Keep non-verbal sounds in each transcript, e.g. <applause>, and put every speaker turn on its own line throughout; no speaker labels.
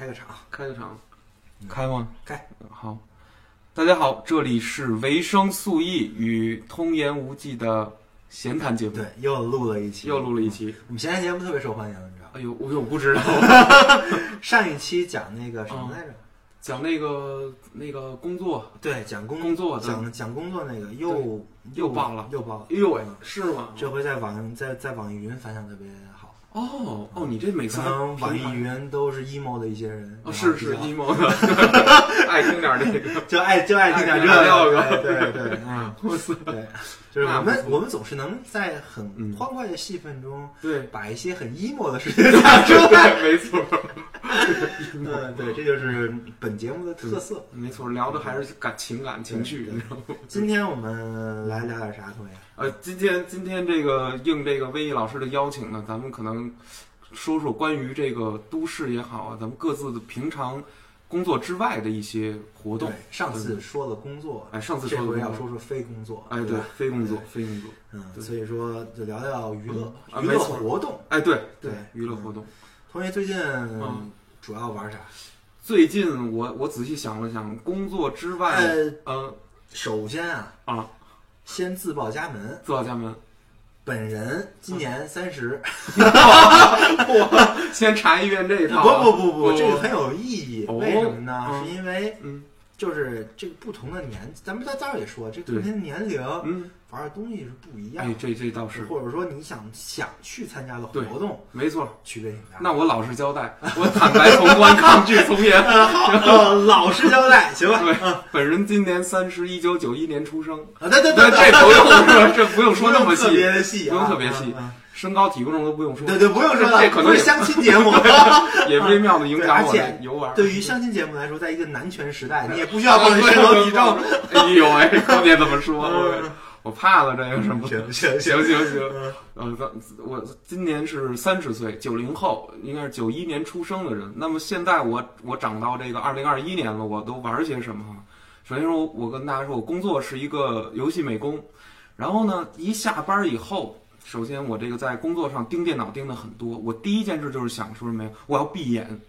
开个场，
开个场，
嗯
开吗？
开
嗯。好，大家好，这里是维生素 E 与通言无忌的闲谈节目，
对，又录了一期，
又录了一。期。
我们闲谈节目特别受欢迎，你知道吗？
哎呦，我我不知道，
上一期讲那个什么来着？
嗯讲那个那个工作，
对，讲工
工作的
讲讲工作那个又
又爆了
又爆了。
哎呦喂，是吗？
这回在网在在网易云反响特别好，
哦哦，你这每次
可
还
能网易
平台
云都是 emo 的一些人，
哦是是
然后
emo 的， <laughs> 爱听点这个，
比较就爱就爱听点这
爱听点
个，对对对，
<laughs>
嗯，
我操，
对，就是
那
我
不
们
错
我们总是能在很
嗯
欢快的气氛中，
对
把一些很 emo 的事情讲出
<laughs>
来。
对，没错。
嗯，对，这就是本节目的特色。
没错，聊的还是感情感情绪，
对
你知道吗？
今天我们来聊点啥东西啊？
呃，今天今天这个应这个威毅老师的邀请呢，咱们可能说说关于这个都市也好啊，咱们各自的平常工作之外的一些活动
对。，上次说了工作，
哎，上次
这
说
回
的
要
工作，
说说非工作，
哎，
对
对
吧，，
非工作，非工作，
嗯，
对
所以说就聊聊娱乐
嗯啊
娱
没
乐
错
活动。
哎，对
对嗯
娱乐活动。
同学最近
嗯
主要玩啥？
最近我我仔细想了想，工作之外，
呃，
嗯
首先啊，
啊，
先自报家门，
自报
<laughs>
家门， <laughs>
本人今
嗯
年三十，
我先查一遍这一
不
套啊。
不不不，
哦
这个很有意义。
哦
为什么呢？
嗯
是因为
嗯
就是这个不同的年，咱们在这儿也说，这个不
对
同的年龄
嗯，
玩的东西是不一样
哎
的。，
这这倒是
或者说你想想去参加的活动，
没错。
区别挺大。
那我老实交代，我坦白从宽，抗拒从
<laughs>
严。
呃老实交代，行吧？
对，本人今年三十，一九九一年出生。
啊， <laughs> 对对
那
对，
这不用说，这不用说那么
特别
细，
的细啊，
不用特别细
啊。啊
身高体重都不用说
对，对，不用说了，
这可能
不
也
是相亲节
<laughs>
目。
也微妙的影响我
对而
的
且
游玩。
对于相亲节目来说，在一个男权时代，你也不需要考虑身高体重。
哎呦喂，可别这么说，
嗯
我我怕了这个什么。
行行行，
行行行，
嗯
呃，咱我今年是三十岁，九零后，应该是九一年出生的人。那么现在我我长到这个二零二一年了，我都玩些什么啊？首先说，我跟大家说，我工作是一个游戏美工，然后呢，一下班以后，首先我这个在工作上盯电脑盯的很多，我第一件事就是想说什么呀？我要闭眼，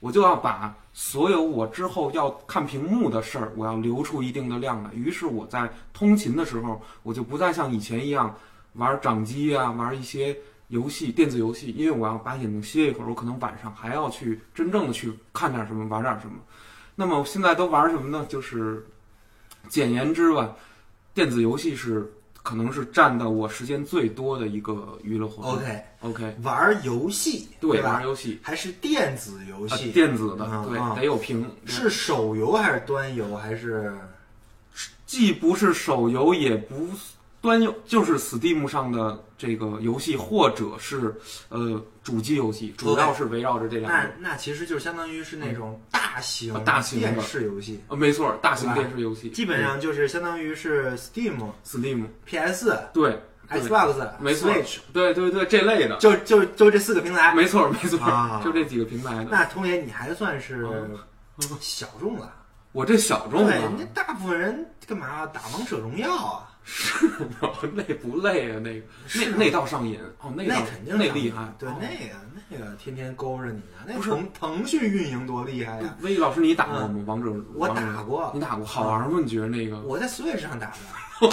我就要把所有我之后要看屏幕的事儿，我要留出一定的量来。于是我在通勤的时候，我就不再像以前一样玩掌机啊，玩一些游戏、电子游戏，因为我要把眼睛歇一会儿，我可能晚上还要去真正的去看点什么，玩点什么。那么我现在都玩什么呢？就是，简言之吧，电子游戏是可能是占到我时间最多的一个娱乐活动。
，OK，
OK，
玩游戏
对，
吧
玩？游戏，
还是电子游
啊
戏？
电子的，
嗯
对，
嗯
得有屏。
是手游还是端游还是？
既不是手游，也不端游，就是 Steam 上的这个游戏，或者是呃主机游戏，主要是围绕着这两
那
个。
那其实就是相当于是那种大型
啊大型的
电视游戏，
呃，没错，大型
对吧
电视游戏，
基本上就是相当于是 Steam、
Steam，
PS、
对，对
Xbox、
没错
Switch，
对对对，这类的，
就就就这四个平台。
没错没错
啊，
就这几个平台的。
那童爷，你还算是
嗯
小众了，
我这小众
对，
啊
人，家大部分人干嘛打王者荣耀啊？
是吗？ <laughs> 累不累啊？那个
是
那
吗
那倒上瘾哦，那
那
倒
肯定
那
的
厉害，
对，
哦
那个那个天天勾着你啊，那
不是
腾腾讯运营多厉害呀！
威老师，你打过吗？王者，
嗯我
嗯王者
打过
你打过，好玩吗？你觉得那个？
我在 Switch 上
<laughs>
打的，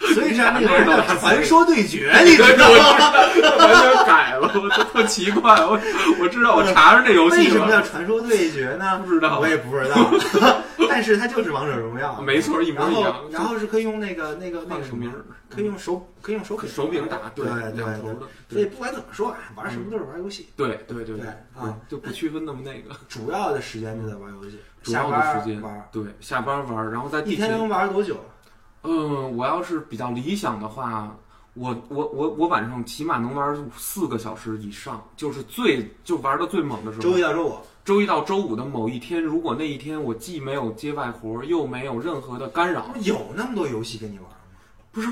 ，Switch 上那个人
那
叫
个
传说对
<laughs>
决，你知道吗？
完全改了，我都特奇怪。我我知道，我查查这游
为
戏
什么
吧。
叫传说对决呢？
不知道
我也不知道。 <laughs>
<laughs>
但是它就是王者荣耀，
没错，一模
然
一
后
样。
然后是可以用那个那个那个
换个
什
手
么
名，儿，
可以用手可以用手柄
手柄打，
对
两头
对。
的，
所以
对
不管怎么说啊，玩什么都是玩游戏，
对对对
对
对
啊，
就不区分那么那个。 <laughs>
主要的时间就在玩游戏，
主
下
要的
班
时间
玩，
对，下班玩儿，然后在
一
地
天
铁。
能玩多久？啊
嗯，我要是比较理想的话，我我我我晚上起码能玩四个小时以上，就是最就玩的最猛的时候。
周一到周五，
周一到周五的某一天，如果那一天我既没有接外活儿，又没有任何的干扰，
有那么多游戏跟你玩吗？
不是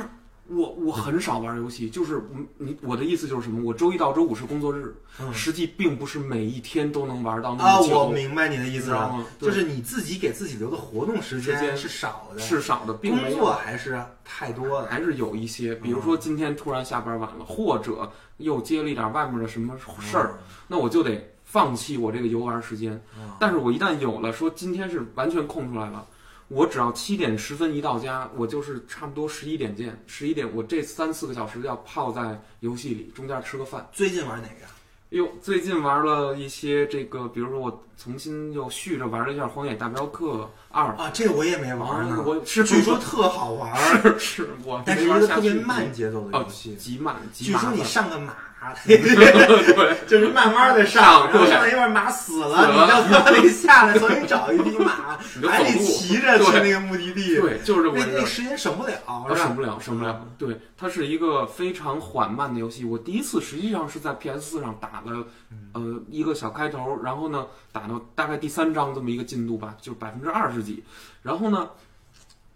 我，我很少玩游戏，就是嗯你我的意思就是什么？我周一到周五是工作日，
嗯
实际并不是每一天都能玩到哦那
啊，
么久，
我明白你的意思了
你知道吗，对
就是你自己给自己留的活动时
时间
是少的，
是少的，并
工嗯
没有。
作还是太多了。
还是有一些，比如说
嗯
今天突然下班晚了，或者又接了一点外面的什么事儿，那我就得放弃我这个游玩时间。
啊
但是我一旦有了说今天是完全空出来了，我只要七点十分一到家，我就是差不多十一点见，十一点我这三四个小时要泡在游戏里，中间吃个饭。
最近玩哪个呀？
哎呦，最近玩了一些这个，比如说我重新又续着玩了一下《荒野大镖客二》，
啊，这我也没玩呢。
啊我是
据说特好玩，
是是，我
但是一
没玩
个
下去
特别慢节奏的
哦
游，戏。
极慢极
据
麻
说
烦
你。上个马，
<laughs> 对，
就是慢慢的
上
上，然后
对
上一半马死
死
了，
了
你到河里下来，重新找一匹马，
<laughs> 你就
还得
走
骑着去
对
那个目的地。
路，对，就是这么
那那
回事儿。
时间省不了，
啊，
是
省
吧？嗯
不了，省不了。对，它是一个非常缓慢的游戏。我第一次实际上是在 PS 四上打了，
嗯
呃，一个小开头，然后呢，打到大概第三章这么一个进度吧，就是百分之二十几。然后呢，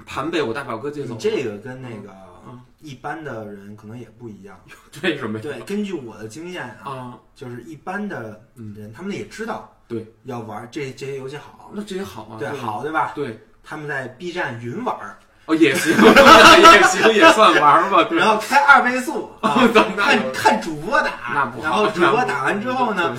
盘被我大表哥借
你
走了。 <laughs>
这个跟那个
嗯
一般的人可能也不一样。
这什么呀？
对，根据我的经验啊，
啊，
就是一般的人，他们也知道
嗯对
要玩这这些游戏好，
那这也好啊。
对，好对吧？
对，
他们在 B 站云玩，
哦，也行， <laughs> 也行，也算玩儿吧。对哦
然后开二倍
<laughs>
速，啊
那
看看主播
那
打
不，好
然后主播打完之后
那不
呢，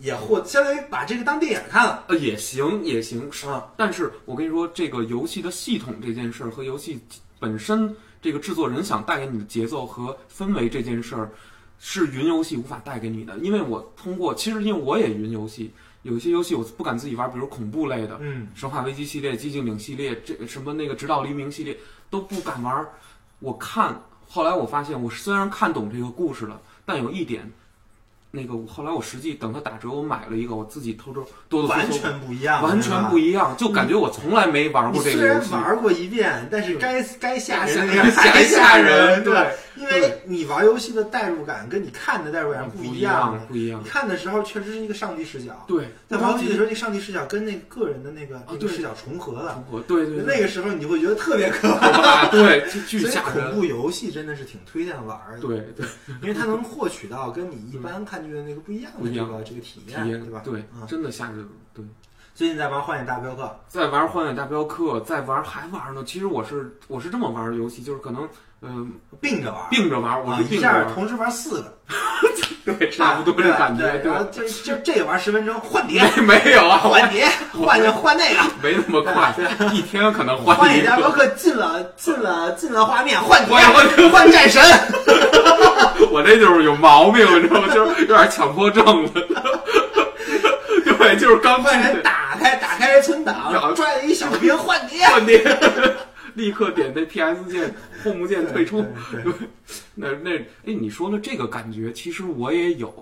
也获相当于把这个当电影看了。
呃，也行，也行，是
啊。
但是我跟你说，这个游戏的系统这件事儿和游戏本身这个制作人想带给你的节奏和氛围这件事儿，是云游戏无法带给你的。因为我通过，其实因为我也云游戏，有一些游戏我不敢自己玩，比如恐怖类的，
嗯，
《生化危机》系列、《寂静岭》系列，这什么那个《直到黎明》系列都不敢玩儿。我看后来我发现，我虽然看懂这个故事了，但有一点，那个后来我实际等它打折，我买了一个，我自己偷偷哆哆嗦嗦
完全不一样，
完全不
一样。
一样，就感觉我从来没玩
你
过这
虽
个游
然
戏。
玩过一遍，但是
对
该该吓人的
吓
地方还吓人，
对，
因为你玩游戏的代入感跟你看的代入感是不
一
一样
样
的。，
不一
你
样。
看的时候确实是一个上帝视角，
对，
在玩
当
游戏的
时
时候，这个上帝视角跟那个个人的那个那个
对
视角重合了。
重合，对对对，
那个时候你就会觉得特别可怕，
哇对，巨巨
所以
吓
恐
人。
怖游戏真的是挺推荐玩儿的，
对对，
因为它能获取到跟你一般看剧的那个不一样
不
的
一
这
样
个这个体
体
验，
验
对吧？
对，
嗯
真的吓人。对，
最近在玩《荒野大镖客》，
在玩《荒野大镖客》，在玩还玩呢。其实我是我是这么玩游戏，就是可能嗯、
并着玩儿，
并着玩，我
啊
是
一
并着
下
玩，
同时玩四个，
对，差不多这
对吧
感觉。
对，然后
对， <laughs>
这就这个玩十分钟换碟，
没没有啊，
换
<laughs>
碟，换着换那个。
没那么快，一天可能
换
换一
野大镖
个。
客进了进了进了画面，换碟
换
换换战
<laughs>
神，
我这就是有毛病，你知道吗？就是有点强迫症了。 <laughs> 对，就是刚
换
进
人打开打开存档，抓了一
<laughs>
小兵换碟。
换电， <laughs> 立刻点那 PS 键、Home 键退出。
对，
那那哎，你说的这个感觉，其实我也有。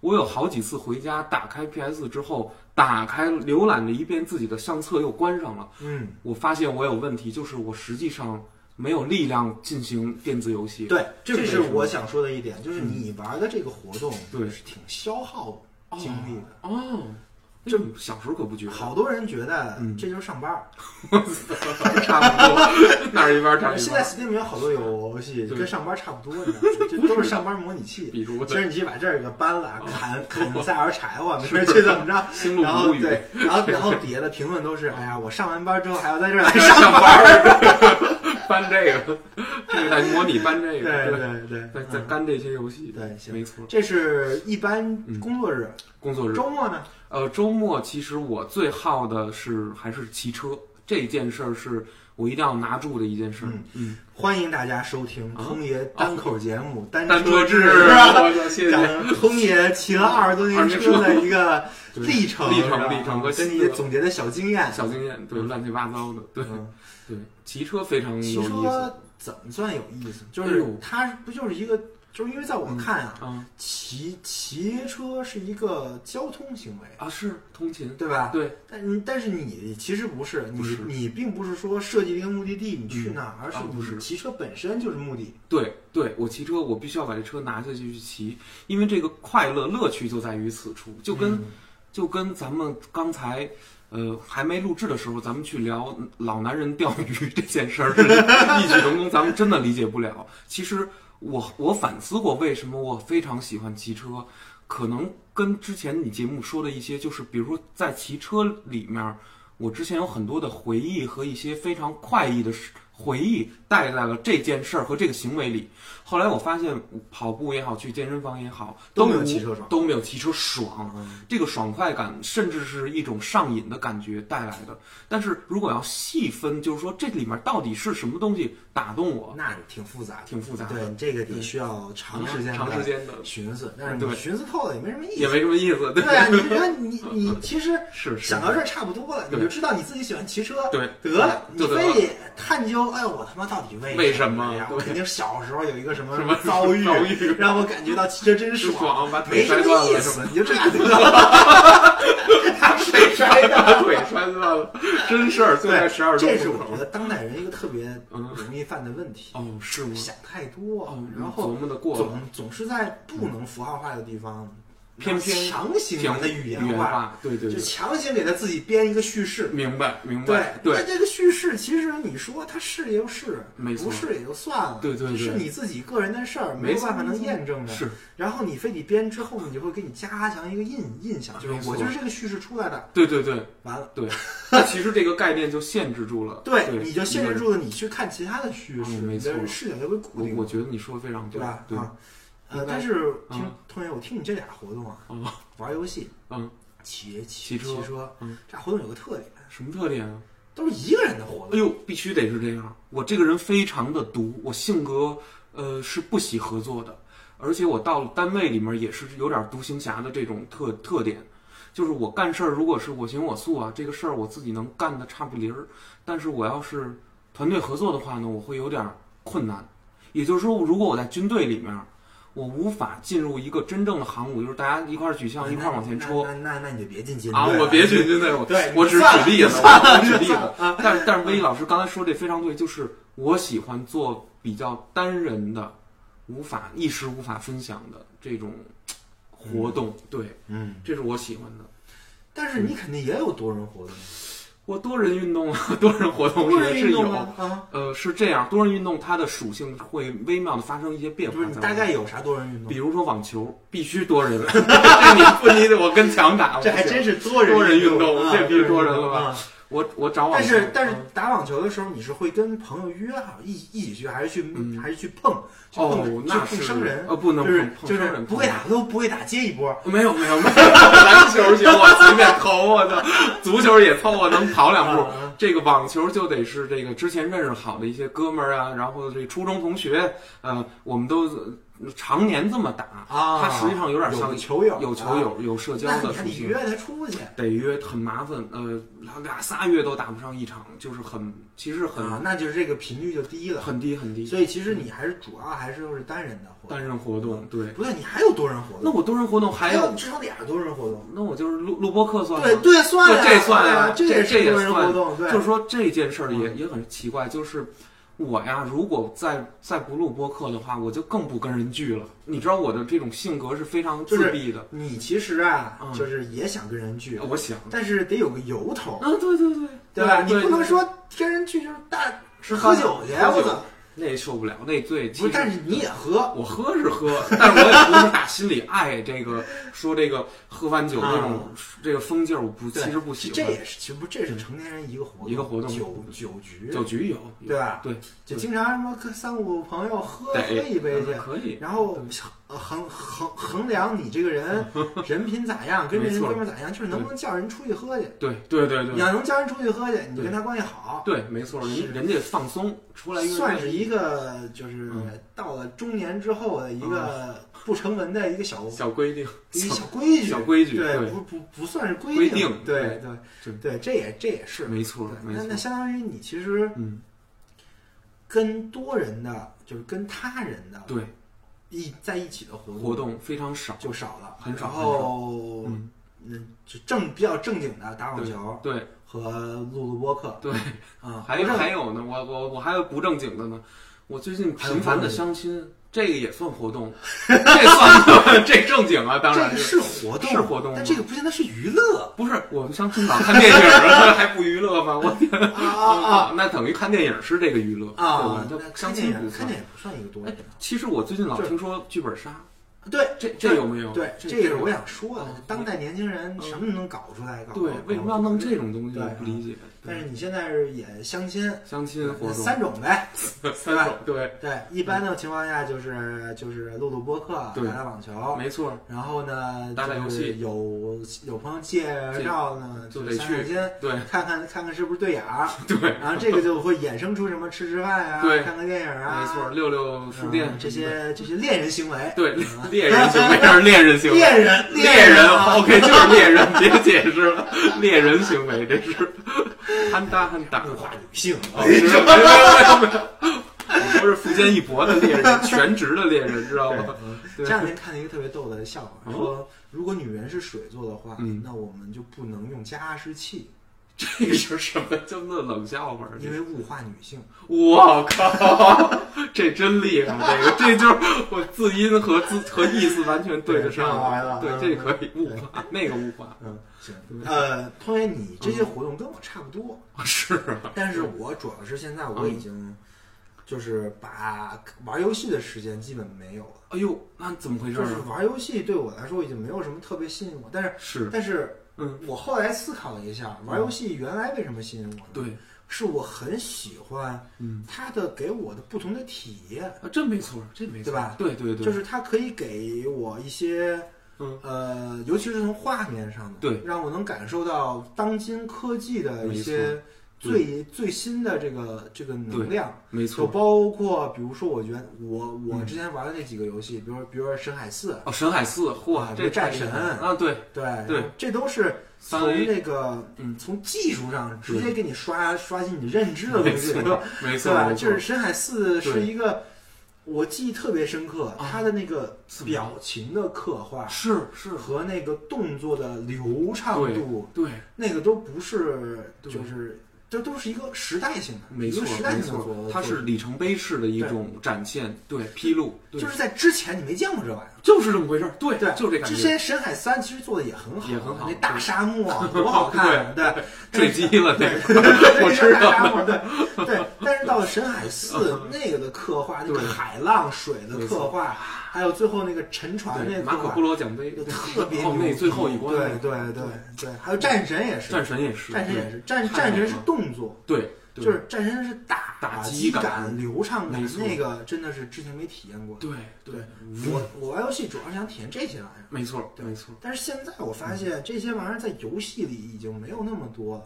我有好几次回家打开 PS 之后，打开浏览了一遍自己的相册，又关上了。
嗯，
我发现我有问题，就是我实际上没有力量进行电子游戏。
对，这
没嗯
是
什么
我想说的一点，就是你玩的这个活动，
对
是挺消耗
啊
精力的。
哦，这小时候可不觉得，
好多人觉得
嗯
这就是上班儿，
<laughs> 差不多哪儿一边儿差一
现
边
在
儿。
Steam 有好多游戏
对
跟上班差不多，你知
<laughs>
道吗？这都是上班模拟器。
比如
其实你去把这儿给搬了，砍砍三摇柴
<laughs>
火，没事儿去怎么着？
星哦露
然后
无语， <laughs>
对，然后然后底下的评论都是，哎呀，我上完班之后还要在这
<laughs>
儿来
上
上班。
班儿搬这个，这个在模拟搬这
<laughs> 对
个，对
对对
在在
嗯
干这些游戏，
对行
没错。
这是一般工作日，
工嗯作日，
周末呢？
呃，周末其实我最好的是还是骑车这件事儿，是我一定要拿住的一件事儿。嗯，
欢迎大家收听
啊
空爷单口节目《嗯单
单
车
志，
是 <laughs> 吧
我就谢
讲 <laughs>
谢。
空爷骑了二十多年车的一个
对
历程，
历
是
程
吧
历程和
跟
心
你
得
总结的小经验。
小经验，对，乱七八糟的，对
嗯
对，骑车非嗯常有
骑
意思。
车啊怎么算有意思？就
哎
是
呦
它不就是一个，就是因为在我看啊，
啊
骑骑车是一个交通行为，
啊，是通勤，
对吧？
对，
但你但是你其实不是，你
不是
你并不是说设计了一个目的地你去哪儿，而是
啊不是
你骑车本身就是目的。
对对，我骑车，我必须要把这车拿下去去骑，因为这个快乐乐趣就在于此处，就跟、就跟咱们刚才呃还没录制的时候，咱们去聊老男人钓鱼这件事儿是异曲同工，咱们真的理解不了。其实我我反思过，为什么我非常喜欢骑车，可能跟之前你节目说的一些，就是比如说在骑车里面，我之前有很多的回忆和一些非常快意的时回忆带在了这件事儿和这个行为里。后来我发现，跑步也好，去健身房也好，
都
没
没有骑车爽
都没有骑车爽。
嗯
这个爽快感，甚至是一种上瘾的感觉带来的。但是如果要细分，就是说这里面到底是什么东西打动我？
那挺复杂的，
挺复杂的
对，这个得需要长时间、
长时间的
寻思，但是你
对
寻思透了也没什么意
也
思。
没什么意思，对
对
<laughs>
啊，你觉得你你其实
是是
想到这儿差不多了，你
对
就知道你自己喜欢骑车，
对
得了，你
就得了
非得探究，哎，我他妈到底为
为
什
什么
呀？
对
我肯定小时候有一个什么
什么
遭遇，
遭遇
让我感觉到骑车真
是
爽，
爽，把腿
没什
摔
么
断
意
了是
思
吧？，
你就这样得了，还谁摔的？
<laughs> 把腿 <laughs> 摔断了，真事儿，就在十二中
这是
路
我觉
口。
得当代人一个特别
嗯
容易犯的问题，
哦，是吗？
想太多，
哦，
然
琢
后
磨的过了，嗯
总总是在不能符号化的地方，
偏偏
强行把它语言
言
化，，
对对
就
对，
强行给他自己编一个叙事。
明白明
对
白，，
那这个叙事其实你说它是也就是，
没错
不是也就算了，
对对对
是你自己个人的事儿，
没
没有
错
办法能
没错
验证的。
是，
然后你非得编之后，你就会给你加强一个印印象，就
没
是
错
我就是这个叙事出来的，
对对对
完了，
对。那其实这个概念就限制住了，
对，
对，
你就限制。住了你去看其他的叙事，
嗯没
你的
错
视角就被固
我
定了
我觉得你说的非常
对吧？
对，
啊，呃，
应该
但是
嗯
听同学，我听你这俩活动啊，
哦
<laughs> 玩游戏、
嗯，
骑骑
骑车
骑车
嗯，
这俩活动有个特点，
什么特点啊？
都是一个人的活
哎
动。
呦，必须得是这样。我这个人非常的独，我性格呃是不喜合作的，而且我到了单位里面也是有点独行侠的这种特特点。就是我干事儿，如果是我行我素啊，这个事儿我自己能干的差不离儿。但是我要是团队合作的话呢，我会有点困难。也就是说，如果我在军队里面，我无法进入一个真正的航母，就是大家一块儿举
那
哎枪，一块儿往前抽。
哦那那那那你就别进军
啊，
队了
我别举军队，我
对
我只是
算了
举例子，
算了
我只是举例
算
子。但是但是，威老师刚才说这非常对，就是我喜欢做比较单人的、无法一时无法分享的这种活动，对，
嗯，
这是我喜欢的。
但是你肯定也有多人活动，
我多人运动啊， <laughs> 多人活动
多人
是是
运
有
动，啊啊，
呃，是这样，多人运动它的属性会微妙的发生一些变
就
化
是你
在
大
我。
概有啥多人运动
嗯比？如说网球，必须多
<laughs>
人，这你不你得我跟墙打，
这还
我不行
真是多人
多人运动
啊
这必须多人了吧
啊
我我找网
但
球，
是但是
嗯
打网球的时候，你是会跟朋友约好一一起去，还是去、
嗯
还是去碰？去碰
哦，那
去
是
碰生人，
呃，不能
就是
碰碰
就
生
是
人
不会打都不会打，接一波。
没有没有 <laughs> 没有，篮球行，我随便投，我的足球也凑合能跑两步
啊啊。
这个网球就得是这个之前认识好的一些哥们儿啊，然后这初中同学，呃，我们都呃常年这么打
啊
它实际上有点像
有球友啊
有球友、有社交
那
的
你还
属
得
性
约。他出去
得约很麻烦，呃，俩仨月都打不上一场，就是很，其实很、
啊，那就是这个频率就低了。
很低很低。
所以其实你还是主要还是就是单人的活动，
单人活动，对，
不对，你还有多人活
那
动，
我多人活动还
还
有，
至少俩多人活动。
那我就是录录播课算吗？
对对，算了，
这算啊
呀，啊
这
也是
也
多人活
算。
动，对，嗯
就是说这件事儿也也很奇怪，就是我呀，如果再再不录播客的话，我就更不跟人聚了。你知道我的这种性格是非常自闭的，
你其实啊
嗯，哦
就是也想跟人聚，
我想，
但是得有个由头，
啊，对对对，
嗯对吧？你
对
不能说跟人聚就是大
吃
喝
饭
酒去，
喝
我
酒
操！
那受不了，那醉。
不是，但
是
是你也喝，
我喝是喝，但是我也不是打心里爱这个说这个喝完酒那种这个疯劲儿，我不
嗯对
其实不喜
这
欢。嗯
也是其实不这是成年人一个活动，
一个活动
酒酒局，
酒局有，有
对吧？
对，
就经常什么跟三五朋友喝喝
得嗯
一杯去，
可以，
然后呃衡衡衡量你这个
<laughs>
人人品咋样，跟这
没
人
错
哥们儿咋样，就是能不能叫人出去喝去。
对对对对
你要能叫人出去喝去，你
对
跟他关系好，
对，没错，
是
人人家放松出来一个
算是一个就是
嗯
到了中年之后的一个不成文的一个小
小规定，
一个小规矩，
小规矩，
对，不不不算是规
规定
定，对对
对
对，这也这也是，
没错
对，
没
那那
错，
相当于你其实
嗯，
跟多人的，就是跟他人的
对，
一在一起的活动
活动非常少，
就少了，
很少
然后
嗯，
嗯，就正比较正经的打网球
对
和录录播客
对，
啊，
还有还有呢，我我我还有不正经的呢，我最近频繁的相亲，这个也算
<laughs>
活动，这算这正经啊，当
这
然
个是活动，
是活动吗
但这个不现在是娱
<laughs>
乐
不是我们相亲老看电影儿啊还不娱乐吗？我
啊啊
那等于看电影是这个娱乐
啊啊！
对吧？
那
嗯那相
看电
亲不
影看
算。
电影不算一个多
哎
人的，
其实我最近老
就是
听说剧本杀，
对，
这这有没有？
对，
这
也是我想说的
嗯。
当代年轻人
嗯
什么都能搞出来，搞
对，为什么要弄？这种东西？
对
我不理解。
但
对
是你现在是也相亲，
相亲活动
三种呗。
<laughs> 三
吧
种，对，
对，一般的情况下就是就是录录播客，
对
打打网球，
没错，
然后呢，
打打游戏
就是有有朋友介绍呢，
就
就
得
是散散
去
心，
对
看看看看是不是对眼
<laughs>
儿，
对，
然后这个就会衍生出什么吃吃饭呀，
对
看看电影啊，
没错，六六书
嗯
店
这些这些恋人行为，
对，猎人行为，这是猎人
<laughs>
行为。
恋人
猎
人
人
啊
，OK，就是猎人，别解释了，猎人行为这是，憨大憨大，
物化女性，
哦没有没有没有没有我不是福建一博的猎人，全职的猎人，知道吗？ <laughs>
嗯这
对
两天看了一个特别逗的笑话，
哦
说如果女人是水做的话，
嗯
那我们就不能用加湿器，
这是什么叫做冷笑话？
因为物化女性。
我靠，这真厉害！这个这就是我字音和字和意思完全对得
对挺好玩
上
的，
对，
嗯
这可以物化，那个物化
嗯，行
对。嗯
呃，通爷，你这些活动跟我差不多，
是啊，
但 <laughs> 是我主要是现在
嗯
我已经就是把玩游戏的时间基本没有了，
哎呦，那怎么回事
就是
啊？
玩游戏对我来说已经没有什么特别吸引我，但是
是，
但是。
嗯，
我后来思考了一下，玩游戏原来为什么吸引我呢？，
对，
是我很喜欢
嗯，
它的给我的不同的体验，
啊，这没错，这没错，
对吧
对对对，
就是它可以给我一些，
嗯
呃，尤其是从画面上的，
对，
让我能感受到当今科技的一些
没错
最最新的这个这个能量，
没
就
错。
包括比如说，我觉得我我
嗯
之前玩的那几个游戏，比如说比如说《深海四》，
哦，神海四，嚯，
啊
这
战
太厉害
神
了啊，对，
对
对，
这都是
三
从
A，
那个
嗯
从技术上直接给你刷刷新你认知的
没
东西，
错
对吧？，
没
对
错，
吧？
没
就
错
是《深海四》
对
是一个我记忆特别深刻，
啊
它的那个
怎么样
表情的刻画
是是，
和那个动作的流畅度，
对，
那个都不是，
对
就是这都是一个时代性的，
没
一
错
个时代
没
性的作
错
作，
它是里程碑式的一种展现，对，披露，对
就是在之前你没见过这玩意儿。
就是这么回事儿，对
对，
就这感
之
觉，
前《深海三》其实做的也很好，
也很好
那大沙漠多好
<laughs>
看，啊对，
坠机了那个，
<laughs>
<laughs> 我
我
知道
沙漠，对对。但是到了《深海四》
<laughs>
那个的刻画，那个
对
海浪、水的
没
刻
错
画，还有最后那个沉船那
对，
个
马
刻
可
画
波，罗奖杯，
就特别
哦，
牛
那
逼
最后一关，
对对对对，还有战神也是，
战神也是，
战神也
是，
是，战
太
战神
猛
是
了
动作，
对，对
就是战神是打
打
击
击感
感、流畅感
没，错
那个真的是之前没体验过。
对
对，我我玩游戏主要是想体验这些玩意儿，
没错
对
没错，嗯
但是现在我发现这些玩意儿在游戏里已经没有那么多了，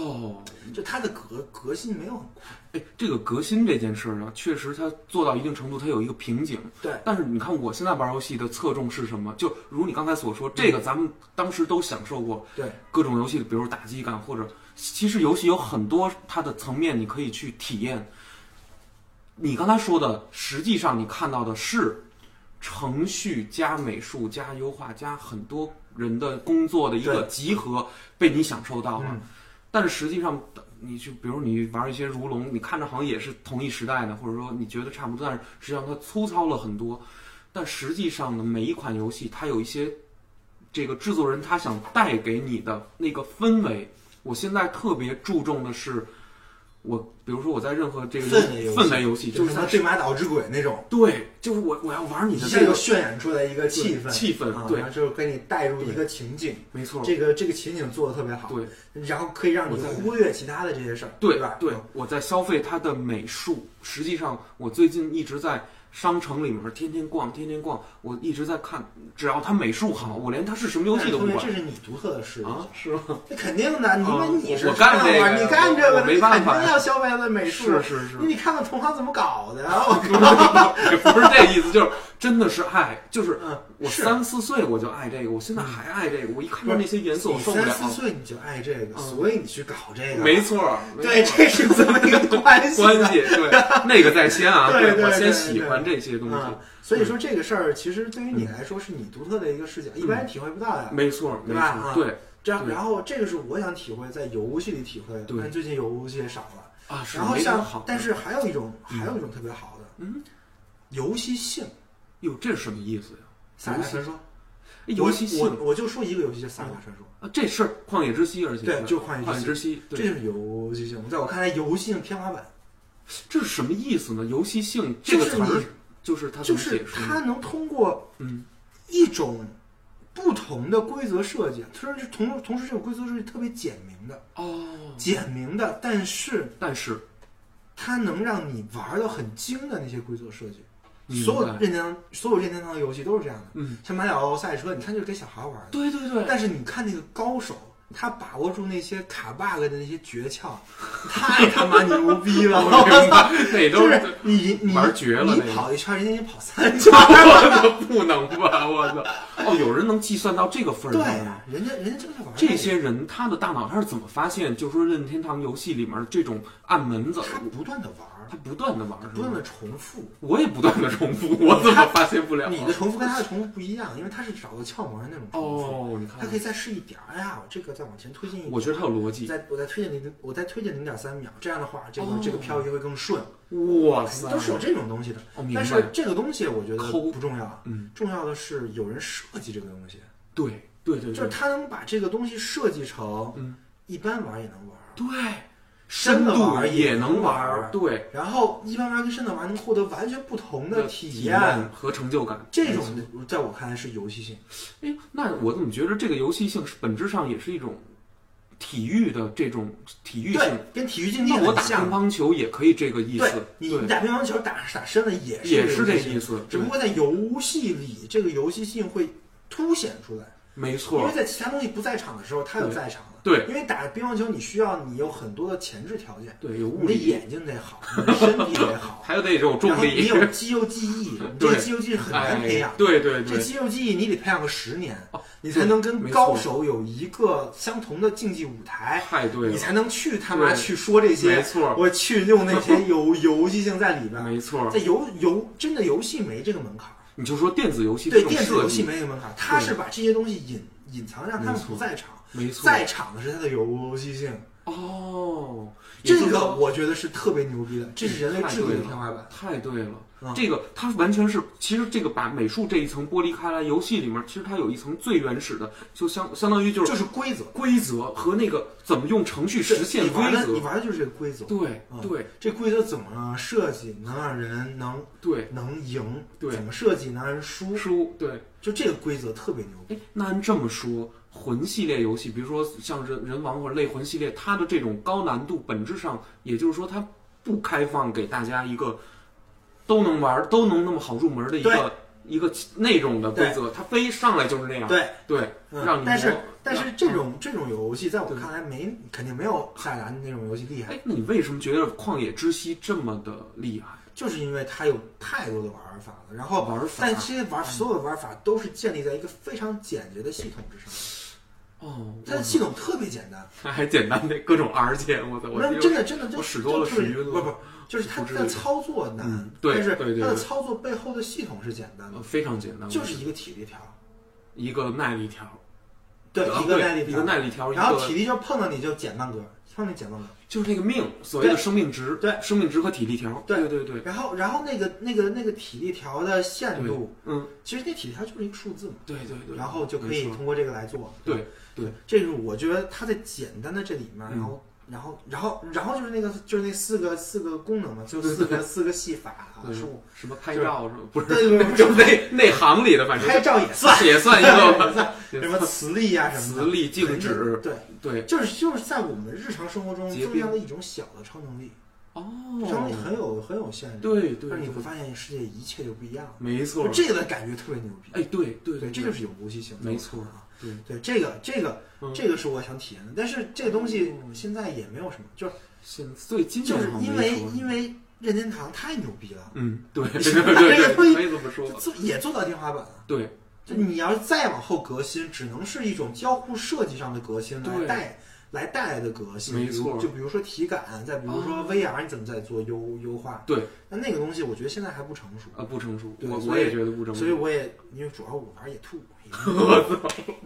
哦，
就它的革革新没有很快。
哎，这个革新这件事儿呢，确实它做到一定程度，它有一个瓶颈。
对
但是你看，我现在玩游戏的侧重是什么？就如你刚才所说，这
嗯
个咱们当时都享受过
对，
各种游戏，比如打击感，或者其实游戏有很多它的层面你可以去体验。你刚才说的，实际上你看到的是程序加美术加优化加很多人的工作的一个集合，被你享受到了。
嗯
但是实际上，你去，比如你玩一些如龙，你看着好像也是同一时代的，或者说你觉得差不多，但是实际上它粗糙了很多。但实际上呢，每一款游戏它有一些这个制作人他想带给你的那个氛围。我现在特别注重的是，我比如说我在任何这个
氛围游戏
氛围游戏，
就
就是
什
是它
么对马岛之鬼那种。
对，就是我我要玩你
一
的
下
这
就
个，
渲染出来一个气氛，
对气氛
啊
对
然后就给你带入一个情境，
没错，
这个这个情景做的特别好，
对
然后可以让你
我在
忽略其他的这些事儿，
对
吧？啊嗯
对，我在消费它的美术。实际上，我最近一直在商城里面天天逛，天天逛，我一直在看，只要它美术好，我连它是什么游戏都不
嗯但是同学
管
这是你独特的视
啊
角，，
是吗？
那肯定的，你因为你是
我干这个
创
呀
作你干这个
我
的，
没办法
你肯定要消费它的美术，
是是是
因为。你看看同行怎么搞的，我
也 <laughs> 不是这意思，就是真的是爱，就是
嗯
我
是
三四岁我就爱这个，我现在还爱这个，我一看到那些元素我
你
受不
三
了。
四岁你就爱这个，
嗯
所以你去搞这个，啊
没错儿，
对，
没错
这是这么一个关
儿
系啊
关
的
系对，那个在先
<laughs>
啊，
对对
我
对
先
对
喜欢这些东
啊
西，，嗯
所以说这个事儿其实对于你来说是你独特的一个视角，一般人体会不到的。
没错儿，
对
没错
吧
儿，
啊
对
这样，
对
然后这个是我想体会在游戏里体会的，
对
但最近游戏也少了。
啊，是
然后
没那么
像
好，，
但是还有一种，
嗯
还有一种特别好的，
嗯，
游戏性。
哟，这是什么意思呀？
萨达传说，
哎游戏性
我我我就说一个游戏，就萨达传说，
啊，这事儿《旷野之息》，而且
对，
是
就旷
旷野
野之
之
息，
息，
这
嗯对，
就是游戏性。在我看来，游戏性天花板
这是什么意思呢？游戏性这个词
就是
儿，就是它
就
怎么
是
解释呢？
它能通过
嗯，
一种不同的规则设计，虽然是同同时这种规则设计特别简明的，
哦，
简明的，但是
但是
它能让你玩的很精的那些规则设计。
明白
所有任天堂所有任天堂的游戏都是这样的，
嗯，
像马里奥赛车，你看就是给小孩玩的，
对对对，
但是你看那个高手，他把握住那些卡 bug 的那些诀
<laughs>
窍，太他妈牛逼了！
我明白， <laughs> 那
就
都
是你你
玩绝了
你
那个
跑一圈，人家也跑三圈。
<laughs> 我操，不能吧！我操！哦，有人能计算到这个份儿
对
上吗？
呀，人家人家真是玩
这些人他的大脑他是怎么发现，就是说任天堂游戏里面这种暗门子
那个，，他不断的玩，
他不断的玩，
不
是
断
吗？
的重复。
我也不断的重复，我怎么发现不了？
你的重复跟他的重复不一样，因为他是找到窍门的那种重复，
哦，你
他
看
可，以再试一点儿。哎呀，我这个再往前推进一点，
我觉得他有逻
我
辑。
再我再推进零，我再推进零点三秒，这样的话，这个
哦
这个漂移会更顺。
哇塞，
都是有这种东西的。
哦，明
但
白
是。这个东西我觉得
抠
不重要，
嗯，
重要的是有人设计这个东西，
对对对
就是
对
他能把这个东西设计成，
嗯，
一般玩也能玩，
对，
深的
度
玩
也
能
能玩，，对，
然后一般玩跟深的玩能获得完全不同的体验，
验和成就感，
这种在我看来是游戏性。
哎，那我怎么觉得这个游戏性是本质上也是一种体育的这种体育
对
性？，
跟体育竞技
那我
很
打乒
像。
乓球也可以这个意
对
思，
你你
对，
打乒乓球打打深了也是
也是
个
这个
意
意
思，
思，
只不过在游戏里这个游戏性会凸显出来，
没
因
错
为，在其他东西不在场的时候，它有
对
在场了。
对
因为打乒乓球，你需要你有很多的前置条件，
对，有
你
物
的
理，
眼睛得好，你的身体得好，
还有得有
然
<laughs> 重
后你
力，
有肌肉记忆，你这个
<laughs> 对
肌肉记忆很难
哎
培养，，
对对
这
对，
肌肉记忆你得培养个十年
哦，
你才能跟
没错
高手有一个相同的竞技舞台，
太对
你
了，
才能去他妈
对
去说这
没
些，
错，
我去用那
<laughs>
些游游戏性在里边儿，
没错
在，游游真的游戏没这个门槛儿，
你就说电子游戏这
对
种
电子
设
游戏
计，
没这个门槛儿，它是把这些东西隐隐藏，让他们
没错
不在场。
没错，
在场的是它的游戏性，
哦，也
这
就是
个
说
我觉得是特别牛逼的，这是人类智力的天花板。
太对了，
嗯
这个它完全是，其实这个把美术这一层剥离开来，游戏里面其实它有一层最原始的，就相相当于就是
就是规则
规则和那个怎么用程序实现
你
规
玩的你
则。
玩的就是这个规则。
对
嗯
对
这规则怎么设计能让人能
对，
能赢？
对
怎么设计能让人输？
书对。
就这个规则特别牛逼。
哎，那按这么说，魂系列游戏，比如说像人人王或者类魂系列，它的这种高难度，本质上也就是说它不开放给大家一个都能玩、都能那么好入门的一个一个内容的规则，它非上来就是那样。
对，
对，
嗯
让你
但是
摸
但是
让
这种这种游戏在我
对
看来没肯定没有萨达那种游戏厉害，
哎，那你为什么觉得《旷野之息》这么的厉害？
就是因为它有太多的玩法了。然后
玩法
但这些玩所有的玩法都是建立在一个非常简洁的系统之上，
哦，
它的系统特别简单。
我还简单的各种 R 键，我操，我
那
就
真的真的，
我使多了
就是
使晕了
不不，就是它
不至于
的操作难
嗯，对
但是
对对
它的
对
操作背后的系统是简单
呃
的，
非常简单，
就是一个体力条，
一个耐力条，
对，
嗯啊
一个耐力
一个
条，
耐力条，一
然后
个
体力就碰到你就减半格，碰到你减半格，
就是那个命，所谓的
对
生命值，
对
生命值和体力条，
对
对对，
然后然后那个那个那个体力条的限度，
嗯，
其实那体力条就是一个数字嘛，
对对对，
然后就可以
没错
通过这个来做，
对对，
这是我觉得它在简单的这里面，
嗯
然后。然后，然后，然后就是那个，就是那四个四个功能嘛，就四个四个戏法啊，
对
术，
什么拍照什么不是， <laughs>
对对对
就内内行里的，反正
拍照也算，
也
<laughs>
算一个
什么磁力啊什么的
磁力静止，
对，
对
就是就是在我们日常生活中
结
重
冰
要的一种小的超能力，
哦，
超能力很有很有限制，
对对
但是你会
对，
发现世界一切就不一样了，
没错
就，这个的感觉特别牛逼，
哎对对
对，这就是有游戏性，
没错
啊，
对
对，这个这个
嗯
这个是我想体验的，但是这个东西
嗯
现在也没有什么，就是
现在最今
就
年
是
好像
因
没
为
说
因为任天堂太牛逼了，
嗯，
<laughs>
对对
是吧
对
这个
对，
东西
可以这么说嗯
就，做也做到天花板了。
对
就你要是再往后革新，只能是一种交互设计上的革新来
对
带来带来的革新。
没
比如
错
就比如说体感，再比如说
哦
VR，你怎么在做优优化？
对，
那那个东西我觉得现在还不成熟，
啊不成熟，
对
我
所以
我也觉得不成熟
所以，我也因为主要我玩也
<laughs>
吐，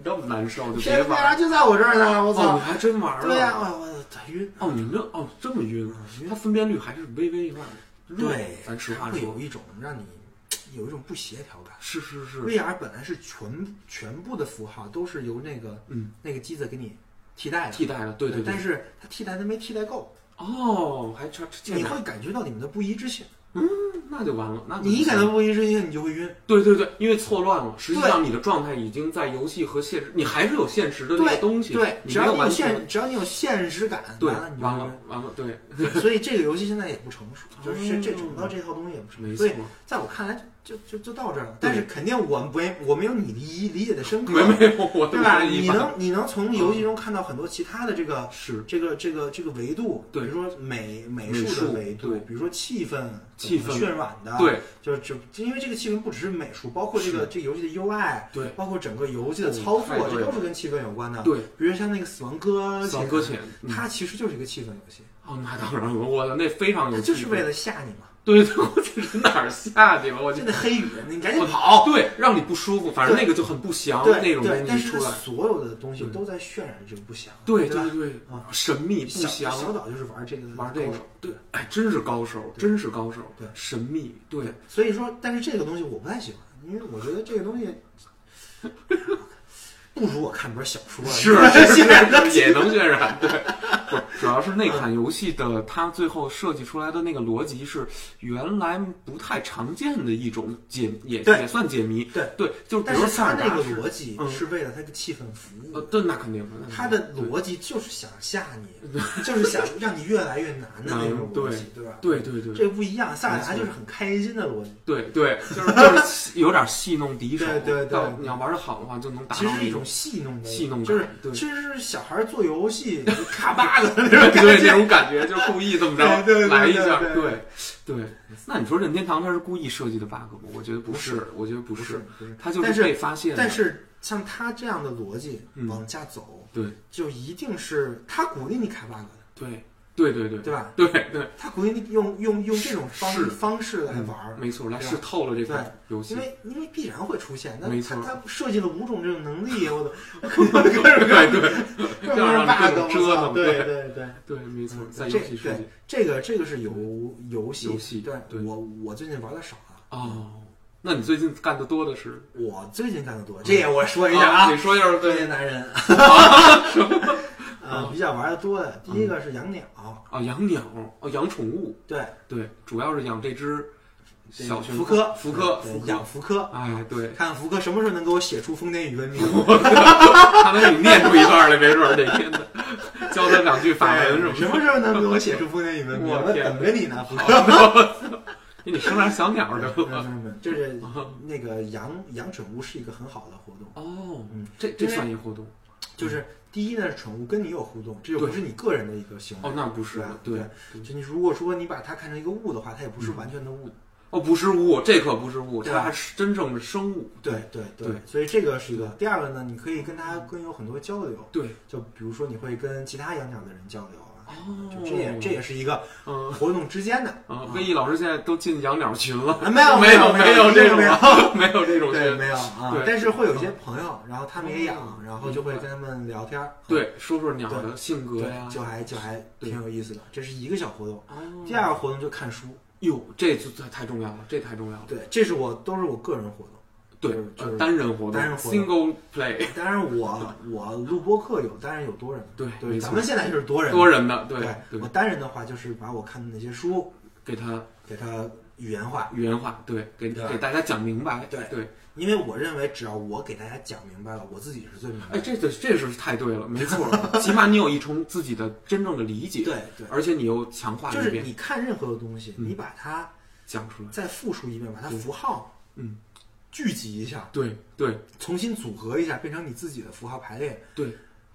那么难受就别玩儿。
PSVR 就在我这儿呢，我
哦，
操
你！还真玩了？
对呀，我我太晕。
哦，你们这哦这么晕啊？它分辨率还是微微有点弱
对，
咱实话
它会
说
有，一种让你嘖有一种不协调感。
啊是是是，
VR 本来是全全部的符号都是由那个
嗯，
那个机子给你替代的，
替代了，对对对
但。是它替代它没替代够。
哦，还差
你
欠
会感觉到你们的不一致性，
那那就完了。那
你一感
感
到
到
不一世界，你就会晕。
对对对，因为错乱了，实际上你的状态已经在游戏和现实，你还是有现实的那个
对
东西，
对，
你
只
没
要
有
你有
完全
现，只要你有现实感，
对，
完了你就
完
会
了完了，对，
晕。所以这个游戏现在也不成熟，就是这这
哦
整个这套东西也不成
没
熟。所
错
以，在我看来就，就就就到这儿了。但是肯定我没我没有你理理解的深刻，
没没有，我
对吧？
我一
你
般嗯
能你能从游戏中看到很多其他的这个
是
这个这个这个维度，
对
比如说美美
美
术
术
的维度
对，
比如说气氛
气氛
怎么渲染的，，
对
就是就因为这个气氛不只是美术，包括这个这个游戏的 UI，
对
包括整个游戏的
哦
操
太
作，
对
这都是跟气氛有关的。，
对，
比如像那个《死亡搁
死亡
浅
搁浅，嗯
它其实就是一个气氛游戏，
哦，那当然了，我的那非常有
它
气
<laughs>
氛，
就是为了吓你嘛，
对对，我这是哪儿下去了？我就
就那黑雨，你赶紧
我
跑。
对，让你不舒服，反正那个就很不祥，那
对
种
对，
东
但
西
是
出
它
来，嗯
所有的东西都在渲染这个不祥，
对
对吧
对对，
啊
神秘不
小
祥，
小岛就是玩这个
玩这
高
个
手，
对，哎，真是高手，真是高手，
对
神秘，对，
所以说，但是这个东西我不太喜欢，因为我觉得这个
<laughs>
东西不如我看本小说。 <laughs>
是是是也能渲染，对，不是，主要是
<laughs>
那款游戏的它最后设计出来的那个逻辑是原来不太常见的一种解，也
对
也算解谜，
对
对，就是比
但
如说
是
塞
他
尔
那
达
个
是，
逻辑
嗯
是为了他的气氛服务
呃，，对，那肯定，那肯定
他的逻辑就是想吓你，就是想让你越来越难的那种
嗯
逻
对
辑，对吧？
对对对。
这个不一样，萨尔达
没
就
错
是很开心的逻辑，
对对，就是
<laughs>
就是有点戏弄敌手，
对对对
到你要玩的好的话，就能达
其
到
实是一
那
种戏弄的，
戏弄感
就是
对
其实是小孩做游
<laughs>
戏卡 bug 的那种感
对那
觉。
种感觉，就是故意这么
对对
着
对
来一下，
对对
对对。那你说任天堂他是故意设计的 bug 吗？我觉得不是，我觉得不
不是
是，
不是，
他就
但
被发现的。
但是像他这样的逻辑
嗯
往下走，
对
就一定是他鼓励你卡 bug 的，
对对对对
对吧？
对对，
他鼓励你用用用这种方
是
方式来玩儿，
没错，来
对吧
试透了这款游戏 <laughs>
因。为因为必然会出现。那
没
他
错
他设计了五种这种能力，
<laughs>
我都各种各种各种各
要让你各种
bug，
折
我操
腾
对
对
对对。
对，没错
嗯，
在
这
游戏世界嗯
对这个这个是游游戏，
游戏
对
对
我我最近玩的少啊了，
哦。那你最近干的多的是？
我最近干的多，这也我说一下啊，
你说一下
这些
嗯对
男人， <laughs> 啊，比较玩的多的，第一个是养鸟，
哦，养鸟哦，养宠物，
对，
对，主要是养这只
对
小熊
福科，
福科，
对
福科，
养福科，
哎，对，
看看福科什么时候能给我写出《丰田与文明》
他能给你念出一段来，没准儿哪天的，教他两句 <laughs> 法文什
什
么
么时候能给我写出《丰田与文明》？
我
我
天
等着你呢，福科。
的。给你生点小鸟儿得
没有
了。
没有没有嗯就是那个养养宠物是一个很好的活动，
哦
嗯，
这这算一活动？
就是第一呢，宠物跟你有互动，这就不
对
是你个人的一个行为
哦，那不是
对吧，
对，
就你如果说你把它看成一个物的话，它也不是完全的物。
哦，不是物，这可不是物，
对
它还是真正的生物。
对对
对
所以这个是一个。第二个呢，你可以跟它更有很多交流，
对，
就比如说你会跟其他养鸟的人交流啊，
哦
就这也这也是一个
嗯
活动之间的。
啊，魏毅老师现在都进养鸟群了
啊，没有
没
有
没
有
这种
没有。
<laughs> 没 <laughs> 有这种
对，
群。
没有啊
对，嗯
但是会有一些朋友，然后他们也养
哦，
然后就会跟他们聊天儿。
对，说说鸟的性格呀
对，。就还就还
对
挺有意思的。这是一个小活动，
哦
第二个活动就看书。
哟，这就太太重要了，这太重要了。
对，这是我都是我个人活动。
对
就是，就
呃
是
单人活动
单人活动
，single play，
当然我我录播课有单人有多人，
对
对，
没
咱
错
们现在就是多人
多人的，
对
对
我，单人的话就是把我看的那些书
给他
给它语言化，
语言化，对，给
对
给大家讲明白，
对
对，
因为我认为只要我给大家讲明白了，我自己是最明白的。
哎，这这这是太对了，没错， <laughs> 起码你有一重自己的真正的理解，
对，对，
而且你又强化
就
一
是
遍
你看任何的东西，
嗯
你把它
讲出来，
再复述一遍，把它
对
符号
嗯，
聚集一下，
对对
重新组合一下，变成你自己的符号排列
对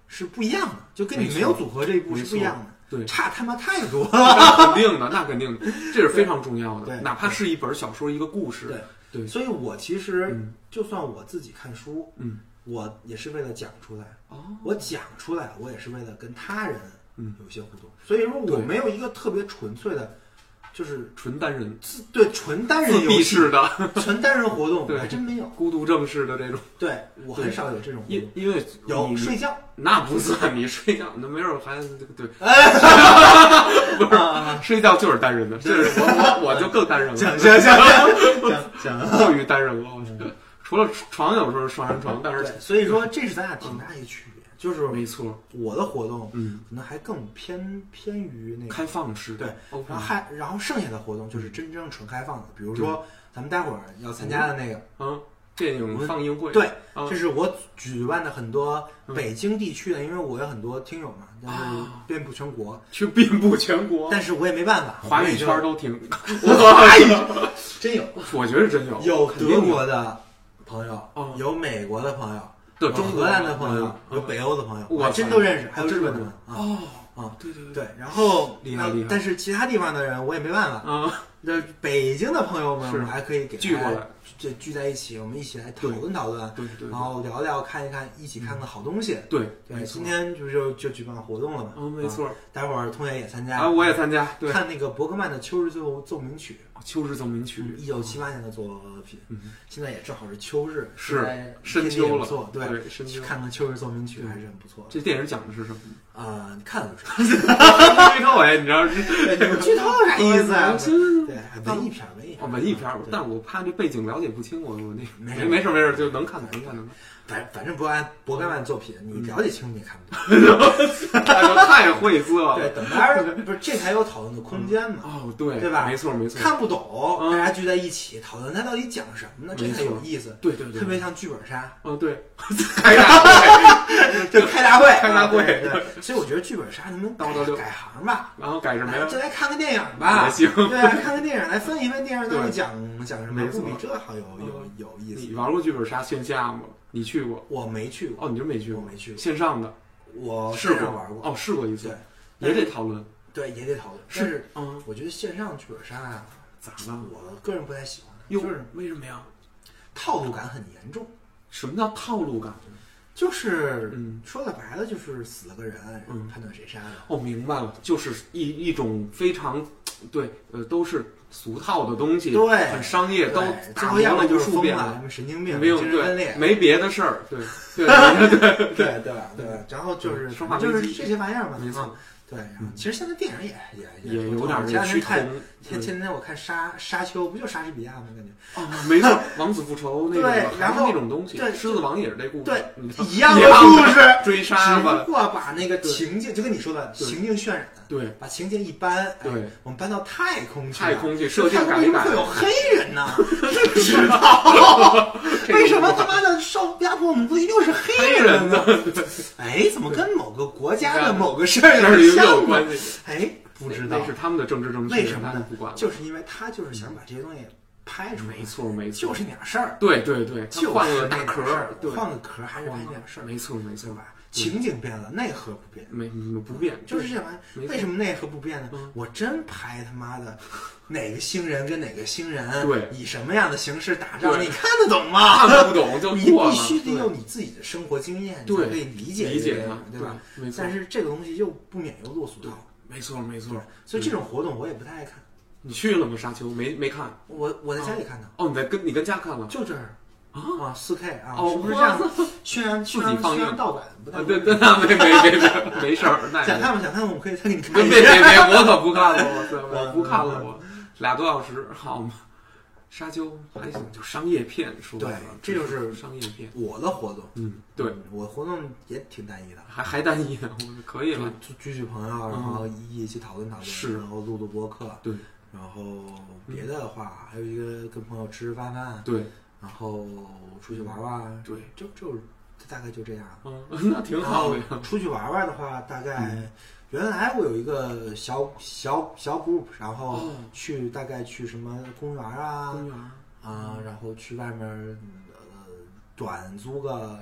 是不一样的，就跟你
没
没有
错
组合这一步
没
是不一
错
样的，
对，
差他妈太多了。
那肯定的， <laughs> 那肯定的，这是非常重要
对
的，哪怕是一本小说一个故事，对
所以我其实
嗯
就算我自己看书，
嗯，
我也是为了讲出来，
哦，
我讲出来，我也是为了跟他人
嗯
有一些互动。所以说我
对
没有一个特别纯粹的，就是
纯单人
自对纯单人
自
游
闭
戏、
式的
纯单人活动，我
对
还真没有。
<laughs> 孤独症式的这种，
对我很少有这种活
因
动，
因为
有
你
睡
<laughs>
觉，
那不算你睡觉，那没准还对，
啊
<laughs> 不是睡觉就是单人的，这是我我我就更单人了
讲，讲讲讲讲。
<laughs> 过
嗯
于单人了，我觉得除了床有时候双人床，但是
对，所以说这是咱俩挺大一个区别，就是
没错，
我的活动
嗯，
可能还更偏偏于那个
开放式
嗯对
，open，
然后还然后剩下的活动就是真正纯开放的，比如说咱们待会儿要参加的那个，
嗯，电影放映会，
对，
啊
这是我举办的很多
嗯
北京地区的，因为我有很多听友嘛，但是
啊
遍布全国，
去遍布全国，
但是我也没办法，
华语
我也就
圈儿
<laughs>
都听，华语， <laughs>
真有
我觉得真有，
有
肯定
德
有
国啊的朋友
哦，
有美国的朋友，
对
有
中国
荷兰的朋友，
嗯
有北欧的朋友，
我
还
操
真都认识，还有日本的朋友啊。
哦
啊，
对对
对，然后
厉害
那
厉害
但是其他地方的人我也没办法。
啊，
那北京的朋友们，
是
我们还可以给
聚过
大家
来，
这聚在一起，我们一起来讨论讨论，
对对
然后聊聊，看一看，一起看看好东西。
对
啊对，
没错
今天就就就举办活动了嘛。
嗯，没错
啊。待会儿通爷也参加
啊，我也参加，对，
看那个伯格曼的《秋日奏奏鸣曲》。
秋日奏鸣曲，
一九七八年的作品，
嗯
现在也正好是秋日，
是
现
深
在天气
秋
也不
了
错，，对，
深
去
秋。
看看秋日奏鸣曲还是很不错的。
这电影讲的是什么？ <laughs>
啊，
嗯
你看了不是？
剧透哎，你知道是
对你们剧透啥意思啊？
真
对，文艺片儿，文艺片
哦，
儿，
文艺片儿，
对
但我怕这背景了解不清，我我那
没
没
事
没事没事，就能看能看能
反反正不按伯格曼作品，
嗯
你了解清你也看不懂。
看， <laughs> 大哥太晦涩
对，
了。
等待会 <laughs> 不是这才有讨论的空间嘛？
哦，对，
对吧
没错没错，
看不懂，
嗯
大家聚在一起讨论它到底讲什么呢？这才有意思。
对对对，
特别像剧本杀，<laughs>
哦对，
哎
开大会，
就开大会，
<laughs> 开大会
啊对对对所以我觉得剧本杀能不能
叨叨溜
改改行吧？
<laughs> 然后改什么
来
呀？
就来看个电影吧，
也行
对啊，看个电影来分一分电影到底
对
讲讲什么，
没
不
错嗯
比这好有有有意
你
思。
玩过剧本杀线下吗？你去过？
我没去过，
哦，你就没去
我
过，
没去过，
线上的
我
试
线
过
上玩过，
哦，试过一
对
次，也得讨论。
对，也得讨论。
是
但是
嗯，
我觉得线上剧本杀啊，
咋了？
我个人不太喜欢，
哟
就是，
为什么呀？
套路感很严重，
什么叫套路感？
嗯就是
嗯，
说的白了就是死了个人，然后
嗯
判断谁杀的。
哦，明白了，就是一一种非常，对，呃，都是俗套的东西，
对
很商业，都
对最
打
后
磨
要么
了
就
无
是
数
疯
遍
了，
了
什，么神经病、
没有
精神分裂
对，，没别的事儿，对对对对 <laughs> 对
对对吧？对吧，然后就是
生化
就是
危机
这些玩意儿嘛，
没错嗯
啊。对，然后其实现在电影也 <laughs> 也
也有
不
点
错
儿
前两
趋嗯
天看
同，
前
对
前天我看沙沙丘，不就莎士比亚吗？感觉
哦， <laughs> 没错，王子复仇那
对
种，还是
然后
那种东西，
对
狮子王也是这故事，
对
你
<laughs>
知道
一样的
嗯一样的
故事，
追 <laughs> 杀
只不
吧，
过把那个
对
情境，就跟你说的
对
情境渲染， <laughs>
对
把情境一搬，哎
对，
我们搬到太空去，
太空去设定
太空
改
为
一
什么
改
会，有黑人
<laughs>
呢？不知道，
这个
为什么
不
他妈的受压迫我们不一定是黑
黑人
呢
呢？
哎，怎么跟某个国家的某个事儿
这是
点
有
像呢？
关系，
哎，不知道
那是他们的政治正确，
为什么
他们
呢
不管？了，
就是因为他就是想把这些东西拍出来，
没错没错，
就是那点事儿。
对对对，他
就
换
是
了大
那
壳
点事
儿
儿，
对，
换个壳儿还是拍那点事儿，
没错没
对
错，
吧？情景变了，内核不变，
没没不变，
就是这玩意
没
儿。
错
为什么内核不变呢
嗯？
我真拍他妈的 <laughs> 哪个星人跟哪个星人，
对
以什么样的形式打仗，
对
你看得懂吗？
看都不懂就
你
过了，
必须得
对
有你自己的生活经验，你
对
才可以理解
理
这
解
个
它
东西，对吧？？
没错
但，是这个东西又不免又落俗套，
没错没
对
错。，
所以这种活动我也不太爱看。
你去了吗？沙丘没没看？
我我在家里看的，
哦，你在跟你跟家看了？
就这儿
啊
啊，四 K 啊，
哦
是不是这
哇
样？宣扬宣
自己
扬
放
宣
映
扬盗版不太
啊，
好
对对，那没没没没没事儿，
<laughs>
那
想
也
看吗？想看吗？我可以再给你看
<laughs> 别
一
别别
遍。
别，我可不看了，我操，我
嗯
不看了，我俩多小时，好嘛？沙丘还行，就商业片，说白了，
对这就是
商业片。
我的活动，
嗯，对，
嗯，我活动也挺单一的，
还还单一呢，我可以
就
了。
就聚聚朋友，然后一起讨论讨论，
嗯是
然后录录播客，
对
然后别的话，还有一个跟朋友吃吃饭饭，
对
然后出去玩玩，
对，
就就大概就这样。
嗯，那嗯挺好的呀。嗯
然后出去玩玩的话，大概原来我有一个小小小 group，然后
哦
去大概去什么公园啊
公园儿
啊，然后去外面呃短租个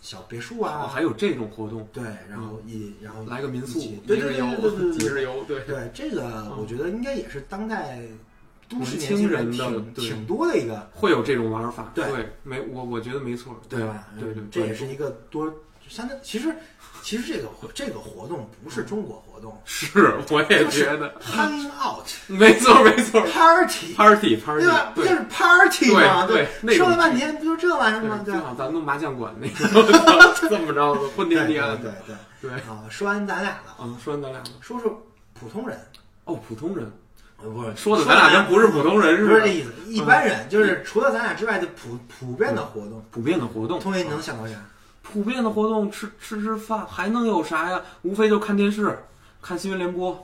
小别墅
哦，
啊，
还有这种活动，
对，然后一然后
来个民宿
一起，对
一
对
日
对对对
游，
对
几
对
日游，对，
对这个我觉得应该也是当代都市
嗯年
年轻
轻
人
人的
挺
对
挺多的一个，
会有这种玩法，
对
没我我觉得没错，
吧？
对
嗯
对，
这也
对
是一个多相当其实。其实这个活这个活动不
嗯
是中国活
<laughs>
动，
是，我也
就是
觉得
hang out
没错没错
party，
，party
对吧？
party，
不就是 party 吗？
对对
说了
那种
半天不就这玩意儿吗？啊对
对，
吧？
最好咱弄麻将馆那种， <laughs> 这么着的昏
对
天
对
黑暗
对
的，
对
对，
啊！说完咱俩了，
嗯，说咱俩吧
说说普通人，
哦，普通人
呃不是
说的咱俩跟不是普通人
不是
似
这
的，嗯
意思，一般人就是除了咱俩之外的普普遍的活动，
普遍的活动，啊
通爷你能想到啥？
普遍的活动吃吃吃饭，还能有啥呀？无非就看电视，看新闻联播，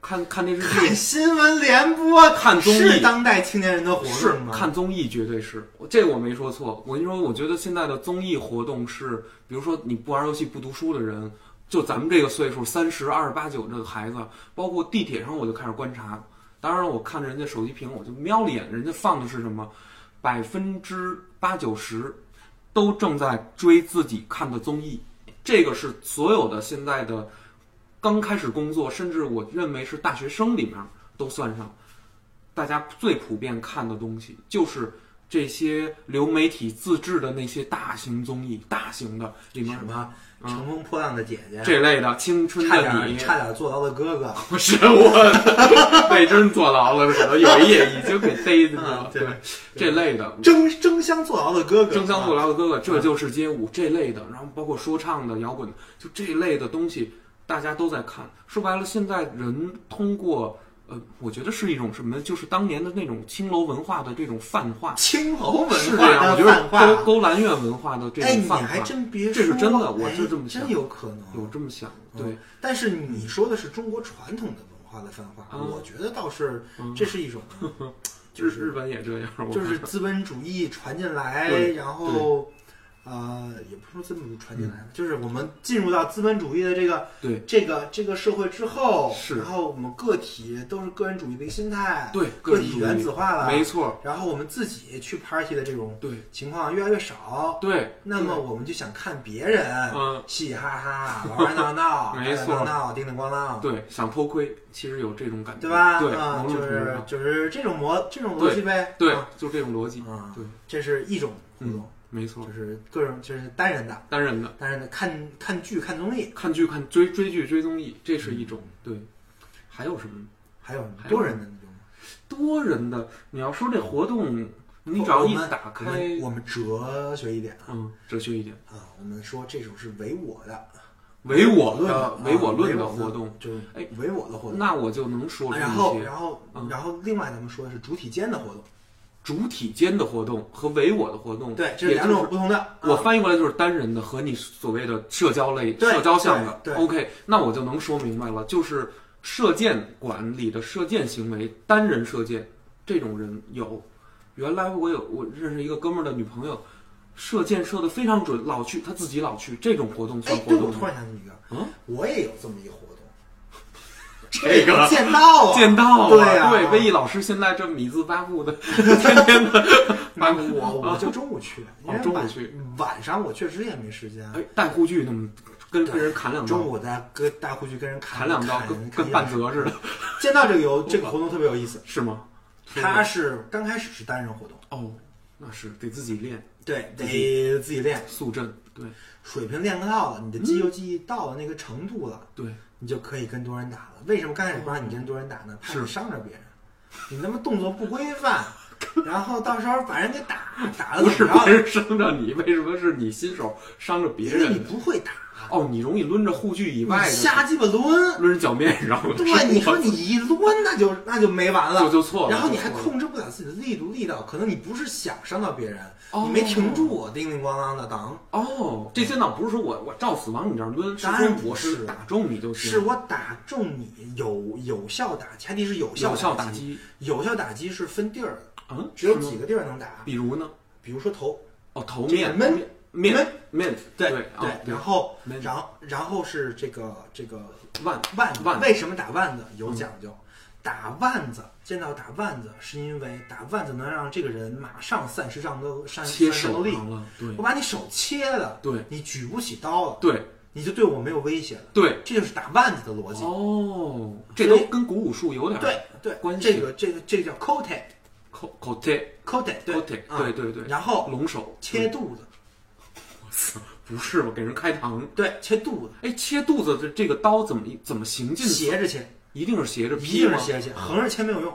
看看电视剧，
看新闻联播，
看综艺
是当代青年人的活
是
动吗？
看综艺绝对是，我这个我没说错。我跟你说，我觉得现在的综艺活动是，比如说你不玩游戏不读书的人，就咱们这个岁数三十二八九这个孩子，包括地铁上我就开始观察。当然，我看着人家手机屏，我就瞄了一眼，人家放的是什么，百分之八九十都正在追自己看的综艺。这个是所有的现在的刚开始工作，甚至我认为是大学生里面都算上。大家最普遍看的东西，就是这些流媒体自制的那些大型综艺、大型的里面
什么乘风破浪的姐姐，
这类的《青春
差
的
点
你》
差点坐牢的哥哥，
<laughs> 不是
<laughs>
我被真坐牢了，可能有一夜已经给逮着
嗯
了。
对
这类的，
争争相坐牢的哥哥，
争相坐牢的哥哥，这就是街舞这类的，然后包括说唱的、摇滚的，就这类的东西，大家都在看。说白了，现在人通过呃，我觉得是一种什么，就是当年的那种青楼文化的这种泛化
啊，青楼文
是这
化
样，我
的
觉得
泛
勾
化。
勾栏院文化的这
哎，
种
你
泛
还
化，
真别说，
这是真的我
哎
是这么想
真有嗯可能。
有这么想的，对，
但是你说的是中国传统的文化的泛化，
嗯
我觉得倒是
嗯
这是一种，就
日日
是
本也这样，我
就是资本主义传进来，
对
然后呃，也不是说资本主义传进来
嗯
吧，就是我们进入到资本主义的这个
对
这个这个社会之后，
是
然后我们个体都是个人主义的一个心态，
对
个
人
体
主义
原子化了，
没错，
然后我们自己去 party 的这种
对
情况越来越少，
对，
那么我们就想看别人，
嗯
嘻嘻哈哈，
<laughs>
玩玩闹闹，
没错
打打闹闹，叮叮咣当，
对想偷窥，其实有这种感觉，
对吧？
对，
啊，
某种
就
程度
是
上
就是这种模这种逻辑呗，
对
啊，
就这种逻辑，
啊
对，
这是一种活
嗯
动，，
没错
就，是各种就是单人的，
单人的。
单人的看看剧看综艺，
看剧、看追追剧、追综艺，这是一种
嗯
对。还有什么
还有什么
还有
多人的那种。
多人的？你要说这活动，你
我
只要
我
一
们
打
我们
开，
我们哲学一点啊
嗯，哲学一点，
啊，我们说这首是唯我的，
唯我
论
的
啊
唯我论
的
的活动，
就是
哎
唯我的活动。
那我就能说出
啊
一
然后，
些
然后，
嗯
然后，另外咱们说的是主体间的活动，
主体间的活动和唯我的活动，
对，这是
也
两
就是
种不同的。
我
啊
翻译过来就是单人的和你所谓的社交类、
对
社交项的
对。对
OK，那我就能说明白了，就是射箭馆里的射箭行为，单人射箭这种人有。原来我有我认识一个哥们儿的女朋友，射箭射得非常准，老去他自己老去这种活动算
哎，
活
对，我
动
突
吗？
然想起一个，
嗯，
我也有这么一活动，
<laughs> 这
<laughs>
个
剑道啊，
<laughs> 见到
对
呀、
呀
对，魏毅老师现在这米字八步的， <laughs> 天天的八
嗯
步
我我
啊，
就中午去，因为
中午
晚
去，
晚上我确实也没时间。
哎，带护具那么跟跟人砍两
中
刀，
午我在跟大户去跟人
砍
砍
两刀
砍
跟
砍
跟半泽似的，
剑道这个游这个活动特别有意思，
<laughs> 是吗？
它是刚开始是单人活动，
哦，那是得自己练
对，得自己练，
速阵，对
水平练到了，你的肌肉记忆到了那个程度了，
对，
你就可以跟多人打了。为什么刚开始不让你跟多人打呢？怕你
是
伤着别人，你他妈动作不规范，然后到时候把人给打打了
不
怎
是
么着
别人伤着你，为什么是你新手伤着别
因为你
人？
不会打，
哦，你容易抡着护具以
你
外的
瞎鸡巴抡。
抡着脚面，然后
对，你说你一抡，那就那就没完
就
了。
就错了，
然后你还
就错了
控制不了自己的力度力道，可能你不是想伤到别人，
哦
你没停住，叮叮咣当的当，
<laughs> 哦，这些呢不是说我我照死往你这儿抡，是
当然
说
不
我
是
是打中你就是行，
我打中你有有效打击，前提是有效
有效打
击，
击，
有效打击是分地儿的，
嗯，
只有
是吗
几个地儿能打，
比如呢，
比如说头，
哦，头
这个
面
闷
面
闷
面
对
对啊
然后
闷
然后然后是这个这个
腕
腕子
腕子嗯
为什么打腕子有讲究？打腕子，见到打腕子，是因为打腕子能让这个人马上散失战斗散
切
散失战斗
手
力。
上了，对
我把你手切了，
对
你举不起刀了，
对
你就对我没有威胁了。
对，
这就是打腕子的逻辑。
哦，这
所以
都跟古武术有点
对对，
关系
这个这个这个叫 c o t e
口口贴。
c o t e 对
Cote，
啊
对对对
然后
龙首
切肚子，
<laughs> 不是我给人开膛，
对，切肚子，
哎，切肚子的这个刀怎么怎么行进？
斜着切，
一定是斜着
一
劈
定是
吗？
斜着切，横着切没有用。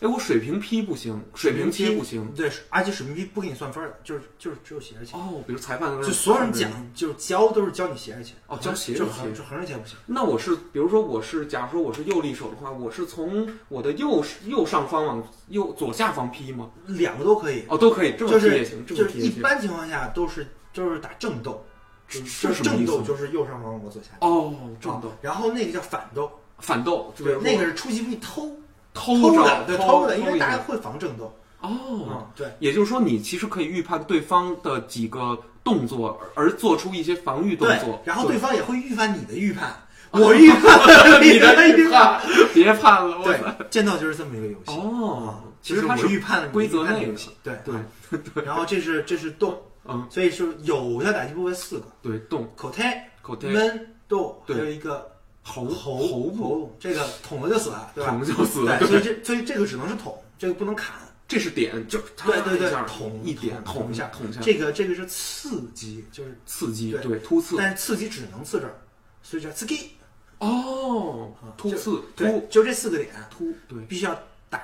哎，我水平劈不行，水平切不行。
对，而且水平劈不给你算分儿的，就是就是只有斜着切。
哦，比如裁判在那儿
就所有人讲，就是教都是教你斜着切。
哦教斜着
就
切
横就横着切不行。
那我是，比如说我是，假如说我是右利手的话，我是从我的右右上方往右左下方劈吗？
两个都可以，
哦，都可以，这么
就
劈也
是
行，这
就
么
是
劈也
一
行。
般情况下都是都是打正斗，就是
什么
正
意思
斗就是右上方我左下角
哦，战斗
啊然后那个叫反斗，
反斗，就是
那个是出其不意偷
偷
的，
着
对
偷
的，因为
一
大家
下
会防正斗，
哦，
嗯，对。
也就是说你其实可以预判对方的几个动作，而而做出一些防御动
对
作，，
然后对方也会预判你的预判，我预判
<laughs> 你的
预 <laughs>
预判，别判了，我
对，剑道就是这么一个游戏。
哦
嗯，
其实它
就是是我预判了你
规则
预判的
内
游
的
戏，对。
对，
然后这是这是动，
嗯，
所以是有效打击部位四个：
对，动
口贴、
口贴
闷、斗，还
对
有一个
猴
喉
猴部，
部。这个捅了就死了，对吧
捅？就死了，
对，所以这所以这个只能是捅，这个不能砍。
这是点，就
对对对
一下，
捅
一点
捅
一
一
下
下，
捅一下，
这个这个是刺激，就是
刺激
对
对突刺
但是刺激只能刺这儿，所以叫刺激。
哦，突刺
对
突，
啊就这四个点，
突对
必须要打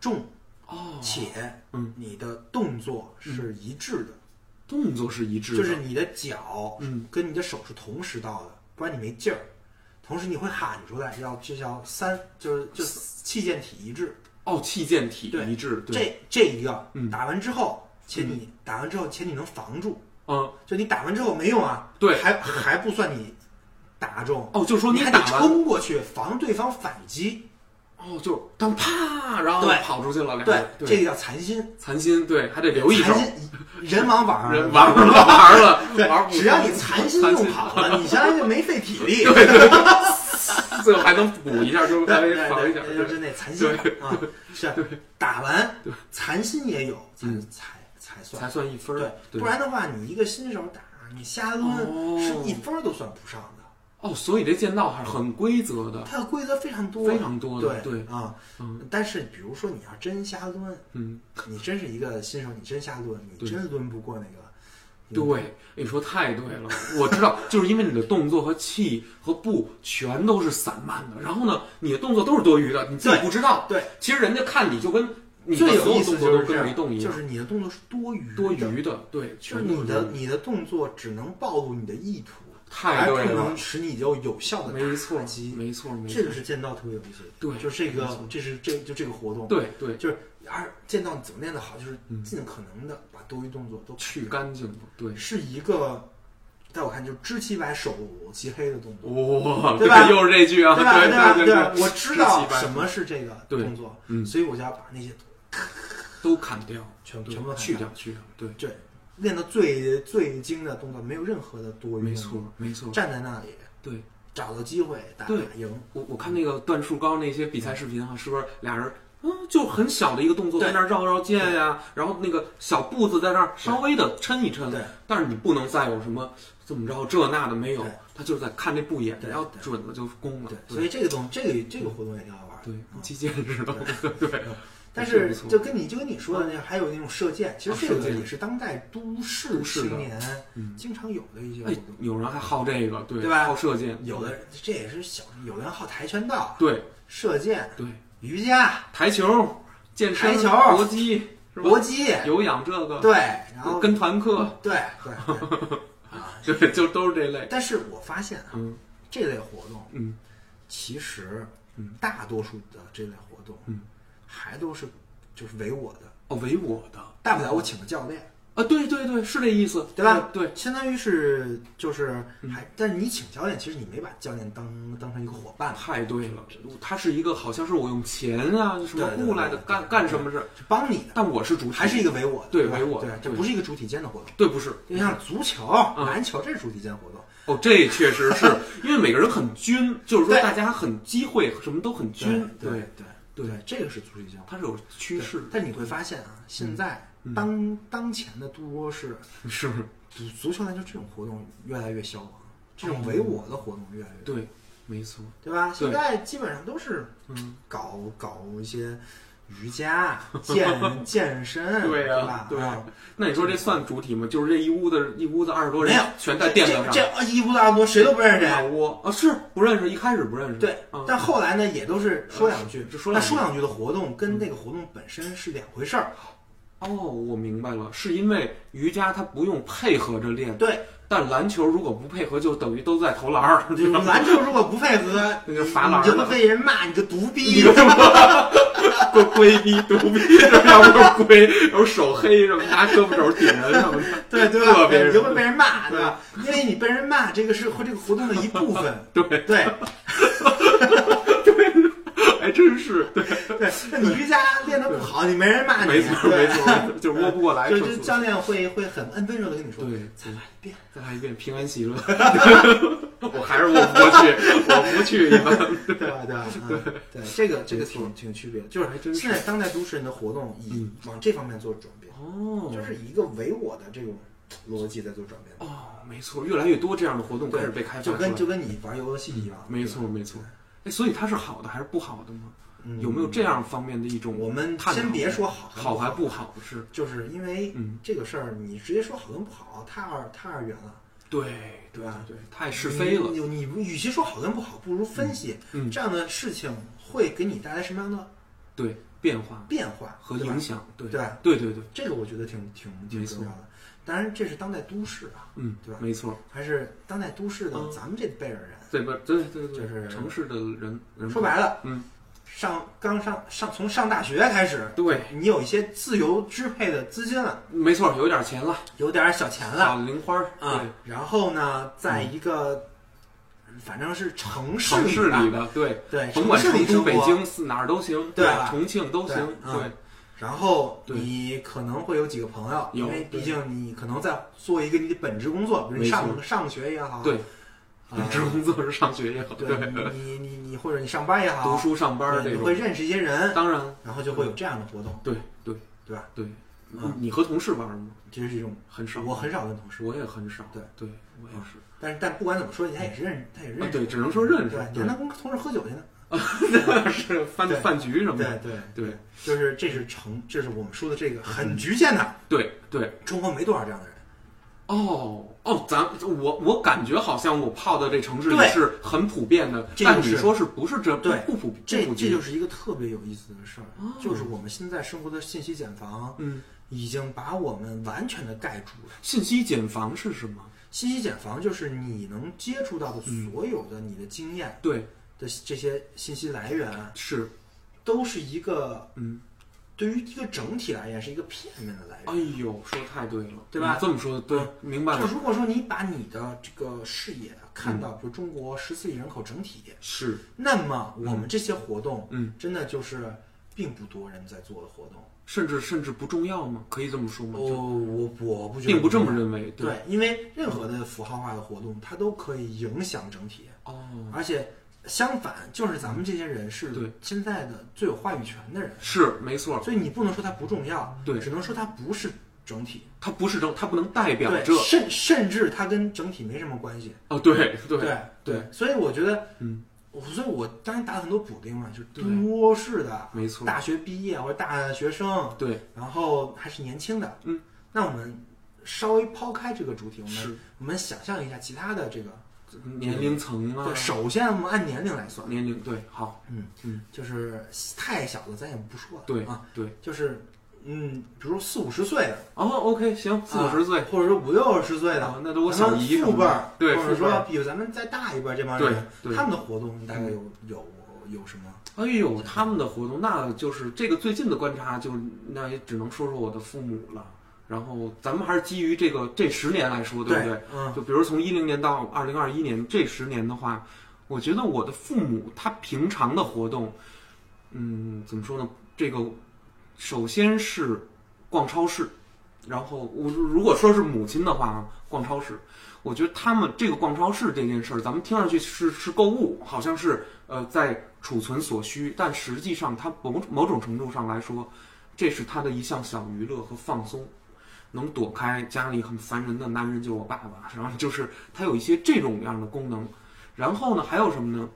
中
哦，
且
嗯
你的动作是一致的，
动作是一致的，
就是你的脚
嗯
跟你的手是同时到的，不然你没劲儿。同时你会喊出来，要这叫三，就是就是气剑体一致。
哦，气剑体
对
一致，对，
这这一个
嗯
打完之后，且你打完之后，且你能防住，
嗯，
就你打完之后没用啊，
对
还还不算你打中，
哦，就是说
你还得
打完
冲过去防对方反击。
哦，就是当啪，然后
对
跑出去了，两
对
个，
这个叫残心，
残心对，还得留哎一手
残，心人往网上
人玩儿了玩儿了，
<laughs> 对
玩儿，不
只要你残心用好了，你相当于没费体力。对
残心最后还能补一下，就是稍微防一下，
<laughs> 对，就是那残心啊，是打完残心也有才
嗯
才才
才
算，
算一分儿
对，，不然的话你一个新手打你瞎
哦
抡是一分儿都算不上的。
哦，所以这剑道还是很规则的，
它的规则非常多，
非常多的，对，
啊
嗯，
但是比如说你要真瞎抡，
嗯，
你真是一个新手，你真瞎抡，你
对
真抡不过那个。嗯
对，你说太对了，我知道，就是因为你的动作和气和步全都是散漫的，然后呢，你的动作都是多余的，你自己
对
不知道。
对，
其实人家看你就跟你的
最
所
有意
有
思
动
就是
作都跟
这
没
样
动一
就
样，
是你的动作是多余的
多余的，对，
就
全
是
都
你
是
的
多余
你的动作只能暴露你的意图，
太
而
对
不
了
能，使你有有效的
没错
打击，。
没错，没错
这，个是剑道特别有意思的，
对
就是这
没
个
错，
这是这就这个活动，，
对对，
就是而剑道怎么练得好，就是
嗯
尽可能的把多余动作都
去干净了，对，
是一个，在我看就是知其白手其黑的动作，
哇，
对吧
又是这句啊，
对吧？
对
吧？
对
对吧？我知道什
么
么是这个
对
动作，
嗯
所以我就要把那些
都砍掉，
全
对
全部
去
砍
掉，去掉，对，
对练得最最精的动作，没有任何的多余，
没错，没错，
站在那里
对。
找到机会打
对
赢，
我我看那个段树高那些比赛视频哈、是不是俩人嗯就很小的一个动作
对
在那儿绕绕剑呀、然后那个小步子在那儿稍微的抻一抻
对，
但是你不能再有什么怎么着这那的没有
对，
他就是在看这步眼，
对
然后
对
准了就攻了
对，，所以这个东这个这个活动也挺好玩的，
对
嗯
击剑似的，对，
但
不
是
错嗯
就跟你就跟你说的那，还有那种射箭，其
啊
实这
射
个
箭
也是当代都市
都市的
青年
嗯
经常有的一些活
哎
动，
有人还好这个，对
对吧
好射箭，
有的这也是小，有人好跆拳道、
对
射箭、
对，
瑜伽、
台球、健身、
台球
搏击、是吧
搏击，
有氧这个，
对，然后
跟团课，
对对对啊，
对，就都是这类，
但是我发现啊，
嗯
这类活动
嗯。
其实
嗯
大多数的这类活动
嗯
还都是就是唯我的，
哦，唯我的
大不了我请个教练。
啊，对对对，是这意思，
对吧？
嗯对，嗯
相当于是就是还，但是你请教练，其实你没把教练当当成一个伙伴，
太对了，他是一个好像是我用钱啊什
对
么
对对
雇来
对
的，
对
干
对
干什么事儿，
是帮你的，
但我是主体，
还是一个唯我的，
对
吧
唯我
对
的，
这
对嗯
不是一个主体间的活动，
对，不是
就像足球、篮球，这是主体间活动，
哦，这确实是因为每个人很均，就是说
对
大家很机会，什么都很均，
对
对，
对对，这个是主体间活动。
它是嗯有趋势，
但你会发现啊，现在当当前的多是
是，
足足球、篮球这种活动越来越消亡，这种唯我的活动越来越多，
对，没错，
对吧？
哎对
现在基本上都是
嗯，
搞搞一些瑜伽、
<laughs>
健健身，
对呀
吧？
对
啊
那你说这算主体吗？就是这一屋子一屋子二十多人
没有，
全在电脑
这
上，
这这一屋子二十多谁都不认识
大
谁。
窝啊，是不认识，一开始不认识，
对
啊，
但后来呢，也都是说两句
嗯是是说，
那
两句
说两句的活动跟那个活动本身是两回事儿。
哦，我明白了，是因为瑜伽它不用配合着练，
对，
<laughs> 但篮球如果不配合，就等于都在投
<laughs>
篮儿，
就是篮球如果不配合，
那就罚篮
你就会
儿，
被人骂你个毒
<laughs>
逼。
龟龟逼、毒逼，要不就是龟，有手黑什么，拿胳膊肘顶人什么的，
<laughs> 对对
特
吧？对
别是。
你就会被人骂，对吧？因为你被人骂，这个是和这个活动的一部分
<laughs> 对
对
对， <laughs> 还真是，对，
对，那你瑜伽练得不好，你没人骂你，
没错
对
没错，
<laughs>
就是窝不过来，
就
说
就
错
教练会会很很温柔的跟你说，
对
再来一遍。
再来一遍平安
<laughs>
喜乐，我还是我不去，我不去你们，
对吧？对吧？嗯，对，这个这个挺挺有区别的，就是
还真是
现在当代都市人的活动以往这方面做转变，
嗯哦
就是以一个唯我的这种逻辑在做转变。
哦，没错，越来越多这样的活嗯动开始被开发
就
出来，嗯
跟就跟你玩游戏一样，
没错没错。哎，所以它是好的还是不好的吗？
嗯
有没有这样方面的一种？
我们
探讨
先别说好
好还不好，是
就是因为
嗯
这个事儿，你直接说好跟不好，太二太二元了，
对
对啊嗯吧？
对，太是非了。
你你你与其说好跟不好，不如分析
嗯嗯
这样的事情会给你带来什么样的
对变化
变化
和
对吧
影响，对
对
对对对，
这个我觉得挺挺挺
没错
重要的。当然，这是当代都市啊，
嗯，
对吧
没错，
还是当代都市的
嗯
咱们这辈儿人，
对吧？对对对，
就是
城市的人，人
说白了，
嗯，
上刚上上从上大学开始，
对，
你有一些自由支配的资金了，
没错，有点钱了，
有点小钱了
小零花儿，
啊
对，，嗯
然后呢，在一个反正是城市
城市
吧
里的对，
对
甭管
城市里
成都、
生
北
活，
京是哪儿都行，
对吧
重庆都行，
对
对
嗯然后
对
你可能会有几个朋友，
有
因为毕竟你可能在做一个你的本职工作，比如
没错
上上学也好，
对
啊，
<laughs> 只工作是上学也好，
对
对，
你你你你或者你上班也好，
读书上班儿
对
这
你会
种，
认识一些人，
当然，
然后就会有这样的活动，
对对
对吧？
对，
嗯
你和同事玩吗？
这是一种
很少，
我很少跟同事，
我也很少，
对
对，我也是，
但是但不管怎么说，他也是认，他也认
啊，
识，
对，只能说认识
对，，你
对
还，能跟同事喝酒去呢？
<laughs> 是饭
对
饭局什么
对
的，
对，
对嗯
就是这是成，这是我们说的这个很局限的，
对对，
中国没多少这样的人。
哦哦，咱我我感觉好像我泡的这城市里
对
是很普遍的，
这
但
就
你
是
说是不是这不
对
不普
这
不普
这
及
就是一个特别有意思的事儿
哦，
就是我们现在生活的信息茧房
嗯，
已经把我们完全的盖住了。
信息茧房是什么？
信息茧房就是你能接触到的
嗯
所有的你的经验
对，
的这些信息来源，
是
都是一个
嗯，
对于一个整体来言是一个片面的来源
哎。呦，说太对嗯了，
对吧
你这么说对，明白
就
了，嗯
如果说你把你的这个视野看到，比如中国十四亿人口整体，
是
那么我们这些活动，
嗯，
真的就是并不多人在做的活动。
甚至甚至不重要吗？可以这么说吗？
哦，我我不觉得，
并不这么认为，吧
对，因为任何的符号化的活动，它都可以影响整体，
哦，
而且相反，就是咱们这些人
对
是现在的最有话语权的人，
是没错，
所以你不能说它不重要，
对
只能说它不是整体，
它不是正，它不能代表
对
这，
甚甚至它跟整体没什么关系，
哦，对对
对
对，
所以我觉得，
嗯
我，所以我当然打了很多补丁嘛，就是
对
多事的，
没错，
大学毕业或者大学生，
对
然后还是年轻的，
嗯，
那我们稍微抛开这个主题，我们
是
我们想象一下其他的这个，
年龄层啊
对，，首先我们按年龄来算，
年龄对，好，
嗯
嗯，
就是太小的咱也不说了，
对
啊，
对，
就是嗯，比如说四五十岁的，
哦，OK，行，四五十岁
啊，或者说五六十岁的
啊，那都我小
咱
姨什
们
么
父辈儿
的，，对，
或者
父辈
说
儿，
比咱们再大一辈儿这帮
对
人，
对嗯
他们的活动大概有有有什么？
哎呦，他们的活动，那就是这个最近的观察，就是那也只能说说我的父母了。然后咱们还是基于这个这十年来说，对不对？
嗯，
就比如从一零年到二零二一年这十年的话，我觉得我的父母他平常的活动，嗯，怎么说呢？这个首先是逛超市，然后我如果说是母亲的话，啊逛超市，我觉得他们这个逛超市这件事儿，咱们听上去是是购物，好像是呃在储存所需，但实际上它某某种程度上来说，这是他的一项小娱乐和放松。能躲开家里很烦人的男人就是我爸爸， <laughs> 然后就是他有一些这种样的功能。然后呢，还有什么呢？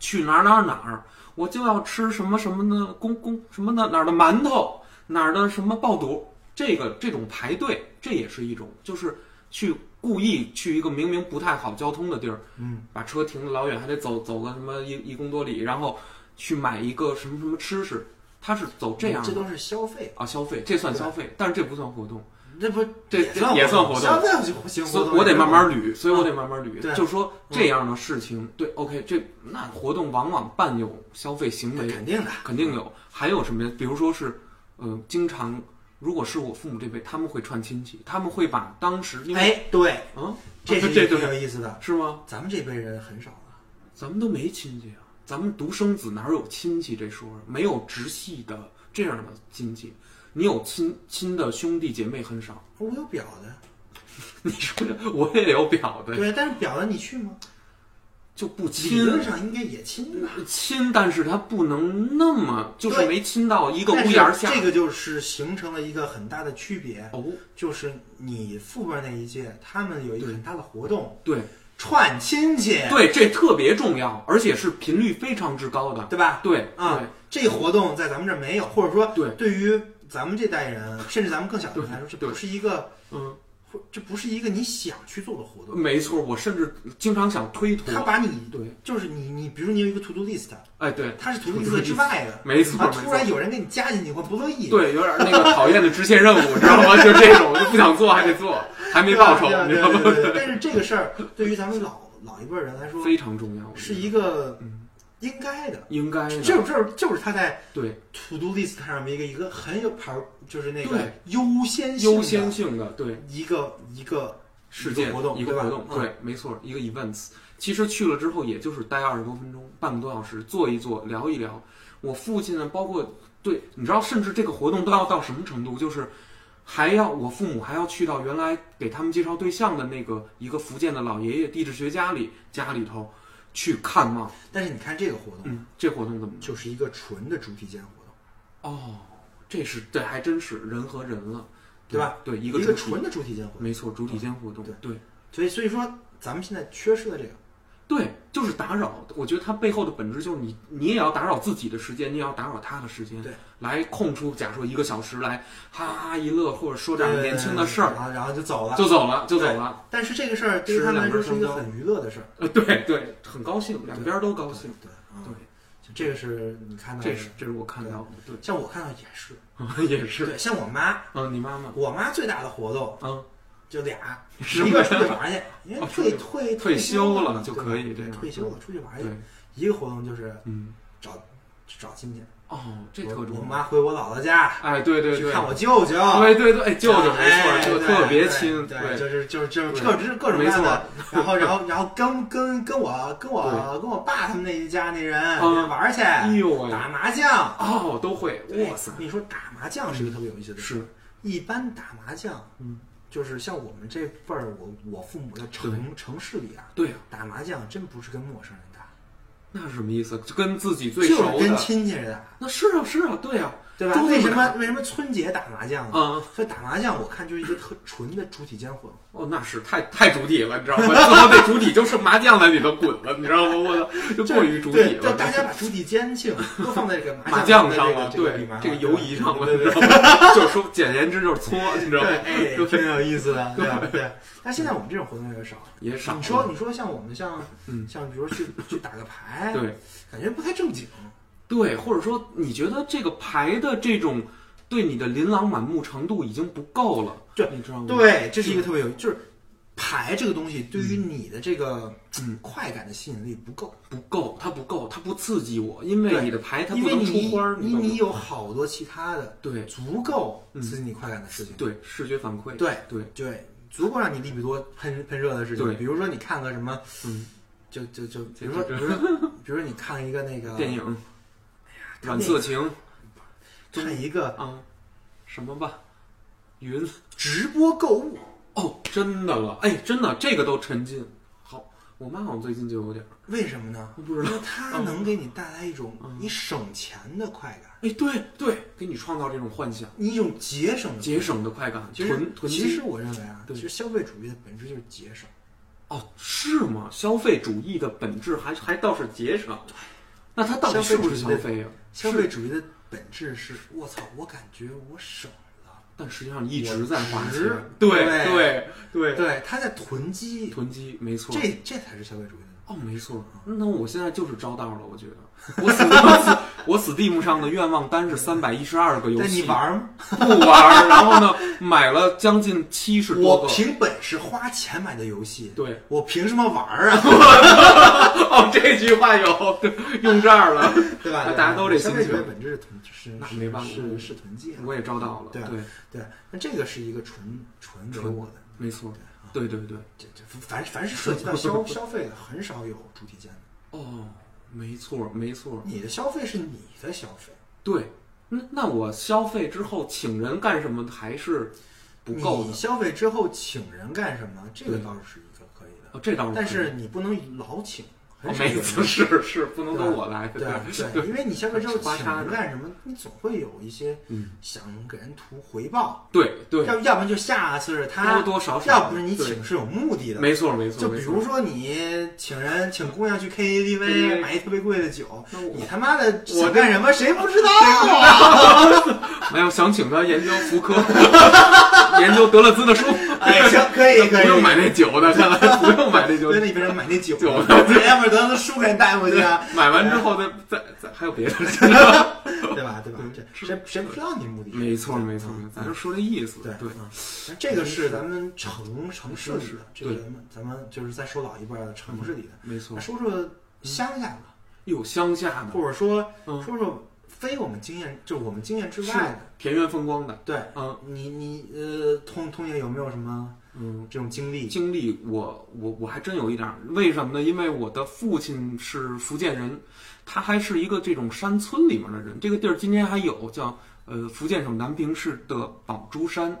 去哪儿哪儿哪儿，我就要吃什么什么的公公什么的哪儿的馒头，哪儿的什么爆肚，这个这种排队，这也是一种，就是去故意去一个明明不太好交通的地儿，
嗯，
把车停的老远，还得走走个什么一一公多里，然后去买一个什么什么吃食，它是走这样
这
的
都是消费，
啊，消费这算消费，但是这不算活动，
这不
这这也算活动
消费行行
所
活
以
动，
我得慢慢捋，所以我得慢慢捋。
对嗯
就说这样的事情，对，OK，这那活动往往伴有消费行为，
肯定的，嗯
肯定有。还有什么呀？比如说是，呃，经常如果是我父母这辈，他们会串亲戚，他们会把当时因为
哎，对，
<laughs> 嗯，
这是
这
挺
对
有意思的。
是吗？
咱们这辈人很少了，
咱们都没亲戚啊，咱们独生子哪有亲戚这说啊？没有直系的这样的亲戚，你有亲亲的兄弟姐妹很少。 <laughs>
我有表的，
你说这我也有表的，
对，但是表的你去吗？
就不
理
亲。
论上应该也亲吧。
亲，但是他不能那么，就是
对
没亲到一
一
个屋檐下。
这个就是形成了一个很大的区别，
哦，
就是你父辈那一届，他们有一个很大的活动，
对
串亲戚，
对，这特别重要，而且是频率非常之高的。
对吧？
对，
啊，这活动在咱们这儿没有，或者说，
对
对于咱们这代人，甚至咱们更小的人来说，这
对
不是一个，
对，嗯，
或这不是一个你想去做的活动。
没错，我甚至经常想推脱
他。把你，
嗯对，
就是你，你比如你有一个 to do list，
哎，对，
它是 to do
To-do
list 之外的，
没错，
啊，
没
突
错。
然有人给你加进去，我不乐意。
对，有点那个讨厌的支线任务，知道吗？就这种，就不想做还得做，还没
对吧，
报酬，
对啊
你知
对
道
啊
吗？
对啊对
<laughs>
啊但是这个事儿对于咱们老老一辈儿人来说，
非常重要，我觉得
是一个
嗯
应该的。
应该的，
就是就是就是他在
对
to do list 上面一个一个很有牌，就是那个
对
优先性的
优先性的，对。
一个一个
事件
一个活动
一个
对吧
活动，
嗯
对，没错，一个 events。其实去了之后，也就是待二十多分钟，半个多小时，坐一坐，聊一聊。我父亲呢，包括对，你知道，甚至这个活动都要到什么程度，就是还要我父母还要去到原来给他们介绍对象的那个一个福建的老爷爷地质学家里家里头去看望。
但是你看这个活动，
嗯，这活动怎么？
就是一个纯的主体间活动，
哦，这是这还真是人和人了，
对吧？
对，
一
个主体
纯的主体间活动。
没错，主体间活动，
对
对。
所以所以说，咱们现在缺失了这个。
对，就是打扰。我觉得它背后的本质就是你，你也要打扰自己的时间，你也要打扰他的时间，
对，
来空出，假说一个小时来哈哈一乐，或者说点年轻的事
对
儿，
然后然后就走了。
就走了，就走了。
但是这个事儿对于他们来说是一个很娱乐的事儿，
呃，对对，很高兴，两边都高兴。
对，
对啊
嗯，，这个是你看到的
这是这是我看到的，
像我看到也是，
对， <laughs> 也是。
对，像我妈，
嗯，你妈妈，
我妈最大的活动
嗯，
就俩，
是
一个出去
<laughs>
玩去，因为
哦
退
出去
退
退
休
休
了
了
嘛
就
对吧
可以
对
这样嗯
退休了出去玩
对
去。，一个活动就是
嗯，
找找亲戚，
哦，这
我
特重
我
要。
妈回我姥姥家
哎，对对
去
对，
看我舅舅，
对对对，哎舅舅没
哎
错，就特别亲，
对，对就是就是就是各种各种各
没
样
错
的，然后然后然后跟跟跟我跟我跟我爸他们那一家那人
啊
玩儿去，
哎呦喂，
打麻将，
哦，都会，哇塞
哎，你说打麻将是一个特别有意思的事，
是，
一般打麻将，
嗯，
就是像我们这辈儿，我我父母在城城市里啊，
对呀。
打麻将真不是跟陌生人打，
那是什么意思？就跟自己
就
最熟
是
的，
跟亲戚人打，
那是啊，是啊，对啊，
对吧？
都
为什
这么打
么为什么春节打麻将呢？
嗯，
所以打麻将我看就是一个特纯的主体间活动。
哦，那是太太主体了，你知道吗？ <laughs> 最后这主体就剩麻将在里头滚了，你知道吗？我操，就过于主体
对，就
了。
大家把主体间性都放在这个
麻
将
将上了，
这个
对
个
这个
游
游移上了，
对
你
对
知
对
道吗？ <laughs> 就是说，简言之就是搓，你知道吗？ <laughs>
对，哎，挺有意思的，对吧对。啊但现在我们这种活动也少。
也少了。
你说，你说像我们像
嗯
像比如去去打个牌，
对
感觉不太正经。
对，或者说，你觉得这个牌的这种对你的琳琅满目程度已经不够了，
对
你知道吗？
对，这是一个特别有，就是牌这个东西对于你的这个
嗯
快感的吸引力不够，
不够，它不够，它不刺激我，因为
对
你的牌哎它
因
不
为
能
你
出花儿，
你
懂吗
你？有好多其他的
对嗯
足够刺激你快感的事情。
对，视觉反馈，
对
对，
对，足够让你利比多喷喷热的事情。
对
比如说你看个什么，
嗯，
就就就，比
这
如说比
这
如说比如说你看一个那个
电，影《
看
软色情》
看一个
啊，什么吧，云
直播购物，
哦，真的了，哎，真的，这个都沉浸。好，我妈好像最近就有点儿，
为什么呢？
我不知
因
道。哦
为它能给你带来一种你省钱的快感，
哎，对对，给你创造这种幻想，
你一种节省的。
节省的快感，
其实
囤，囤积
其实我认为啊，其
对
实消费主义的本质就是节省。
哦，是吗？消费主义的本质还还倒是节省。那它到底
消费
是不是
主
消
义的
费呀、啊
消
是
费主义的本质是，我操，我感觉我省了。
但实际上一直在花
我
钱
值。
对对对，
对，他在囤积，
囤积没错。
这这才是消费主义的。
哦，没错，那我现在就是招道了，我觉得我死都死， <laughs> 我 Steam 上的愿望单是三百一十二个游
但你
戏，
玩吗？
不玩儿。然后呢，买了将近七十多
我
个。
凭本事花钱买的游戏，
对，
我凭什么玩儿
<laughs>
啊？
<laughs> 哦，这句话有对用这儿了，
<laughs> 对吧？
大家都这心
消
情
费主义本质是囤是
那
是
没办法
是是囤积啊。
我也招到了。
对啊
对，
对，那这个是一个纯纯给
纯
我的，
没错，
啊
对对对，
这这凡凡是涉及到
<laughs>
消消费的，很少有主体间的。
哦，没错没错，
你的消费是你的消费，
对。那那我消费之后请人干什么还是不够
你
的？
消费之后请人干什么？这个
对
倒是一个可以的，
哦，这倒是可以。
但是你不能老请，
哦
很少有
每
人
次是是不能
对
都我来， <laughs>
对啊
对
对，因为你消费之后
花
请
叉
人
的
干什么？你总会有一些
嗯
想给人图回报，
<laughs> 对对，
要要不然就下次是他，
多多少少
要不是你
对
请是有目的的。
没错没错。
就
没
比
错
如说你请人请姑娘去
对
KTV 买一特别贵的酒，
那我
你他妈的
我
想干什么谁不知道啊？
没有想请他研究福柯， <laughs> 研究德勒兹的书，
哎，行，可以可
不
以，
用买那酒的，看来
<laughs>
不用买那酒
对，，那你为什么买那酒呢？
酒呢
人家不是得了书给你带回去
<laughs>
啊，
买完之后再再再还有别的。
<laughs> 对吧？对吧？这谁谁不知道你目的？嗯
没错没错，咱就说这意思。
对
对，哎
嗯这个是咱们城城市里
是
的，这个咱们咱们就是再说老一辈儿的城市里的，
嗯没错
那。说说乡下的，
有乡下的，
或者说
嗯
说说非我们经验，就是我们经验之
是
外的，
田园风光的，
对。
嗯
你你呃，通通爷有没有什么
嗯。
这种经历？
经历我我我还真有一点儿，为什么呢？因为我的父亲是福建人，他还是一个这种山村里面的人。这个地儿今天还有叫呃福建省南平市的宝珠山，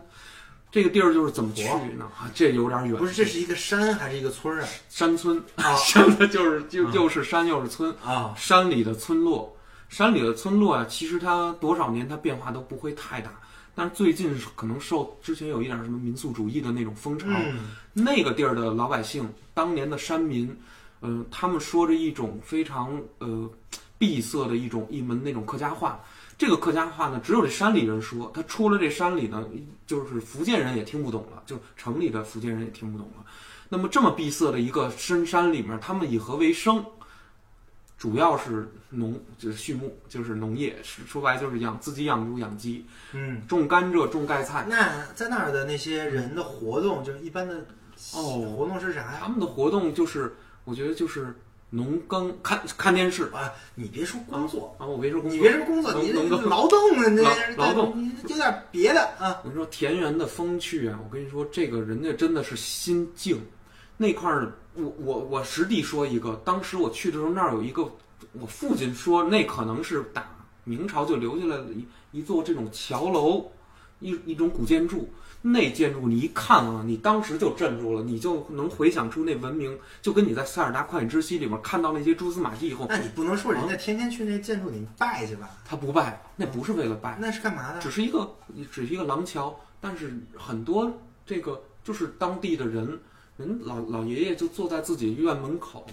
这个地儿就是怎么去呢？啊，这有点远，
不是，这是一个山还是一个村儿啊？
山村，
啊
山的就是就又是山又是村，
啊，
山里的村落，山里的村落啊，其实它多少年它变化都不会太大。但是最近可能受之前有一点儿什么民族主义的那种风潮，
嗯，
那个地儿的老百姓，当年的山民，嗯、他们说着一种非常呃闭塞的一种一门那种客家话。这个客家话呢，只有这山里人说，他出了这山里呢，就是福建人也听不懂了，就城里的福建人也听不懂了。那么这么闭塞的一个深山里面，他们以何为生？主要是农，就是畜牧，就是农业，是说白了就是养自己养猪养鸡，
嗯，
种甘蔗，种盖菜。
那在那儿的那些人的活动，就是一般的
哦
活动是啥呀？
他们的活动就是，我觉得就是农耕，看看电视
啊，你别说工作，
啊。我没说工作，
你别说工作，
农
你
农
这
耕
劳动啊，你这
劳劳动，
你有点别的啊。
我说田园的风趣啊，我跟你说，这个人家真的是心境。那块儿，我我我实地说一个，当时我去的时候，那儿有一个，我父亲说那可能是打明朝就留下来的一一座这种桥楼，一一种古建筑。那建筑你一看啊，你当时就镇住了，你就能回想出那文明，就跟你在《塞尔达旷野之息》里面看到那些蛛丝马迹以后，
那你不能说人家天天去那建筑里拜去吧？
他不拜，那不是为了拜，
那是干嘛的？
只是一个只是一个廊桥，但是很多这个就是当地的人，人老老爷爷就坐在自己院门口，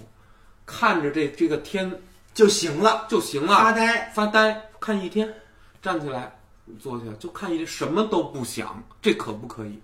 看着这这个天
就行了，
就行了，
发呆。
发呆看一天，站起来坐下就看一天，什么都不想，这可不可以？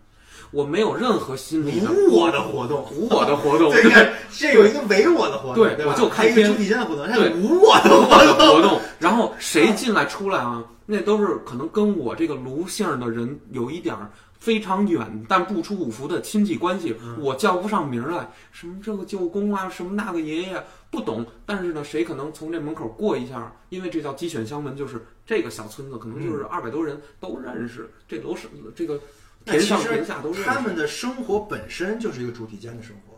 我没有任何心理的
无我的活动，
无我的 <laughs> 活动，
对，你看这有一个唯我的活动，
对
对吧，
我就
还有一
看
个
片
主体间的活动，还有
对
无我的
<laughs>
活动。
活动，然后谁进来出来啊，那都是可能跟我这个卢姓的人有一点儿非常远但不出五福的亲戚关系，
嗯
我叫不上名儿来，什么这个舅公啊，什么那个爷爷不懂，但是呢，谁可能从这门口过一下，因为这叫鸡犬相闻，就是这个小村子可能
嗯
就是二百多人都认识，这楼是这个
那
田
其
上
实
田下都认识，
他们的生活本身就是一个主体间的生活，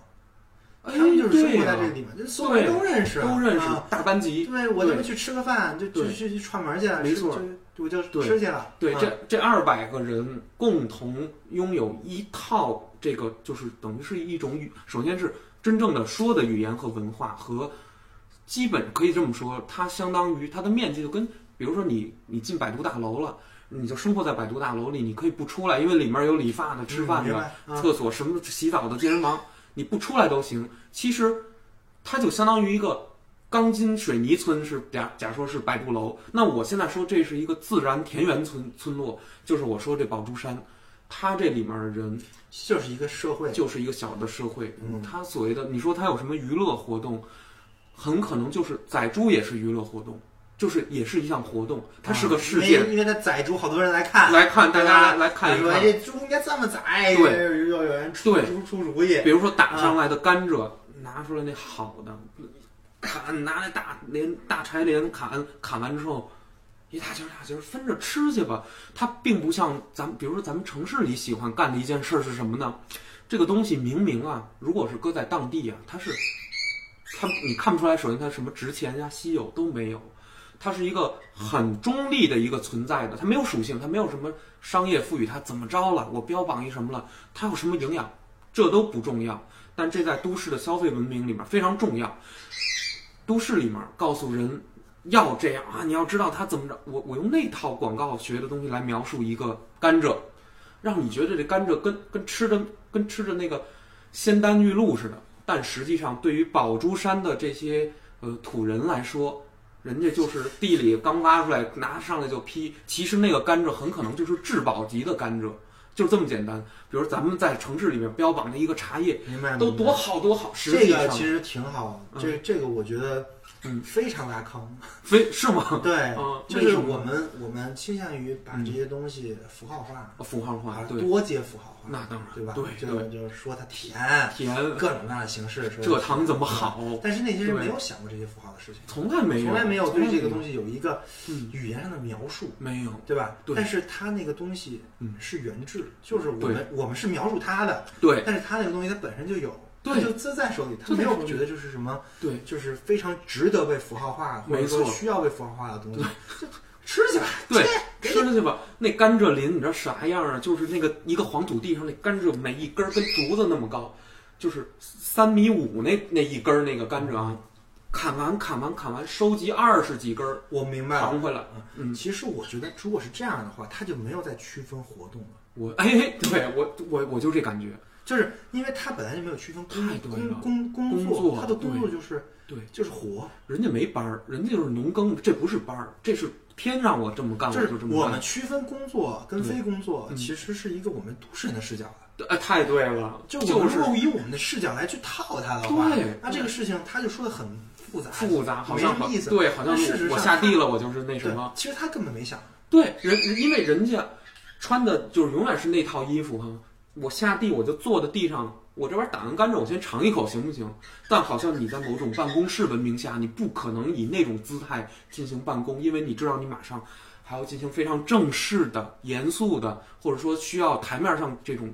哎
他们就是生
对
活
呀、
在这个地方，就所有人
对
都认识啊，
都认识
啊
大班级，
对，我他妈去吃个饭，就就
对
去去串门去了，
没
吃
错，
就我就
对
吃去了。
对，
啊
这这二百个人共同拥有一套这个，就是等于是一种语，首先是真正的说的语言和文化和基本可以这么说，它相当于它的面积就跟，比如说你你进百度大楼了，你就生活在百度大楼里，你可以不出来，因为里面有理发的、吃
嗯
饭
明
的、
白啊
厕所、什么洗澡的、健身房，你不出来都行。其实它就相当于一个钢筋水泥村是假假说是百步楼，那我现在说这是一个自然田园村村落，就是我说这宝珠山，它这里面的人
就是一个社会，
就是一个小的社会，
嗯
它所谓的你说它有什么娱乐活动，很可能就是宰猪也是娱乐活动，就是也是一项活动，它是
啊
个事件，
因为因为它宰猪，好多人来看，
来看大家
对吧
来看一
说哎
看。
这猪应该这么宰，
对
又有人出
对
出出主意，
比如说打上来的甘蔗，啊拿出来那好的，砍拿来大镰大柴镰砍，砍完之后一大截儿大截儿分着吃去吧。它并不像咱们，比如说咱们城市里喜欢干的一件事儿是什么呢？这个东西明明啊，如果是搁在当地啊，它是它你看不出来，首先它什么值钱呀、稀有都没有。它是一个很中立的一个存在的，它没有属性，它没有什么商业赋予它怎么着了，我标榜一什么了，它有什么营养，这都不重要，但这在都市的消费文明里面非常重要。都市里面告诉人要这样啊，你要知道它怎么着。我我用那套广告学的东西来描述一个甘蔗，让你觉得这甘蔗跟跟吃着跟吃着那个仙丹玉露似的。但实际上，对于宝珠山的这些呃土人来说，人家就是地里刚挖出来，拿上来就劈。其实那个甘蔗很可能就是质保级的甘蔗，就这么简单。比如咱们在城市里面标榜的一个茶叶，
明白吗？
都多好多好，实
这
际
个
上
其实挺好，这这个我觉得
嗯
非常拉坑，
非是吗？
对
嗯，
就是
为什么
我们我们倾向于把这些东西符号化，
符号化
把它
嗯对，
啊多接符号化，
那当然
对吧？
对
就
对
就是说它甜，
甜
各种各样的形式，说
这糖怎么好？
但是那些人没
对
有想过这些符号的事情，
从哎来没有，
从来没有对这个东
西
西有一个
嗯
语言上的描述，
没有。
对吧？
对
但是它那个东西
嗯
是原制，就是我们我们是描述它的，
对
但是它那个东西它本身就有，
对
它就自在手里，它
就在
没
手里
有觉得就是什么，
对，
就是非常值得被符号化，或者
没错
说需要被符号化的东西，就吃去吧，
对
切给你
吃去吧。那甘蔗林你知道啥样啊？就是那个一个黄土地上那甘蔗，每一根儿跟竹子那么高，就是三米五那那一根儿那个甘蔗啊，砍完砍完砍完，收集二十几根儿
我明白了。
扛回来。嗯，
其实我觉得，如果是这样的话，它就没有在区分活动了。
我哎， <laughs> 对我我我就这感觉，
就是因为它本来就没有区分
太
工
对了
工工工
工
作，
作
它的工作就是
对。
就是活，
人家没班儿，人家就是农耕，这不是班儿，这是天让我这么干，
就是
我就这
我们
么干。
区分工作跟
对嗯
非工作，其实是一个我们都市人的视角的。
对哎，太对了，就
我们
是
如果以我们的视角来去套它的话
对，
那这个事情他就说的很复杂，
复杂，好
没
像
什么意思。
对，好像
但事实
我
上
下地了，我就是那什么
对，，其实他根本没想。
对，人人因为人家穿的就是永远是那套衣服哈，我下地我就坐在地上，我这边打完甘蔗，我先尝一口行不行？但好像你在某种办公室文明下，你不可能以那种姿态进行办公，因为你知道你马上还要进行非常正式的、严肃的，或者说需要台面上这种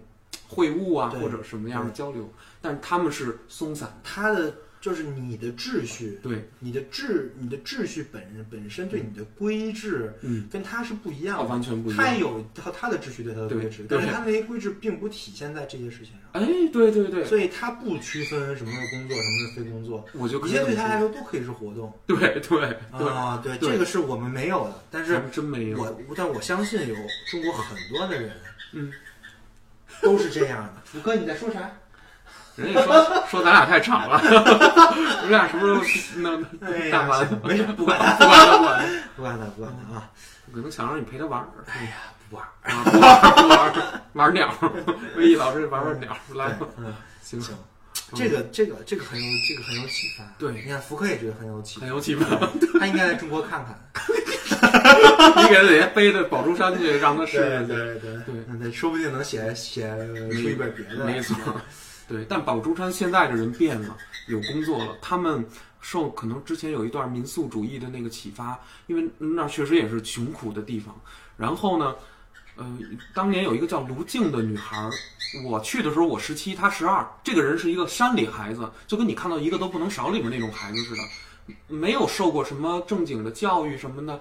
会晤啊，
对
或者什么样的交流。但是他们是松散，
他的就是你的秩序，
对，
你的秩，你的秩序本人本身对你的规制，
嗯，
跟他是不一样的，
完全不一样
他有他他的秩序对他的
对
规制，
对
但是他那些规制并不体现在这些事情上，
哎，对对对，
所以他不区分什么是工作，什么是非工作，
我就可
一
以
切对
这
他
么
来
说
说都可以是活动
对对对，
啊，对，
对
这个是我们没有的，但
但是
是
还真没有，
我但我相信有中国很多的人
嗯。
都是这样的。福哥，你在说啥？
人家说说咱俩太吵了，你们俩什么时候弄
哎
大
呀，
完？
行没事，不管他，
不管了，不管
不管他，
了，
不管他啊。
我可能想让你陪他玩儿，
哎呀，不玩儿。
啊，不玩儿不玩儿玩鸟，魏毅老师玩玩鸟， <laughs> 来吧，
嗯，
行，
行，这个这个这个很有这个很有启发。啊
对
你看福克也觉得很有启发
很，有气氛。
他应该来中国看
<laughs>
看。
你给他得背到宝珠山去，让他试试去。
对对
对
对，说不定能写写出一本别的。
没错， <laughs> 对，但宝珠山现在的人变了，有工作了，他们受可能之前有一段民宿主义的那个启发，因为那儿确实也是穷苦的地方。然后呢，呃，当年有一个叫卢静的女孩儿，我去的时候我十七，她十二，这个人是一个山里孩子，就跟你看到一个都不能少里面那种孩子似的，没有受过什么正经的教育什么的。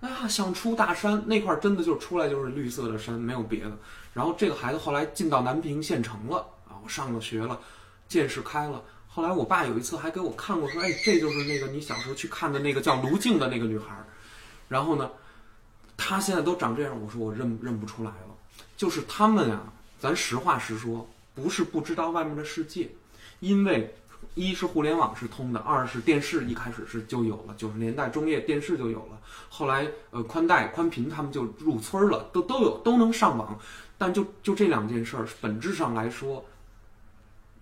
啊，想出大山那块儿真的就是出来就是绿色的山，没有别的。然后这个孩子后来进到南平县城了啊，我上了学了，见识开了。后来我爸有一次还给我看过，说：“哎，这就是那个你小时候去看的那个叫卢静的那个女孩。”然后呢，她现在都长这样，我说我认认不出来了。就是他们呀、咱实话实说，不是不知道外面的世界，因为一是互联网是通的，二是电视一开始是就有了，九十年代中叶电视就有了，后来呃宽带、宽频他们就入村儿了，都都有都能上网，但就就这两件事儿本质上来说，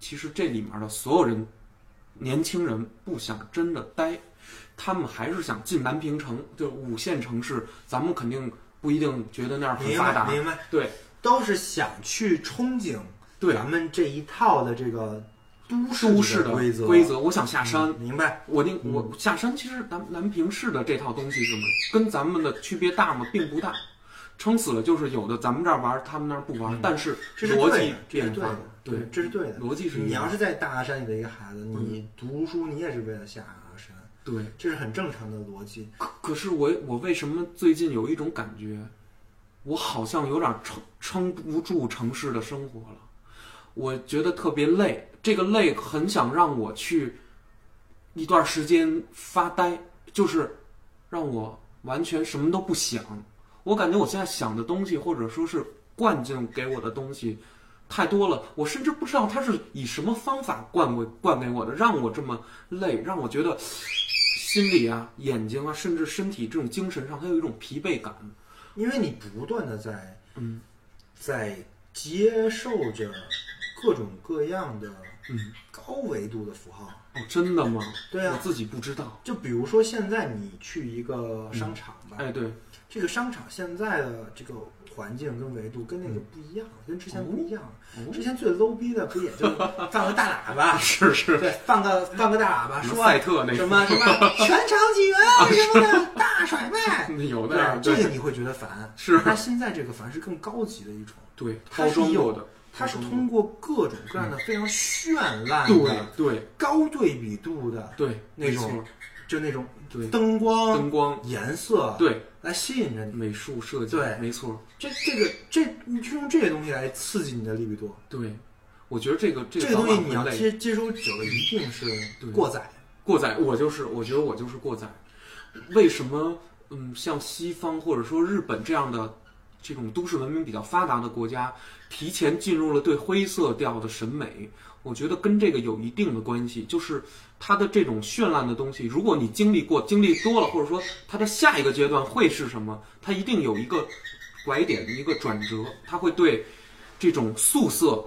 其实这里面的所有人，年轻人不想真的待。他们还是想进南平城，就五线城市，咱们肯定不一定觉得那儿很
明
发
白
达。
明白，
对
都是想去憧憬
对，
咱们这一套的这个都
都
市
市的
规则
规则，我想下山，
嗯明白？
我那我下山，其实南南平市的这套东西是吗？跟咱们的区别大吗？并不大。撑死了就是有的，咱们这儿玩，他们那儿不玩，但是
嗯这是
逻
对
辑
的这是
变
对
化
的，，
对，
这是对的。
逻辑是一
你
样嗯
要是在大山里的一个孩子，你读书你也是为了下山，
对。
这是很正常的逻辑。
可可是我我为什么最近有一种感觉，我好像有点撑撑不住城市的生活了，我觉得特别累，这个累很想让我去一段时间发呆，就是让我完全什么都不想。我感觉我现在想的东西，或者说是灌进给我的东西。太多了，我甚至不知道他是以什么方法灌我灌给我的，让我这么累，让我觉得心理啊、眼睛啊，甚至身体这种精神上，它有一种疲惫感。
因为你不断的在，
嗯，
在接受着各种各样的
嗯，
高维度的符号。
哦，真的吗？
对啊
我自己不知道。
就比如说现在你去一个商场吧，
哎，对，
这个商场现在的这个环境跟维度跟那个不一样，跟之前不一样。
嗯哦
之前最 low 逼的不也
<laughs>
就放个大喇叭？
是是，
对，放个放个大喇叭，
什么
说
赛特那
什么什
<laughs>
么全场起源什么的，大甩卖。
嗯有的呀
对，，这
对
个你会觉得烦。
是
但现在这个烦是更高级的一种，
<laughs> 对，
它
包
是
装
有
过的，
它是通过各种各样的非常绚烂的、
对对
高对比度的，
对
那种
没错
就那种
对
灯光、
灯光，
颜色
对
来吸引着你。
美术设计，
对
没错，
这这个这，你就用这些东西来刺激你的利比多。
对。我觉得这个这
这
个
个
早
东西
晚
你要
会累
接接收久了，一定是
对
过载。
过载，我就是，我觉得我就是过载。为什么？嗯，像西方或者说日本这样的这种都市文明比较发达的国家，提前进入了对灰色调的审美，我觉得跟这个有一定的关系。就是它的这种绚烂的东西，如果你经历过、经历多了，或者说它的下一个阶段会是什么，它一定有一个拐点、一个转折，它会对这种素色、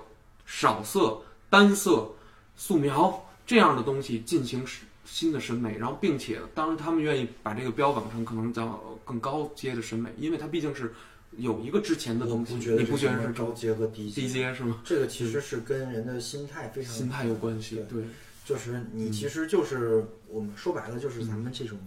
少色、单色、素描这样的东西进行新的审美，然后并且当然他们愿意把这个标榜成可能叫更高阶的审美，因为它毕竟是有一个之前的
我
东西，
不觉得
你不觉得是
是高阶和低
低阶是吗？
这个其实是跟人的心态非常
心态有嗯关系，对，
就是你其实就是、我们说白了，就是
嗯
咱们这种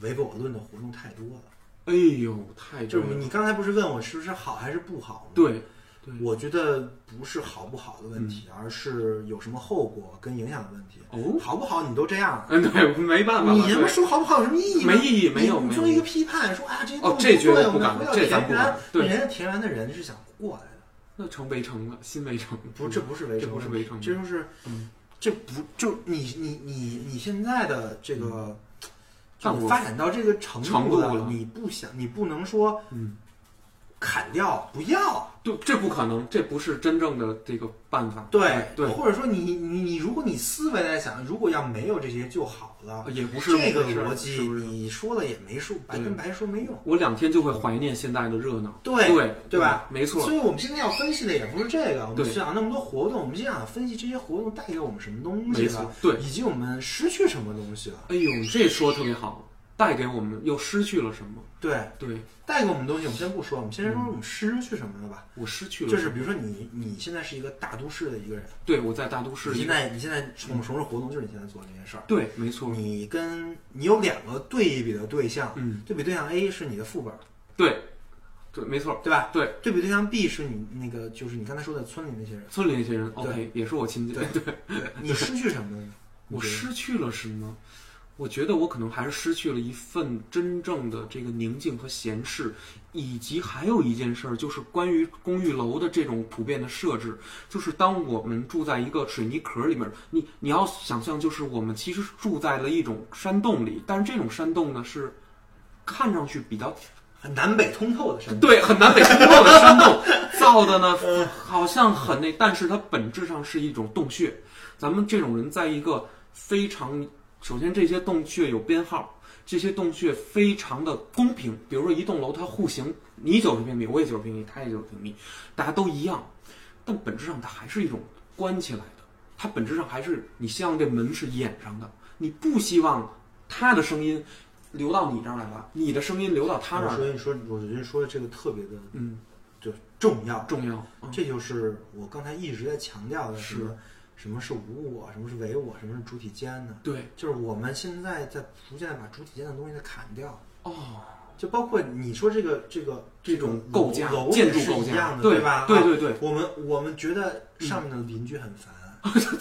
唯我论的活动太多了。
哎呦，太
就
重
是
要了，
你刚才不是问我是不是好还是不好吗？，
对对，
我觉得不是好不好的问题，而是有什么后果跟影响的问题。
嗯哦，
好不好你都这样了，
嗯，对，没办法了，
你他妈
对
说好不好有什么意义吗？
没意义没有
你
没有
做一个批判，说啊这些
哦
东西不
这
对
绝对
我
不
们
敢
回到
这咱
田
不敢
园，
对
人家田园的人是想过来的。
那成围城了，新围城了，
不，这不是围
嗯这
城，
不是围城
这就是，
嗯
这不就你你你你现在的这个，就
嗯但
你
我
发展到这个程
程
度
度
了，
了
你不想，你不能说
嗯，
砍掉不要，
对，这不可能，这不是真正的这个办法，
对
哎对，
或者说你你你，如果你思维来想，如果要没有这些就好了，
也哎不是
啊这个
不是
逻辑
是不是
你说了也没数，白
对
跟白说没用，
我两天就会怀念现在的热闹，
对
对嗯
对吧？
没错
所，以我们今天要分析的也不是这个，我们
对
想那么多活动，我们就想分析这些活动带给我们什么东西
没错
了，，
对。
以及我们失去什么东西了。
哎呦，你这说得特别好，带给我们又失去了什么？
对，
对
带给我们的东西我们先不说，我们先说我们失去什么了吧。
我失去了什
就
么，
是比如说你，你现在是一个大都市的一个人，
对我在大都市
你
里
现，在你现在我们从事活动就是你现在做的这件事儿。
对，没错，
你跟你有两个对比的对象，
嗯，
对比对象 A 是你的副本，
对，对，没错，
对吧？
对，
对比对象 B 是你那个就是你刚才说的村里那些人，
村里那些人
对
，OK，也是我亲戚，
对
对，
你失去什么呢？
我失去了什么？我觉得我可能还是失去了一份真正的这个宁静和闲适，以及还有一件事儿，就是关于公寓楼的这种普遍的设置，就是当我们住在一个水泥壳里面，你你要想象，就是我们其实住在了一种山洞里，但是这种山洞呢是看上去比较
很南北通透的山，
对，很南北通透的山洞造的呢，好像很那，但是它本质上是一种洞穴。咱们这种人，在一个非常首先这些洞穴有编号，这些洞穴非常的公平。比如说一栋楼，它户型你九十平米，我也九十平米，他也九十平米，大家都一样，但本质上它还是一种关起来的。它本质上还是你希望这门是掩上的，你不希望他的声音流到你这儿来了，你的声音流到他这
我
儿
觉
来，
得你说，我觉得说的这个特别的
嗯，
就重要，
重要，嗯
这就是我刚才一直在强调的是
是
什么是无我，什么是唯我，什么是主体间呢？
对，
就是我们现在在逐渐地把主体间的东西在砍掉，
哦， <laughs>
就包括你说这个这个
这种构架
楼、楼
建筑
也是
构
一样
架，
的，
对
吧？
对
啊
对对
我们我们觉得上面的邻居很烦，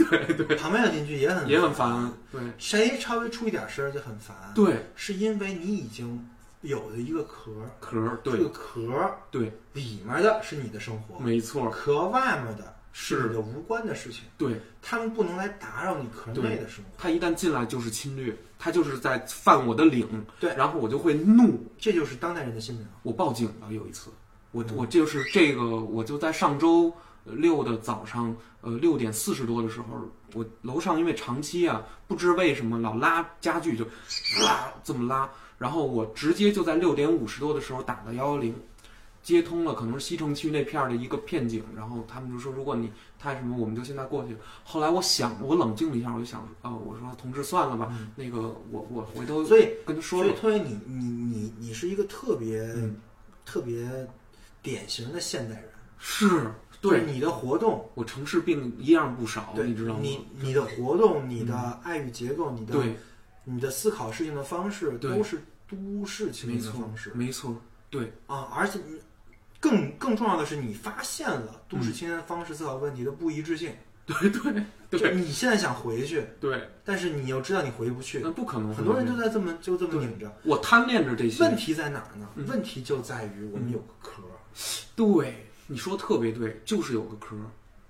对对，
旁边的邻居也很
也很烦，，啊对
谁稍微出一点声儿就很烦，，
对，
是因为你已经有了一个壳儿，
壳儿，
这
对
个壳儿
对，
里面的是你的生活，
没错，
壳外面的是你
是
的无关的事情，
对。
他们不能来打扰你壳内的生活，
他一旦进来就是侵略，他就是在犯我的领，
对
然后我就会怒，
这就是当代人的心啊灵。
我报警了。有一次，我
嗯
我就是这个，我就在上周六的早上，呃六点四十多的时候，我楼上因为长期啊，不知为什么老拉家具就哇这么拉，然后我直接就在六点五十多的时候打了幺幺零。接通了，可能是西城区那片儿的一个片警，然后他们就说，如果你他什么，我们就现在过去。后来我想，我冷静了一下，我就想，啊、我说同志算了吧，
嗯
那个我我回头
所以，
跟他
所
说了
以，，托尼，你你你你是一个特别、
嗯
特别典型的现代人，
是
就是
对
你的活动，
我城市病一样不少，
对，
你知道吗？
你你的活动，你的爱与结构，你的
嗯对，
你的思考事情的方式，
对
都是都市青
没
年的
错
方式，
没错，对，
啊，而且你更更重要的是，你发现了都
嗯
市青年方式思考问题的不一致性。
对对
就
对
你现在想回去，
对，
但是你又知道你回不去，
那不可能。
很多人就在这么就这么拧着。
我贪恋着这些
问，题在哪儿呢？
嗯
问题就在于我们有个壳儿。
对，你说得特别对，就是有个壳，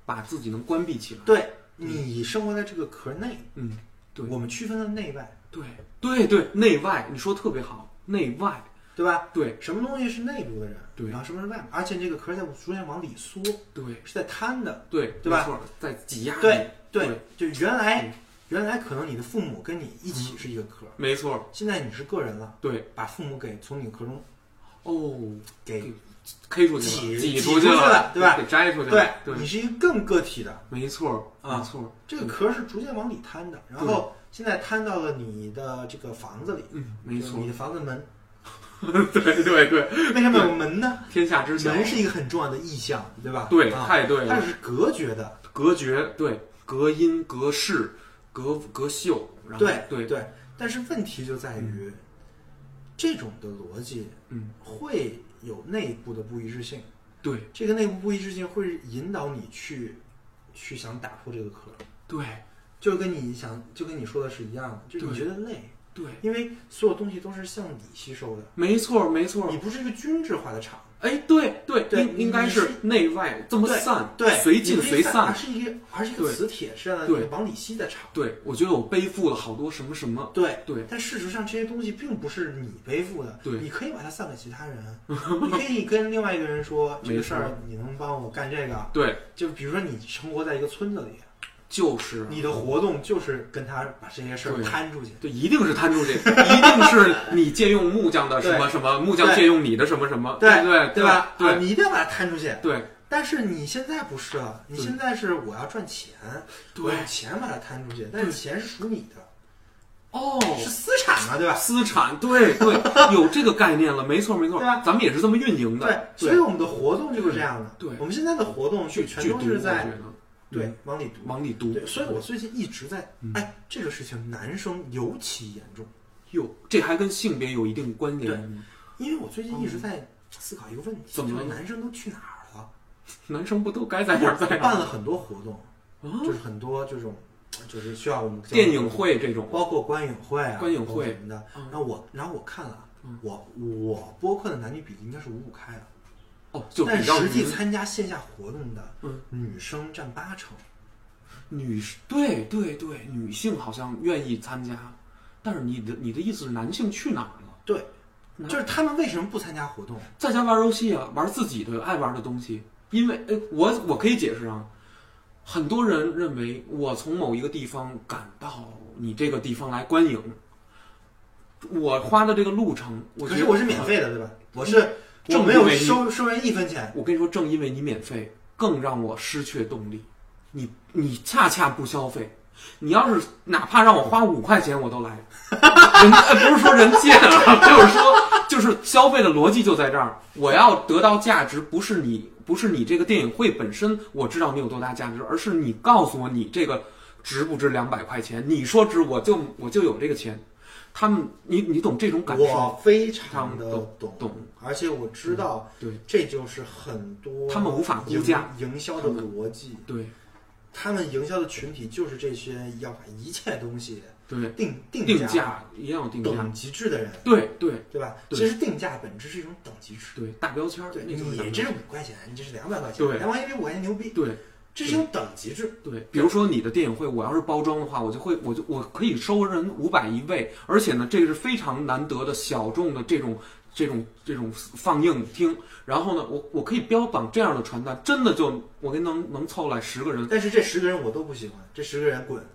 把自己能关闭起来。
对你生活在这个壳内，
嗯，对
我们区分了内外，
对对对，内外，你说得特别好，内外，
对吧？
对
什么东西是内部的人，
对
然后什么是外部，而且这个壳在逐渐往里缩，
对
是在摊的。
对
对吧
没错，在挤压你，
对
对，
就原来
嗯
原来可能你的父母跟你一起是一个壳，
没错，
现在你是个人了，
对，
把父母给从你壳中
哦，
给
K 出去
挤
了，
挤
出
出去了
了，
对吧
给摘出去
对
了，对嗯
你，是一个更个体的，
没错，
啊
没错，
这个壳是逐渐往里摊的，然后现在摊到了你的这个房子里，
嗯，没
就是
错
你，的房子门。
<laughs>
<coughs>
对对对，
为什么有门呢？
天下之小，
门是一个很重要的意象，对吧？
对，
啊
太对
它
了，
是隔绝的，
隔绝，对，隔音、隔世、隔隔秀，然后
对
对，
对。但是问题就在于，这种的逻辑
嗯，
会有内部的不一致性，
对
这个内部不一致性会引导你去去想打破这个壳，
对
就跟你想就跟你说的是一样的，就你
对
觉得累，
对，
因为所有东西都是向你吸收的，
没错没错
你，不是一个均质化的场。
哎，对对，
对
应
你
应该是内外这么散，
对，
随进
你可
随
以看它
散。
是一个，而是一个
对
磁铁是让
对
往里吸的场。
对，我觉得我背负了好多什么什么，
对，
对
但事实上这些东西并不是你背负的，
对
你可以把它散给其他人，
<laughs>
你可以跟另外一个人说
没
这个事儿
错，
你能帮我干这个，
对，
就比如说你生活在一个村子里，
就是
你的活动就是跟他把这些事儿
嗯对
摊出去，
对，一定是摊出去，一定是你借用木匠的什么什么，木匠借用你的什么什么，对
对
对
吧？啊
对
你一定要把它摊出去。
对
但是你现在不是了，你
对
现在是我要赚钱，我
对
用钱把它摊出去，但是钱是属你的，
哦，
是私产啊，对吧？
私产，对对，有这个概念了，没错没错
对吧，啊
咱们也是这么运营
对
的，，
所以我们的活动就是这样的。
对对
我们现在的活动就
去
全都是在对
嗯
往里读。
往里读，
对，所以我最近一直在
嗯，
哎，这个事情男生尤其严重，
哟，这还跟性别有一定关联吗，
因为我最近一直在思考一个问题，
哦怎么了
就是男生都去哪儿
<laughs>
了？
男生不都该在哪儿在哪
办
儿？
了很多活动，
啊
就是很多这种，就是需要我们
电影，会这种，
包括观影会啊，
观影会
包括什么的。
嗯
然后我，然后我看了啊
嗯。
我我播客的男女比例应该是五五开的，
哦，就
但
比较
实际
明
参加线下活动的
嗯
女生占八成，
女士，对对对，女性好像愿意参加，但是你的你的意思是男性去哪儿了？
对，
那
就是他们为什么不参加活动？
在家玩游戏啊，玩自己的爱玩的东西。因为，哎，我我可以解释啊，很多人认为我从某一个地方赶到你这个地方来观影，我花的这个路程，我
可是
觉得嗯
我是免，费的，对吧？我是我
政府
没有
为你
收收人一分钱，
我跟你说，正因为你免费，更让我失去动力。你你恰恰不消费，你要是哪怕让我花五块钱，我都来。人、呃、不是说人贱啊，就是说就是消费的逻辑就在这儿。我要得到价值，不是你不是你这个电影会本身，我知道你有多大价值，而是你告诉我你这个值不值两百块钱。你说值，我就我就有这个钱。他们，你你懂这种感受？
我非常的
懂
懂
懂，嗯
而且我知道，
对，
这就是很多
他们无法估
营
价
营销的逻辑，
对
他们营销的群体就是这些要把一切东西
对，
定定
定价一定要定价
等，级制的人，
对对
对吧？
嗯对
其实定价本质是一种等级制，
对，大标签儿，
对，
那就是
你这
大标
是
签儿
五块钱，你这是两百块钱，
对
两百块钱比五块钱牛逼，
对。
这是一种等级制，
对，比如说你的电影会，我要是包装的话，我就会，我就我可以收人五百一位，而且呢，这个是非常难得的小众的这种这种这种放映厅。然后呢，我我可以标榜这样的传单，真的就我给能能凑来十个人。 <laughs>
但是这十个人我都不喜欢，这十个人滚，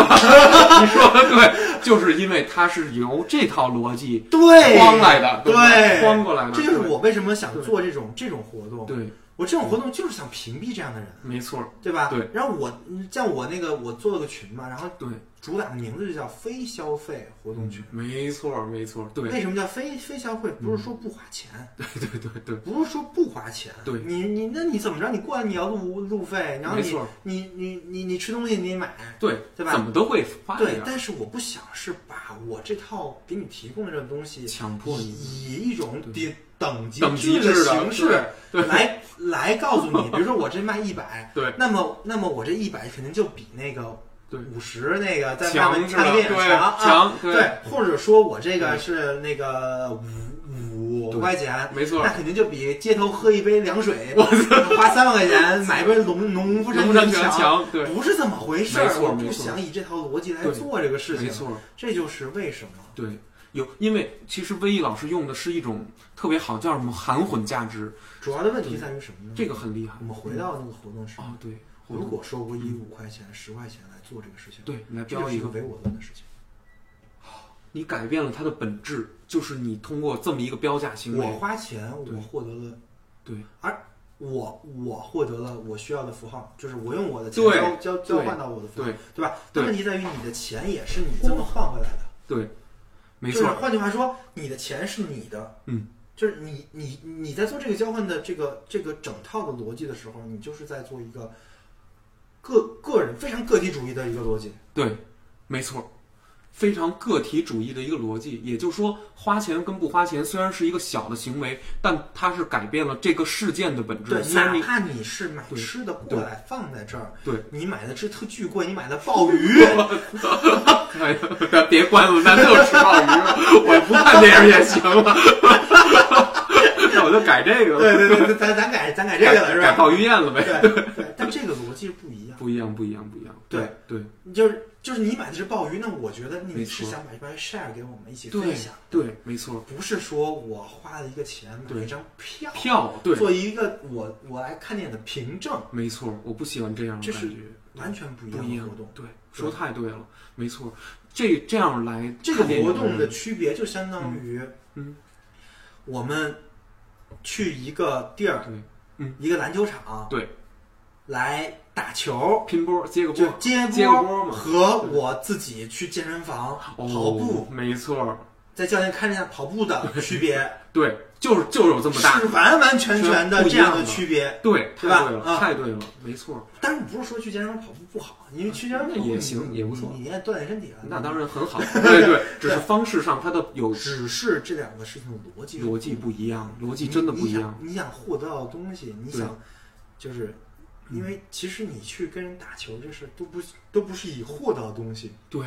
你说的对，就是因为它是由这套逻辑
对，
框来的，对吧，
对
框过来的，
这就是我为什么想
对
做这种这种活动，
对，对，
我这种活动就是想屏蔽这样的人。
没错，
对吧？
对。
然后我嗯像我那个我做了个群嘛，然后
对，
主打的名字就叫非消费活动群。
没错，没错，嗯对，嗯
为什么叫非非消费？不是说不花钱，
对对对对，
不是说不花钱。
对
你你那你怎么着？你过来你要路路费，然后
没
你
错，
你你你你吃东西你得买。
对，
对吧
怎么都会花
对
点，儿，
但是我不想是把我这套给你提供的这种东西，
强迫
以
你。
以一种
对
等等级
等级
的
制的
形式
对对
来来告诉
<laughs>
你，比如说我这卖一百，
对
那么那么我这一百肯定就比那个
对
五十那个在
强
外面
是
看
吧
电影
对
强啊
强对
对，或者说我这个是那个五五
对
块钱，
没错
那肯定就比街头喝一杯凉
<laughs>
水花三万块钱买一杯农农夫山
农夫山泉
强
强，对
不是这么回事
没
儿，
错
我
没
不
错
想哎以这套逻辑来
对
做这个事
没
情，
错，
这就是为什么。
对，有，因为其实威毅老师用的是一种特别好，叫什么含混价值，
主要的问题在于什么呢？
这个很厉害
我。们回到那个活动上，
哦，对，活
如
动
果说我以五块钱、十块钱来做这个事情，，
嗯对你来
这就
标
是
一
一个
个，嗯
唯我论的事情。
你改变了它的本质，就是你通过这么一个标价行
我
为，
花钱，
对
我获得了，
对，
而我我获得了我需要的符号，就是我用我的钱
对
交交交
对
换到我的符号，
对
对吧？
对
但问题在于你的钱也是你这么换回来的，
对，啊没
就是
错，
换句话说，你的钱是你的，
嗯，
就是你你你在做这个交换的这个这个整套的逻辑的时候，你就是在做一个个个人非常个体主义的一个逻辑。
对，没错。非常个体主义的一个逻辑，也就是说，花钱跟不花钱虽然是一个小的行为，但它是改变了这个事件的本质。
对，
虽然
哪
你
怕你是买
对
吃的过来放在这儿，
对，
你买的这特巨贵，你买的
<laughs>
鲍鱼，
哎呀，
<laughs>
咱别关了，咱就吃鲍鱼了，我不看电影也行了。那我就改这个了，
对对对，咱咱改咱改这个了是
<laughs> 改
吧？
鲍鱼宴了呗。
对对，但这个逻辑不一样，
不一样，不一样，不一样。
对
对
就是就是你买的是鲍鱼，那我觉得你
没
是
错
想把这边 share 给我们一起
对
分享，
对，没错。
不是说我花了一个钱买
对
一张票，
票对，
做一个我我来看电影的凭证，
没错，我不喜欢这样的
这
感
是
觉，
完全不一
不
样
一
的
样
活动。。
对，说太对了，没错。这这样来
这个
看电影
活动的区别就相当于，
嗯嗯，
我们去一个地儿，
对，嗯，
一个篮球场，
对，
来打球，
拼波接个波
就接
接个波嘛
和我自己去健身房
哦
跑步，
没错，
在教练看着下跑步的区别
对，就是就是 <laughs> 有这么大
是，完完全全的
不一
这样
样
的
的
区别。
对，太
对吧
对了，
啊
太对了，没错。
但是不是说去健身房跑步不好，因为去健身房跑步
啊也行
你
也不错
你也锻炼身体了。
那当然
<laughs>
很好，对对，只是方式上它的有
只是这两个事情的逻辑
逻辑不一样，逻辑真的不一样。
你你想。你想获得到的东西，你
对嗯
想就是。因为其实你去跟人打球这事都不都不是以获得的东西
对，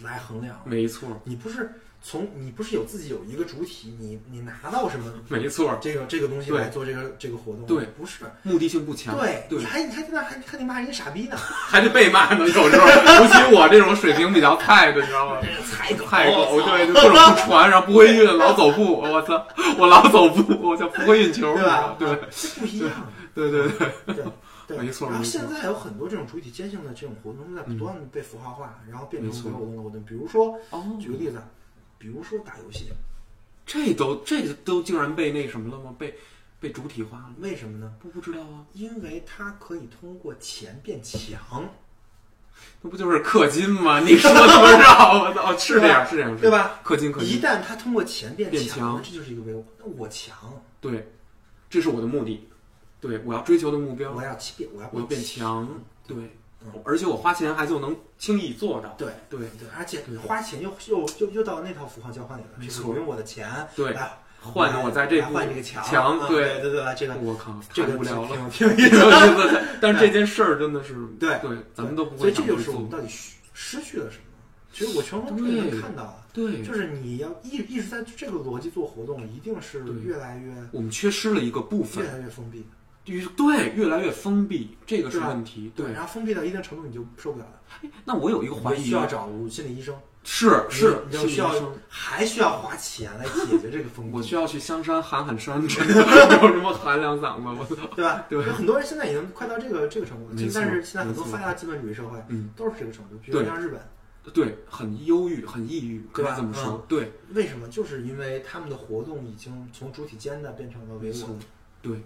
来衡量，
没错，
你不是从你不是有自己有一个主体，你你拿到什么
没错，
这个这个东西
对
来做这个这个活动，
对
不是，
目的性不强。
对，
对
<laughs> 你，还你还在那还还得骂人家傻逼
<laughs>
呢，
还得被骂呢，有时候，尤其我这种水平比较菜的，你知道吗？
踩狗，
菜狗，对，就各种不传，然后不会运，老走步，我操，我老走步，我就不会运球，
对吧？
对，
这不一样，
对对对， <laughs>
对对，
没错
然后
没错
现
嗯
在有很多这种主体间性的这种活动正在不断的被符号化，然后变
没
成
错
唯我论的活动。比如说，
哦
举个例子啊，比如说打游戏，
这都这都竟然被那什么了吗？被被主体化了？
为什么呢？
不不知道啊，
因为它可以通过钱变强，
那不就是氪金吗？你说的不知道，我操，哦是这样，是这样，是这
对
样
吧？
氪金氪
一
金，
旦他通过钱变
变
强了，
强
这就是一个 will，那我强，
对，这是我的目的，对我要追求的目标
我，要起变，我要
我要变强，对
嗯，
而且我花钱还就能轻易做到，
对
对
对，而且花钱又又又又到那套符号交换里了，
没
这
错
个我用我的钱
对，
来
换的我在这
来
步
换这个墙
墙
啊
对
对对对吧？这个
我靠，太
这个
无聊了。
挺挺有意
挺
思
有
的
意思的， <laughs> 但是这件事儿真的是
对
对，咱们都不
所
会
以这
想去
就是
做。
我们到底失失去了什么？其实我全方位能看到了，
对，
就是你要一一直在这个逻辑做活动，一定是
对
越来越
我们缺失了一个部
越
分，
来越封闭，
于对越来越封闭，这个是
对吧
问题。对，
然后封闭到一定程度你就受不了了，
那我有一个怀
你需
疑，
要找心理医生，
是是
你
是
就需要
医生
还需要花钱来解决这个封闭，
我需要去香山喊
<laughs>
喊山，真的有什么喊两嗓子，我操！
对吧？
对
有很多人现在已经快到这个这个程度，
没
了，
错
但是现在很多
没错
发达资本主义社会
嗯，
都是这个程度，比如
对
像日本，
对，很忧郁，很抑郁，可
对啊嗯吧
以这么说。对
为什么？就是因为他们的活动已经从主体间的变成了唯
没错
我，
对，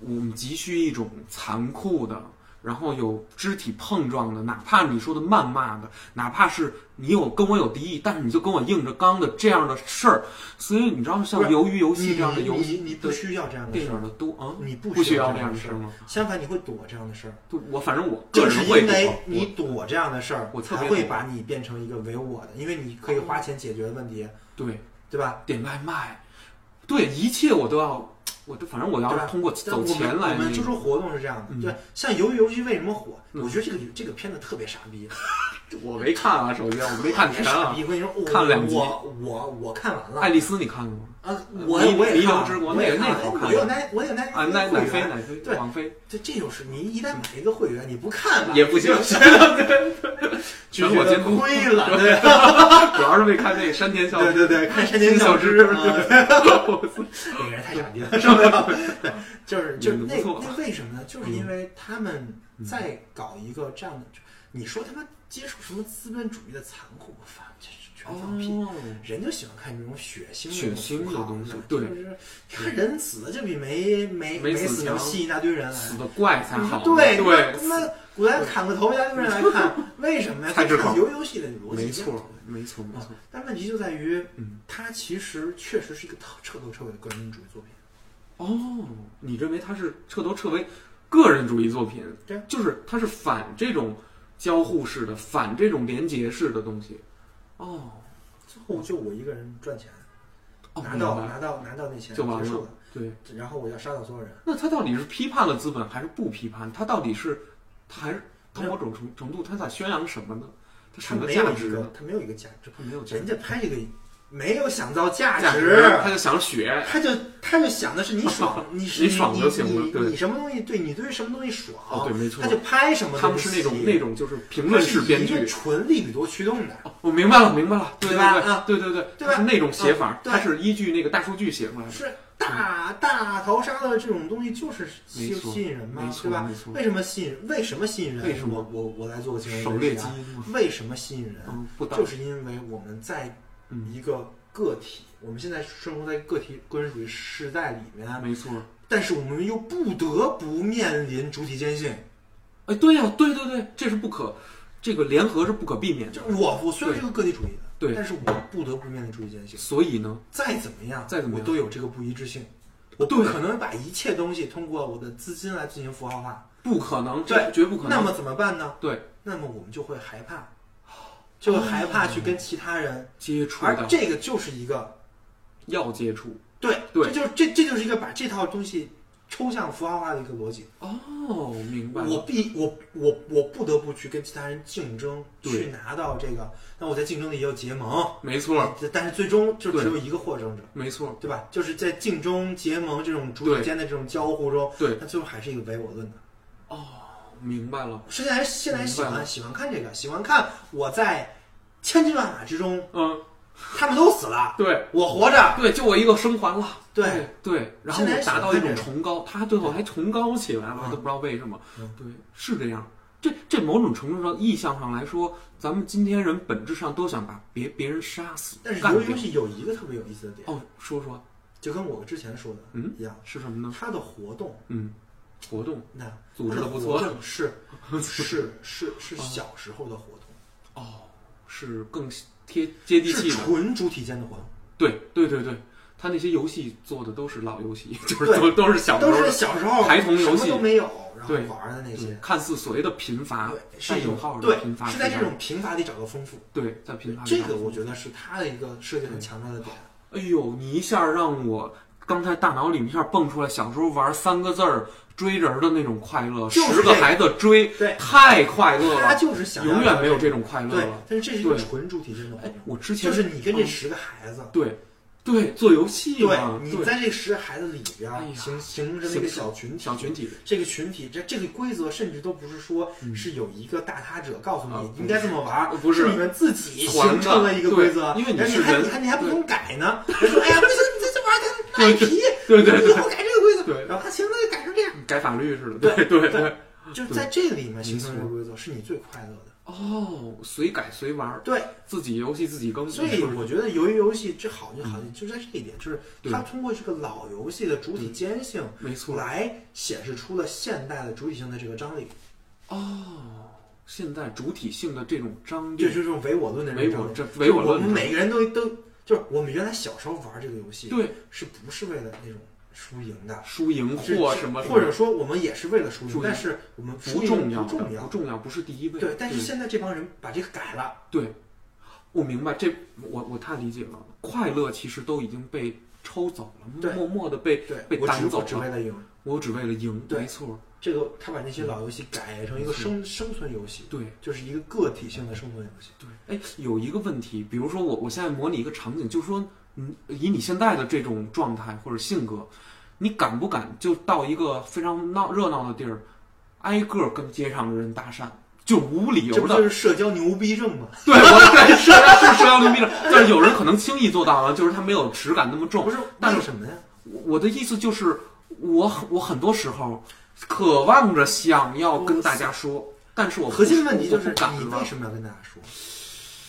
我们急需一种残酷的。然后有肢体碰撞的，哪怕你说的谩骂的，哪怕是你有跟我有敌意，但是你就跟我硬着刚的这样的事儿，所以你知道像
不是
鱿鱼游戏这样的
你
游戏，
你你不需要这样的
电
事儿
影。的都啊，
你
不
不需
要
要
这
这
样
样
的
的
事
事
儿
儿
吗？
相反，你会躲这样的事儿，
就我反正我个
就
人
是
会
因
不
为
好
你躲这样的事儿，
我特别
才
躲
会把你变成一个唯我的，因为你可以花钱解决问题，
对
对吧？
点外卖，对一切我都要，我这反正我要
对吧
是通过
但
走
我们
钱来
我们
那
就
个，
说活动是这样
嗯
的，对，像《鱿鱼游戏》为什么火？
嗯
我觉得这个这个片子特别傻逼，
我没看啊，首先我没看
特别
全
傻
啊。
<laughs> 逼。我跟你说，我
看两集哎
我我我看完了，
爱丽丝你看了吗？
啊，
呃
我
弥
我也
弥
看
留
了
之国
我也
那个
看
那个好
了
看
我有奶，我有奶
啊，奶
会
奶妃
员
奶妃
对
王妃
这这就是你一旦买一个会员，你不看吧
也不行，
就
全
觉
国
得
监督，
亏了，对吧
<laughs> 主要是为看那个山田孝
对
<laughs> 之，
对对，看山田
金
孝
小
之
之，
啊，
<laughs>
那个人太傻逼了， <laughs> 是不是？对，就是就是
演得
那
嗯不错嗯
那为什么呢？就是因为他们在搞一个这样的，你说他妈接触什么资本主义的残酷，我发这是全放屁。
哦，
人就喜欢看这种血腥
血
的
腥的
符号
东西
是吧
对
就是看人死就比没没
没死
死能
强
吸引一大堆人来，
死的怪才
你
好
说
呢，
对
对，
他妈古代砍个头，一大堆人来看，为什么呀？
才
这
知
是
道
游游戏的逻辑
没
一样的
错，没错，没错，
啊但问题就在于，
嗯，
它其实确实是一个彻头彻尾的个人民主义作品。
哦，你认为它是彻头彻尾个人主义作品？
对啊
就是它是反这种交互式的、反这种连结式的东西。哦，
最后就我一个人赚钱，
哦
拿到
明白
拿到拿到那钱
就完
结束
了
了，。
对，
然后我要杀掉所有人。
那它到底是批判了资本，还是不批判？它到底是它还是它某种程程度，它在宣扬什么呢？它
他
什么
没
价
有一
值
个
呢？，
他没有一个价值，
它没有价
人家拍这个没有想到价
价值，它就想学。
他就他就想的是你
<laughs>
爽，你是
你爽就行了
你
对
你你什么东西对你对什么东西爽，
哦，对，没错
他，就拍什么东西。
他们是那种那种就是评论式编
它是一
剧
个。纯利比多驱动的，
哦，我明白了，明白了，对
对
对
吧
对，
啊
对对对，
对吧
它是那种写法
啊，对
它是依据那个大数据写出来的，
是大大逃杀的这种东西就是吸
没错
吸引人嘛
没，错
对吧
没错？
为什么吸引人？为什么吸引人？
为什么
我我我来做个行为
狩猎基因嘛，
为什么吸引人？
嗯，不打，
就是因为我们在
嗯
一个个体，我们现在生活在个体个人主义时代里面，
没错。
但是我们又不得不面临主体坚信。
哎，对呀、对对对，这是不可，这个联合是不可避免的
就。是我我虽然是个个体主义的，
对
但是我不得不面临主体坚信。
所以呢，
再怎么样，
再怎么样
我都有这个不一致性。我不可能把一切东西通过我的资金来进行符号化，
不可能，
对
这绝不可
那
能。
么怎么办呢？
对，
那么我们就会害怕，就会害怕去跟其他人，
接触
而
哦嗯的
这个就是一个
要接触。
对，
对
这就这这就是一个把这套东西抽象符号化的一个逻辑。
哦，明白
我
了。
必我我我不得不去跟其他人竞争，
对
去拿到这个，那我在竞争里也有结盟，
没错，
但是最终就
对
只有一个获胜者。
没错，
对吧？就是在竞争、结盟这种主体间的这种交互中，
对
它最后还是一个唯我论的。
明白了。
现在现在喜
明白
欢喜欢看这个，喜欢看我在千军万马之中，
嗯，
他们都死了，
对
我活着。
对，就我一个生还了。
对
对，然后
现在
达到一
喜欢
种
这种
崇高，他最后还崇高起来了，我都不知道为什么。
嗯
对，是这样。这这某种程度上意向上来说，咱们今天人本质上都想把别别人杀死，
但是
干
游
掉
游。戏有一个特别有意
哦
思的点，
哦，说说，
就跟我之前说的
嗯
一样，
是什么呢？
它的活动
嗯，活动
那
组织的
的
不错
活动是
<laughs>
是是是小时候的活动，
哦，是更贴接地
是
气的。
纯主体间的活动，
对对对对，他那些游戏做的都是老游戏，就是
对
都都是小时
都
候
是小时候
孩童游戏
什么都没有，然后
对
玩的那些
嗯，看似所谓的贫乏
对，，是
带
一种
引号的贫乏
对，是
之下，
在这种贫乏里找到丰富。
对在贫乏之
这
下
个我觉得是他的一个设计很强大的点。
哎呦，你一下让我刚才大脑里一下蹦出来小时候玩三个字儿追人的那种快乐，
就是
十个
这个
孩子追，
对
太快乐
他
了，
就是想要
永远没有这种快乐
对
了。，
但是这是一个
嗯对
纯主体性的活
哎
动，，
我之前
就是你跟这十个孩子，
对对做游戏
对
嘛，
你在这十个孩子里边
哎
儿
呀
形形成了一个小群体，
小群体，嗯
这个群体，这这个规则甚至都不是说是有一个大他者告诉
啊
你应该这么玩
不
儿，
是不是
是你们自己
传
形
的
成了一个规则，
对因为你
然后
是
你还
人
你还你还不懂改呢，还说哎呀，不行，你这这玩意
<laughs>
儿它
对
赖皮，
对对
你以
对，
后改这个规则，
对
然后他行，那就改成这样，
改法律似的，
对
对
对
对。
就是在这个里面形成
没
这
错
个规则，是你最快乐的。
哦，随改随玩儿，
对，
自己游戏自己更，
所以
是不是嗯
我觉得由于游戏这好就好就在这一点，就是
对
它通过这个老游戏的主体坚性
没错。
来显示出了现代的主体性的这个张力，
哦，现在主体性的这种张
就
力
就，这种唯我论的这
唯
种张
我
力。
这唯我
我
论
们
证，
每个人都都就是我们原来小时候玩这个游戏，
对
是不是为了那种输赢的，
输赢
是
或什么
或者说我们也是为了输
输
赢
赢，
但是我们输
不
赢
重要的，
不重
不
要。
重要，不是第一位。
对，但是现在这帮人把这个改了，
对，我明白这，我我太理解了。快乐其实都已经被抽走了，
对
默默的被
对
被
我只
赶走
我只为
了。
了赢。
我只为了赢，
对
没错，
这个他把那些老游戏改
嗯
成一个生生存游戏，
对
就是一个个体性的生存游戏。
对。哎，有一个问题，比如说我我现在模拟一个场景，就是说，嗯，以你现在的这种状态或者性格，你敢不敢就到一个非常闹热闹的地儿，挨个儿跟街上的人搭讪，就无理
这
由
不
的
就是社交牛逼症吗？
<laughs> 对，我对是是社交牛逼症，但是有人可能轻易做到了，就是他没有耻哦感那哦么重。
不是，
但
为
是
什么呀？
我我的意思就是，我很我很多时候渴望着想要跟大家说，但是我不
核心问题就
我
是
不敢
你
了
为什么要跟大家说？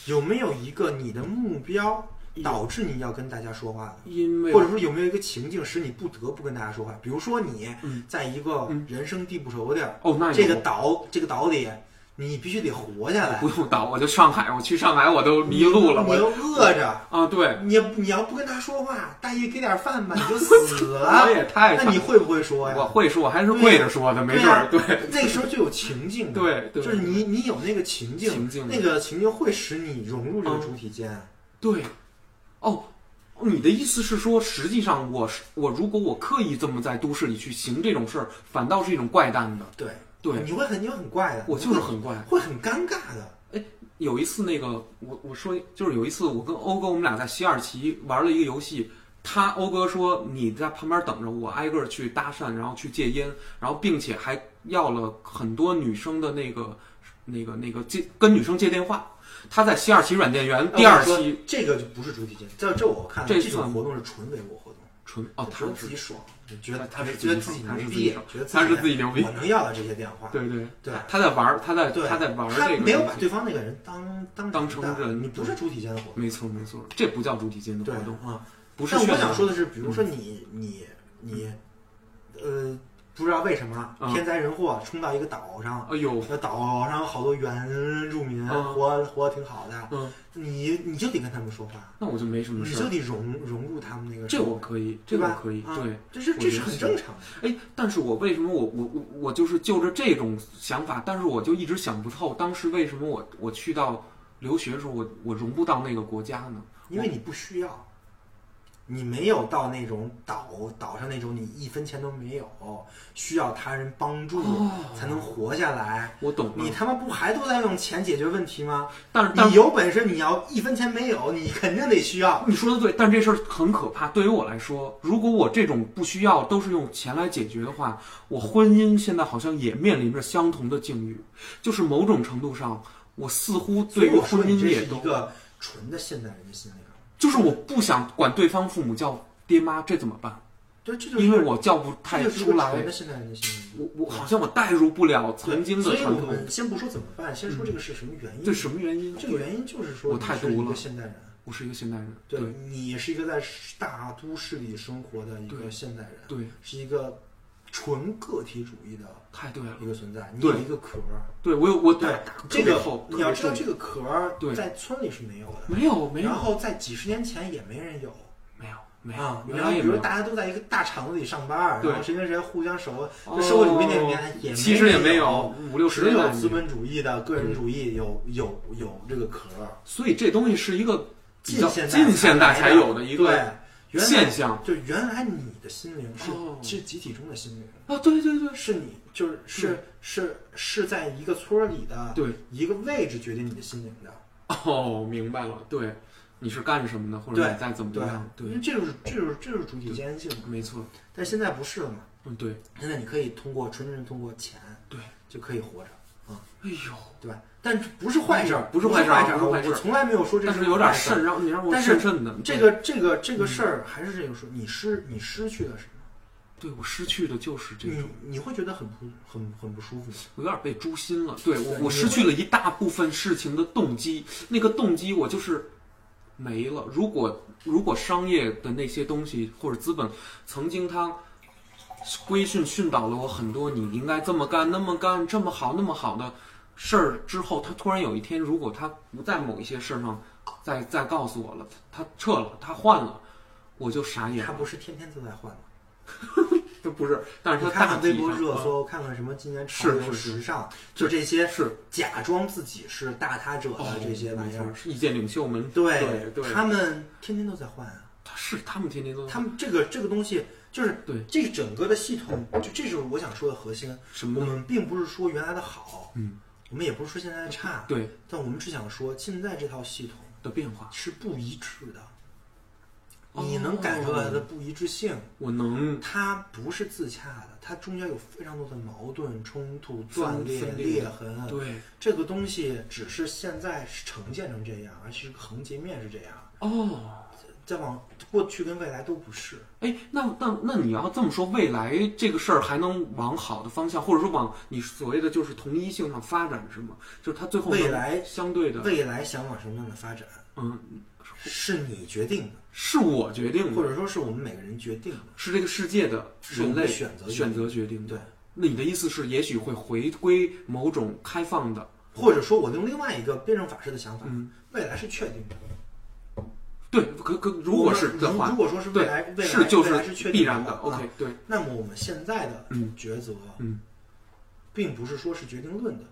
有没有一个你的目标导致你要跟大家说话的？
因为
或者说有没有一个情境使你不得不跟大家说话？比如说你
嗯
在一个人生地不熟的地儿，
哦，那
这
有
个岛这个岛里，你必须得活下来
<laughs> 不。用倒，我就上海，我去上海我都迷路了，
你
我
要饿着，
啊对，
你你要不跟他说话，大爷给点饭吧，你就死
我
了。
也 <laughs> 太
那你会不会说
我
呀？
会说，我还是跪着说的，啊没事儿，对
啊那个时候就有情境，
<laughs> 对对
就是你你有那个情境，
情境嗯
那个情境会使你融入这个主体间。啊
对，哦。你的意思是说，实际上我是我，如果我刻意这么在都市里去行这种事儿，反倒是一种怪诞的。
对
对
你会很你会很怪的，
我就是很怪， <laughs>
会很尴尬的。
有一次那个，我我说就是有一次我跟欧哥我们俩在西二旗玩了一个游戏，他欧哥说你在旁边等着我，挨个儿去搭讪，然后去戒烟，然后并且还要了很多女生的那个那个那个借跟女生借电话。他在西二旗软件园第二
呃我哦跟你说
期
这个就不是主体间，在这我看来，
这
这种
算
活动是纯唯我活动。
纯哦，他
觉得自
是
己爽，觉得
他是
觉得
自
自
己
己
爽
牛
他是自
逼
己
啊
爽，
觉得
他是自己牛逼
我能要到这些电话，
对对
对，
他在玩儿，他在
对
他在玩儿
他
这个
没有
游
把
戏
对方那个人当当
当
成
成人
你不是主体间的活动，
没错没错，这不叫主体间的
对
活动，
啊。
不是
但
炫
我
耀
想说的是，比如
嗯
说你你你，呃，不知道为什么
嗯
天灾人祸冲到一个岛上，
哎呦，
那岛上好多原住民
嗯
活活得挺好的，
嗯，
你你就得跟他们说话，
那我就没什么
你
事
就
儿，
得融融入他们那个
这
社会，
我可以，这
对
我
吧？
可以，
啊
对。，
这是
我
这
觉
是
得
很
是
正常的。
哎，但是我为什么我我我我就是就着这种想法，但是我就一直想不透，当时为什么我我去到留学的时候，我我融不到那个国家呢？
因为你不需要，你没有到那种岛岛上那种你一分钱都没有，需要他人帮助
哦
才能活下来。
我懂
你
了，
他妈不还都在用钱解决问题吗？
但是但
你
是
有本事你要一分钱没有，你肯定得需要。
你说的对，但这事儿很可怕。对于我来说，如果我这种不需要都是用钱来解决的话，我婚姻现在好像也面临着相同的境遇，就是某种程度上，我似乎
所
对
以
于
我说
婚
你
姻
这
也
是
都
一个纯的现代人的心理啊了。
就是我不想管对方父母叫爹妈，这怎么办？
对，这就是
因为我叫不
这
太
就是一
出
个
来
纯。的现代人的心理。啊
我我好像我代入不了曾经的
所以
传
我
统，
们先不说怎么办，先说这个是什么原因。
这什么原因？
这个原因就是说
我
你
太
是
毒
一
了
个现代人。
我是一个现代人，
对
对
你是一个在大都市里生活的一个现代人，
对
是一个纯个体主义的
太对了，
一个存在，你
对
有一个壳儿。
对我有我
对
特
这
别
个
厚，
你要知道
特别
这个壳儿
对
在村里是没有的，
重没有没有
然后在几十年前也没人有。
没有没
啊
有，，原
然
来
后比
也没
如
有，
大家都在一个大厂子里上班，
对
然后谁跟谁互相熟，
哦
就社会主义那个年代也没
其实也没
有，
五六十
只
年代
有
也没
资本主义的个人主义有有有这个壳儿，
所以这东西是一个比
近
较
现代
近现代才有的一
对
个
原来
现象
就原来你的心灵是
哦
是集体中的心灵，
啊！对对对
是你就是是是是在一个村儿里的
对，
一个位置决定你的心灵的。
哦，明白了，对，你是干什么的，或者
对
你在怎么
对
样？对
因，为这就是这就是这就是主体间性嘛。
没错，
但是现在不是了嘛，
嗯，对，
现在你可以通过纯纯通过钱，
对，
就可以活着，
哎呦，
对吧？但这不是坏事儿，
不是
是
坏事儿啊
儿，啊
不是坏事儿
我从来没有说这
但是有点
坏事儿
渗，。然后你让我
但是
渗渗的，嗯
这个这个这个事儿还是这个说，你失你失去了什么？
对我失去的就是这种，
你你会觉得很不很很不舒服吗？
我有点被诛心了。对我，
对
我
你
失去了一大部分事情的动机，那个动机我就是没了。如果如果商业的那些东西或者资本曾经它规训训导了我很多，你应该这么干，那么干，这么好，那么好的事儿之后，他突然有一天，如果他不在某一些事儿上再再告诉我了，他撤了，他换了，我就傻眼
他
了。
不是天天都在换吗？
这不是，但是
你
他
看
大
看
体
微博
上
热
啊
搜，看看什么今年潮
是
流
是是
时尚，就这些
是哦
假装自己是大他者的啊这些玩意儿
没。错意见领袖们，对对，
他们天天都在换啊。
他是他们天天都
他们这个这个东西就是
对
这个整个的系统，就这是我想说的核心。
什么
我
呢
们并不是说原来的好，
嗯，
我们也不是说现在的差，
对
但我们只想说现在这套系统
的变化，
是不一致的。
哦
你能感受到它的不一致性，
我能
它不是自洽的，它中间有非常多的矛盾、冲突、
分
断裂、
分裂
裂痕。
对
这个东西只是现在是呈现成这样，而是横截面是这样，
哦，
再往过去跟未来都不是。
哎，那那那你要这么说，未来这个事儿还能往好的方向，或者说往你所谓的就是同一性上发展是吗？就是它最后能
未来
相对的，
未来想往什么样的发展，
嗯，
是你决定的，
是我决定
或
的，
者说是我们每个人决定的。
是这个世界的
是我
人
们的
类
选择
选择决定的。
对，
那你的意思是，也许会回归某种开放的，
或者说，我用另外一个辩证法式的想法，
嗯
未来是确定的。
对，可可如果是的
如
话
如。果说是未来，未
对，
来
是就
未来是确定
必然的。
啊
OK，对，
那么我们现在的
嗯
抉择，
嗯，
并不是说是决定论的，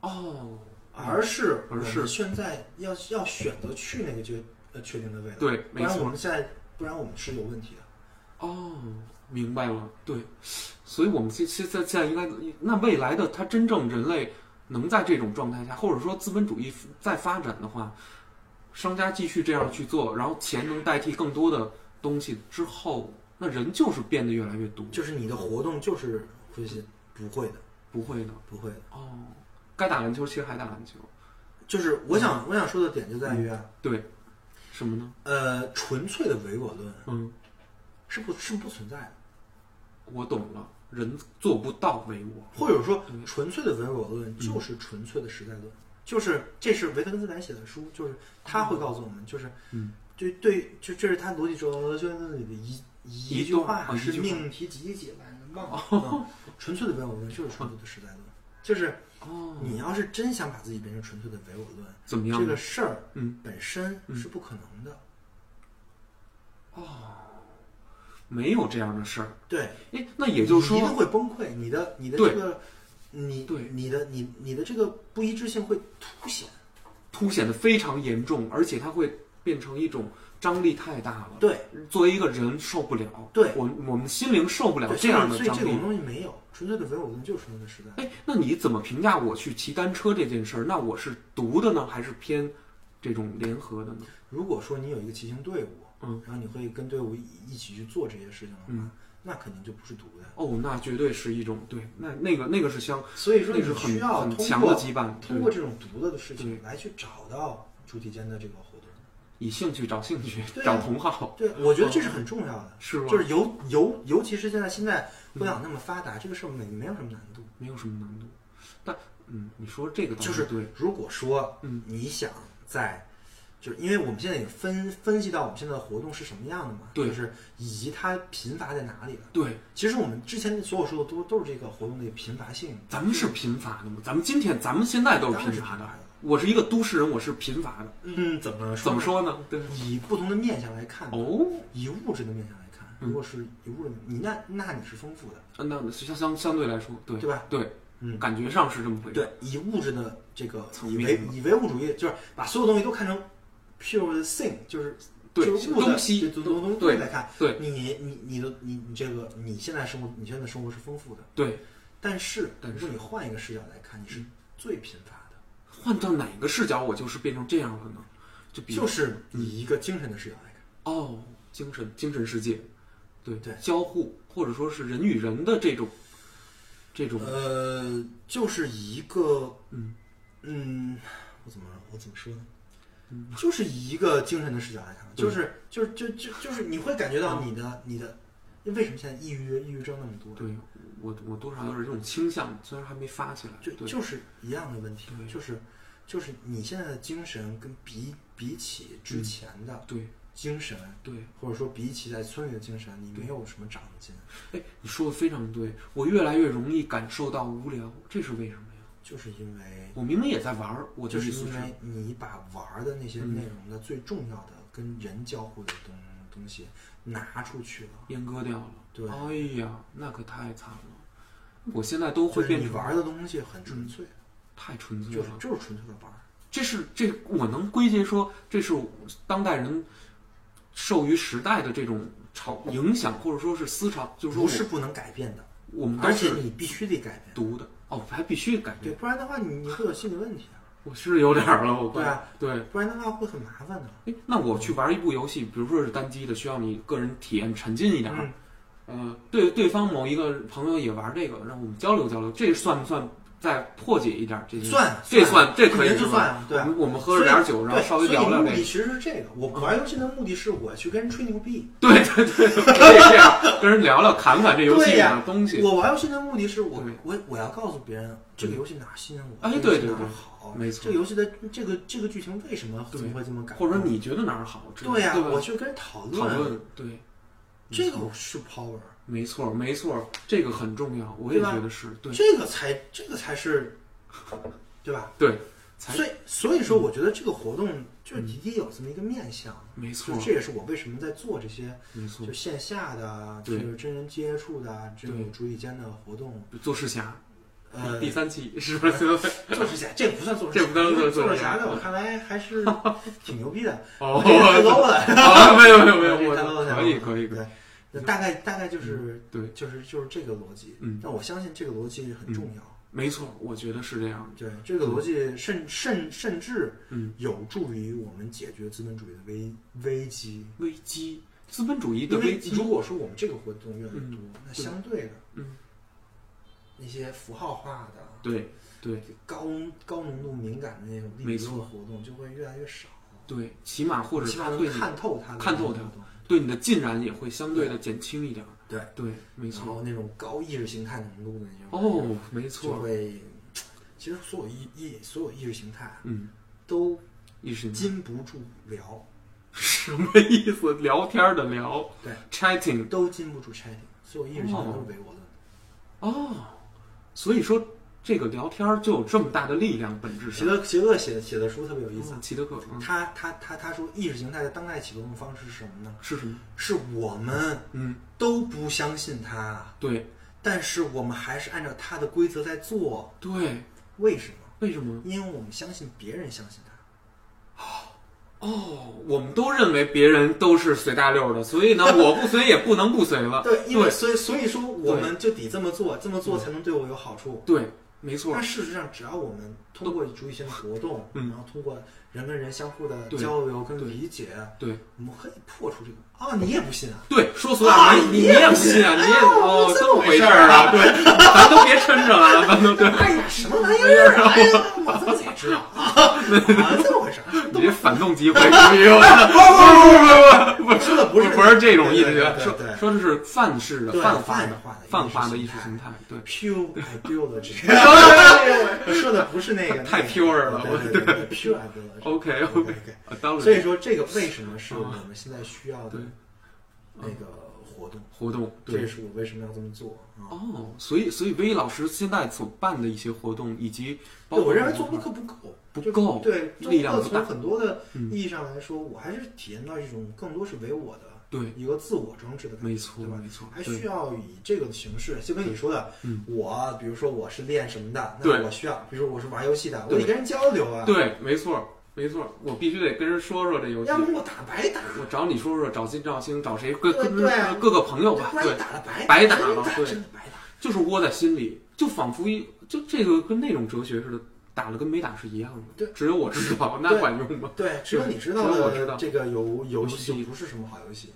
哦，
而是
而是
我们现在要要选择去那个决呃确定的未来。
对
不
没
然
错
我们现在不然我们是有问题的。
哦，明白了，对，所以我们现现在现在应该，那未来的它真正人类能在这种状态下，或者说资本主义再发展的话，商家继续这样去做，然后钱能代替更多的东西之后，那人就是变得越来越独，
就是你的活动就是会是不会的，
不会的
不会的。
哦，该打篮球其实还打篮球，
就是我
嗯
想我想说的点就在于啊。
对，什么呢？
呃，纯粹的唯我论
嗯，
是不是不存在的，
我懂了，人做不到唯我，
或者说
嗯
纯粹的唯我论就是纯粹的时代论，就是这是维特根斯坦写的书，就是他会告诉我们，就是
嗯，
就对，就这是他逻辑哲学里的一
一
一句
段
话
啊一
是
句话哦
命题几解来着，忘了。嗯纯粹的唯我论就是纯粹的时代论，就是
哦，
你要是真想把自己变成纯粹的唯我论，
怎么样
这
呢？
个事儿
嗯。
本身是不可能的。
没有这样的事儿。
对，
哎，那也就是
你一定
说，
会崩溃，你的你的这
对
个，你
对
你的你你的这个不一致性会凸显，
凸显的非常严重，而且它会变成一种张力太大了。
对
作为一个人受不了，
对
我我们心灵受不了
对，
这样的
所以所以这
张
种
力。
东西没有纯粹的唯我论就是纯粹的时代。
哎，那你怎么评价我去骑单车这件事儿？那我是独的呢，还是偏这种联合的呢？
如果说你有一个骑行队伍，
嗯，
然后你会跟队伍一一起去做这些事情的话，
嗯
那肯定就不是独的。
哦，那绝对是一种对，那那个那个是相，
所以说
那
你
是很
需要
很
通
强的
过
羁绊，
通过
对
这种独的的事
对
情来去找到主体间的这个活动。
以兴趣找兴趣，
对啊
找同好，
对，我觉得这是很重要的，
是哦吗？嗯
就是尤尤尤其是现在现在互联网那么发达，这个事儿没没有什么难度。
没有什么难度，但嗯，你说这个倒
就是
对，
如果说
嗯
你想在就是因为我们现在也分分析到我们现在的活动是什么样的嘛，
对
就是以及它贫乏在哪里了。
对，
其实我们之前所有说的都都是这个活动的贫乏性，
咱们是贫乏的吗？咱们今天，咱们现在都是
当然
贫
是
乏
贫
的
乏的。
我是一个都市人，我是贫乏的。
嗯，怎么
怎么说呢？对，
以不同的面向来看，
哦，
以物质的面向来看，
嗯
如果是以物质的，你那那你是丰富的，
那相相相对来说，对
对吧？
对，
嗯，
感觉上是这么回事。
对，以物质的这个
层
以
面
唯
嘛
以唯物主义，就是把所有东西都看成 pure 的 thing，就是
对
就是物的
东西
对东东
对
西来看，
对
你你你的你你这个你现在生活你现在的生活是丰富的，
对，
但是
但嗯
如果你换一个视角来看，你是最贫乏的，
换到哪个视角，我就是变成这样了呢？就比如
就是以一个精神的视角来看，
哦，精神精神世界，对
对
交互或者说是人与人的这种这种
呃，就是以一个
嗯
嗯，我怎么我怎么说呢？
嗯
就是以一个精神的视角来看，就是就是就就就是你会感觉到你的你的，为什么现在抑郁抑郁症那么多？
嗯对我我多少有点这种倾向，虽然还没发起来，
就
对
就是一样的问题
对，
就是就是你现在的精神跟比比起
嗯
之前的
对
精神，
对，
或者说比起在村里的精神，你没有什么长进，
哎，你说的非常对，我越来越容易感受到无聊，这是为什么呀？
就是因为
我明明也在玩儿，我
就是是
宿
因
舍
为你把玩儿的那些
嗯
内容的最重要的跟人交互的东东西拿出去了。
阉割掉了，
对
哎呀，那可太惨了，我现在都
就
会
是
变
你
成嗯
玩儿的东西很纯粹，
太纯粹
就
了
是，就是纯粹的玩儿。
这是这我能归结说，这是当代人受于时代的这种潮影响，或者说是思潮，就是说
不
我
是不能改变的，
我们都
而且
是
你必须得改变，
读的哦，还必须改
对，
变。
不然的话你你会有心理问题啊，
我是有点儿了，我快
对啊
对。
不然的话会很麻烦的。
哎，那我去玩一部游戏，比如说是单机的，需要你个人体验沉浸一点儿。
嗯，
呃，对对方某一个朋友也玩这个，让我们交流交流，这算不算再破解一点儿这些？
算啊
这
算
算
啊
这可
肯
以
定
是
就
吧
算啊，对
我
啊。
们我们喝着点儿酒，然后
对
稍微聊
所
聊
以
这
目
个
的。其实是这个，我玩游戏的目的是我去跟人吹牛逼，
对对对，可以这样跟人聊聊，侃侃这游戏里
对
的
呀
东西。
我玩游戏的目的是我
对嗯
我我要告诉别人这个游戏哪吸引我，
哎
这个游戏
对对
哪
对
好，
没错
这个游戏的这个这个剧情为什么
对
总会这么改？
或者说你觉得哪儿好？这
对呀，
对吧
我去跟人讨
讨
论，
论对，
这个是 power。
没错没错，这个很重要，我也
对吧
觉得是对
这个才这个才是，对吧？
对，才
所以所以说，我觉得这个活动就也有这么一个面向，
没
就
错
是这也是我为什么在做这些
没错
就，线下的，啊就
对
是真人接触的啊这种主体间的活动。
做世侠
呃，
第三期是吧？
做指甲这个不算做指
这
甲，
不算
因为
做
做指
指甲
甲，在我看来还
<laughs>
是挺牛逼的，
哦，
太 low 了，
<laughs> 啊没有没有没有，
这
我
太 low 了，
可以可以可以，
对。那大概大概就是
对，
就是就是这个逻辑，
嗯
但我相信这个逻辑很重要。
没错，我觉得是这样的。
对，这个逻辑甚甚甚至
嗯
有助于我们解决资本主义的危危机。
危机，资本主义的
因为
危机，
如果说我们这个活动越来越多
嗯，
那相对的
嗯，
那些符号化的、啊
对对
高高浓度敏感的那种
没
利益
错
的活动就会越来越少，
对，起码或者
起码
他
能
对你
看透它的
看透
那
它
种活动。
对你的浸染也会相对的减轻一点儿。
对
对，没
然
错。
后那种高意识形态浓度的那种感觉，
哦，没
就
错，
会。其实所有意意所有意识形态
嗯，
都
意识形态
禁不住聊，
什么意思？聊天儿的聊，
对
，chatting
都禁不住 chatting，所有意识形态都是唯我论。
哦，所以说这个聊天儿就有这么大的力量，本质
齐
上。
德齐德写的写的书特别有意思
嗯，齐德克，嗯，
他他他他说意识形态的当代启动方式是什么呢？
是什么？
是我们
嗯，
都不相信它，
对
但是我们还是按照它的规则在做。
对，
为什么？
为什么？
因为我们相信别人相信它。
哦，我们都认为别人都是随大溜儿的，所
<laughs>
以呢，我不随也不能不随了。
对，因为
对
所以所以说我们就得这么做，这么做才能对我有好处。
对，没错
但，事实上，只要我们通过主体性的活动，
嗯
然后通过人跟人相互的
对
交流跟
对
理解，
对
我们可以破除这个。啊，你也不信啊？
对，说俗话，
啊
你你
你
也
也
不
不
信啊，
信
你也
哎呦
哦，
这
这么
么
回
回
事
事
儿
儿
啊？
啊
对，咱都别抻着了，咱都对。 <laughs>
哎呀，什么玩意儿啊！哎呀，我怎么才知道啊？啊，这么回事儿，
你这反动机会， <laughs> 不
不不不，说的不是
不是这种意思，
对
说说的是范式的、
对
泛化
泛
的
化的、
泛化
意
的
识
艺
形
术
态
形态，对，
pure
<laughs>
ideology，说的不是那个，
太
那个
pure 了我
对对对对，pure ideology。
OK，
OK，
啊当
OK
然
所以说这个为什么是我们现在需要的
对
那个活动？
活动
这
对
也是我为什么要这么做啊。
哦，所以所以威老师现在所办的一些活动，以及哦包
对，
括
我认为做播客不够，
不
就
够
对，做
力量
播客
不大
从很多的
嗯
意义上来说，我还是体验到一种更多是唯我的
对，
一个自我装置的感觉，
没错
对吧？
没错，
还
对
需要以这个形式，就跟你说的
嗯，
我比如说我是练什么的，
对
那我需要，比如说我是玩游戏的，我
对
得跟人交流啊，
对，没错没错，我必须得跟人说说这游戏
要，不然我打白打，
我找你说说，找金兆星，找谁各
对
各
对
各个朋友吧，
不然
对
你，打了白
白打
打
了对
真的白打。
就是窝在心里，就仿佛一就这个跟那种哲学似的，打了跟没打是一样的。
对，
只有我知道，那
对
管用吗？ <laughs>
对，只有你知道
只有我知
的
道
这个游游戏
游戏
就不是什么好游戏，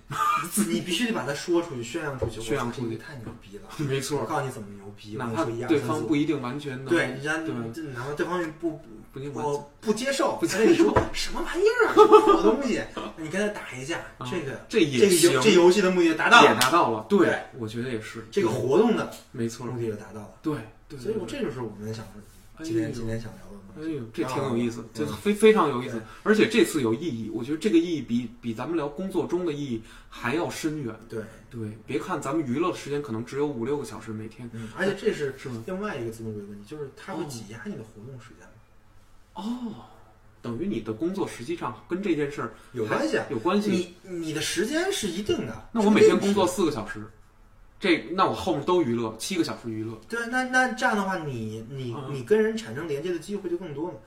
你必须得把它说出去，宣扬
<laughs>
出去，
宣扬
我操
出去
你太牛逼
<laughs>
了。
没
我
错，
告诉你怎么牛逼，
哪
我
怕
说一二
对
三
方
四
不一定完全能，
对，人家
对吧哎
这哪怕对方不
不一定完全
我不接受，
<laughs> 不
不
接
接受 <laughs> 什么玩意儿啊，什么破东
<laughs>
西，你跟他打一架，
啊
这个
这
这
也
个游
行，
这游戏的目的就达到
也
了，
达到了。
对，
我觉得也是
这个活动的
没错，
目的就达到了，
对对。
所以我
对
这就是我们想
哎呦
今天今天想聊的
哎
东西。
呦，这挺有意思
啊，
这
嗯
非非常有意思
对，
而且这次有意义，我觉得这个意义比比咱们聊工作中的意义还要深远。
对，
对，别看咱们娱乐的时间可能只有五六个小时每天，
嗯，而且这是
是吗？
另外一个自动规问题，就是它会挤压你的活动时间吗，
哦，等于你的工作实际上跟这件事儿
有关系啊。
有关系。
你你的时间是一定的，
那
是
我每天
定时
工作四个小时，这那我后面都娱乐，七个小时娱乐。
对，那那这样的话，你你
嗯
你跟人产生连接的机会就更多嘛。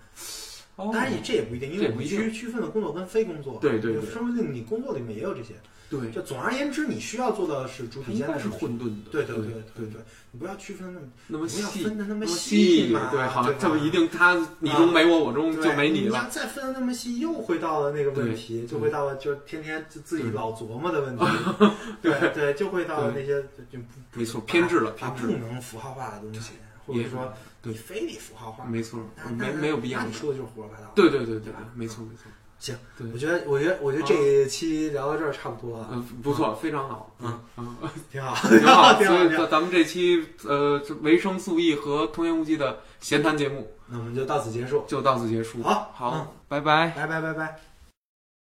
哦，
当然也这也不一定，因
这
为
也
我
不
们
一定
区区分了工作跟非工作。
对对对
说不定你工作里面也有这些。
对，
就总而言之，你需要做到的是主
它
体
应
间
该
的
是
东西。
混沌的。
对对
对
对对对，你不要区分那么，
那么
不要
细，
分的那
那
么
细
嘛，
对，好，
吧
这么一定他你中没我，我中
对
就没你
要
了。
再分的那么细，又回到了那个问题，
对
就回到了就是天天自自己
对
老琢磨的
<laughs>
问题。对对，就回到了那些就就不
没错，偏执了，
把
偏
不
执了，
能符号化的东西，或
也
者说
对
你非得符号化，
没错，
那
没
那
没有必要
那。你说的就是胡说八道。
对对对对
对
对
吧，
没错没错。
行，
对
我觉得，我觉得，我觉得这一期聊到这儿差不多了，
嗯，不错，非常好，
嗯
嗯，
挺好，
挺好
<laughs> 。挺
所
好，
以
挺好。
咱咱们这期呃这维生素 E 和童言无忌的闲谈节目
那我们就到此结束，
就到此结束。
好
好
嗯，
拜拜。
拜拜，拜拜。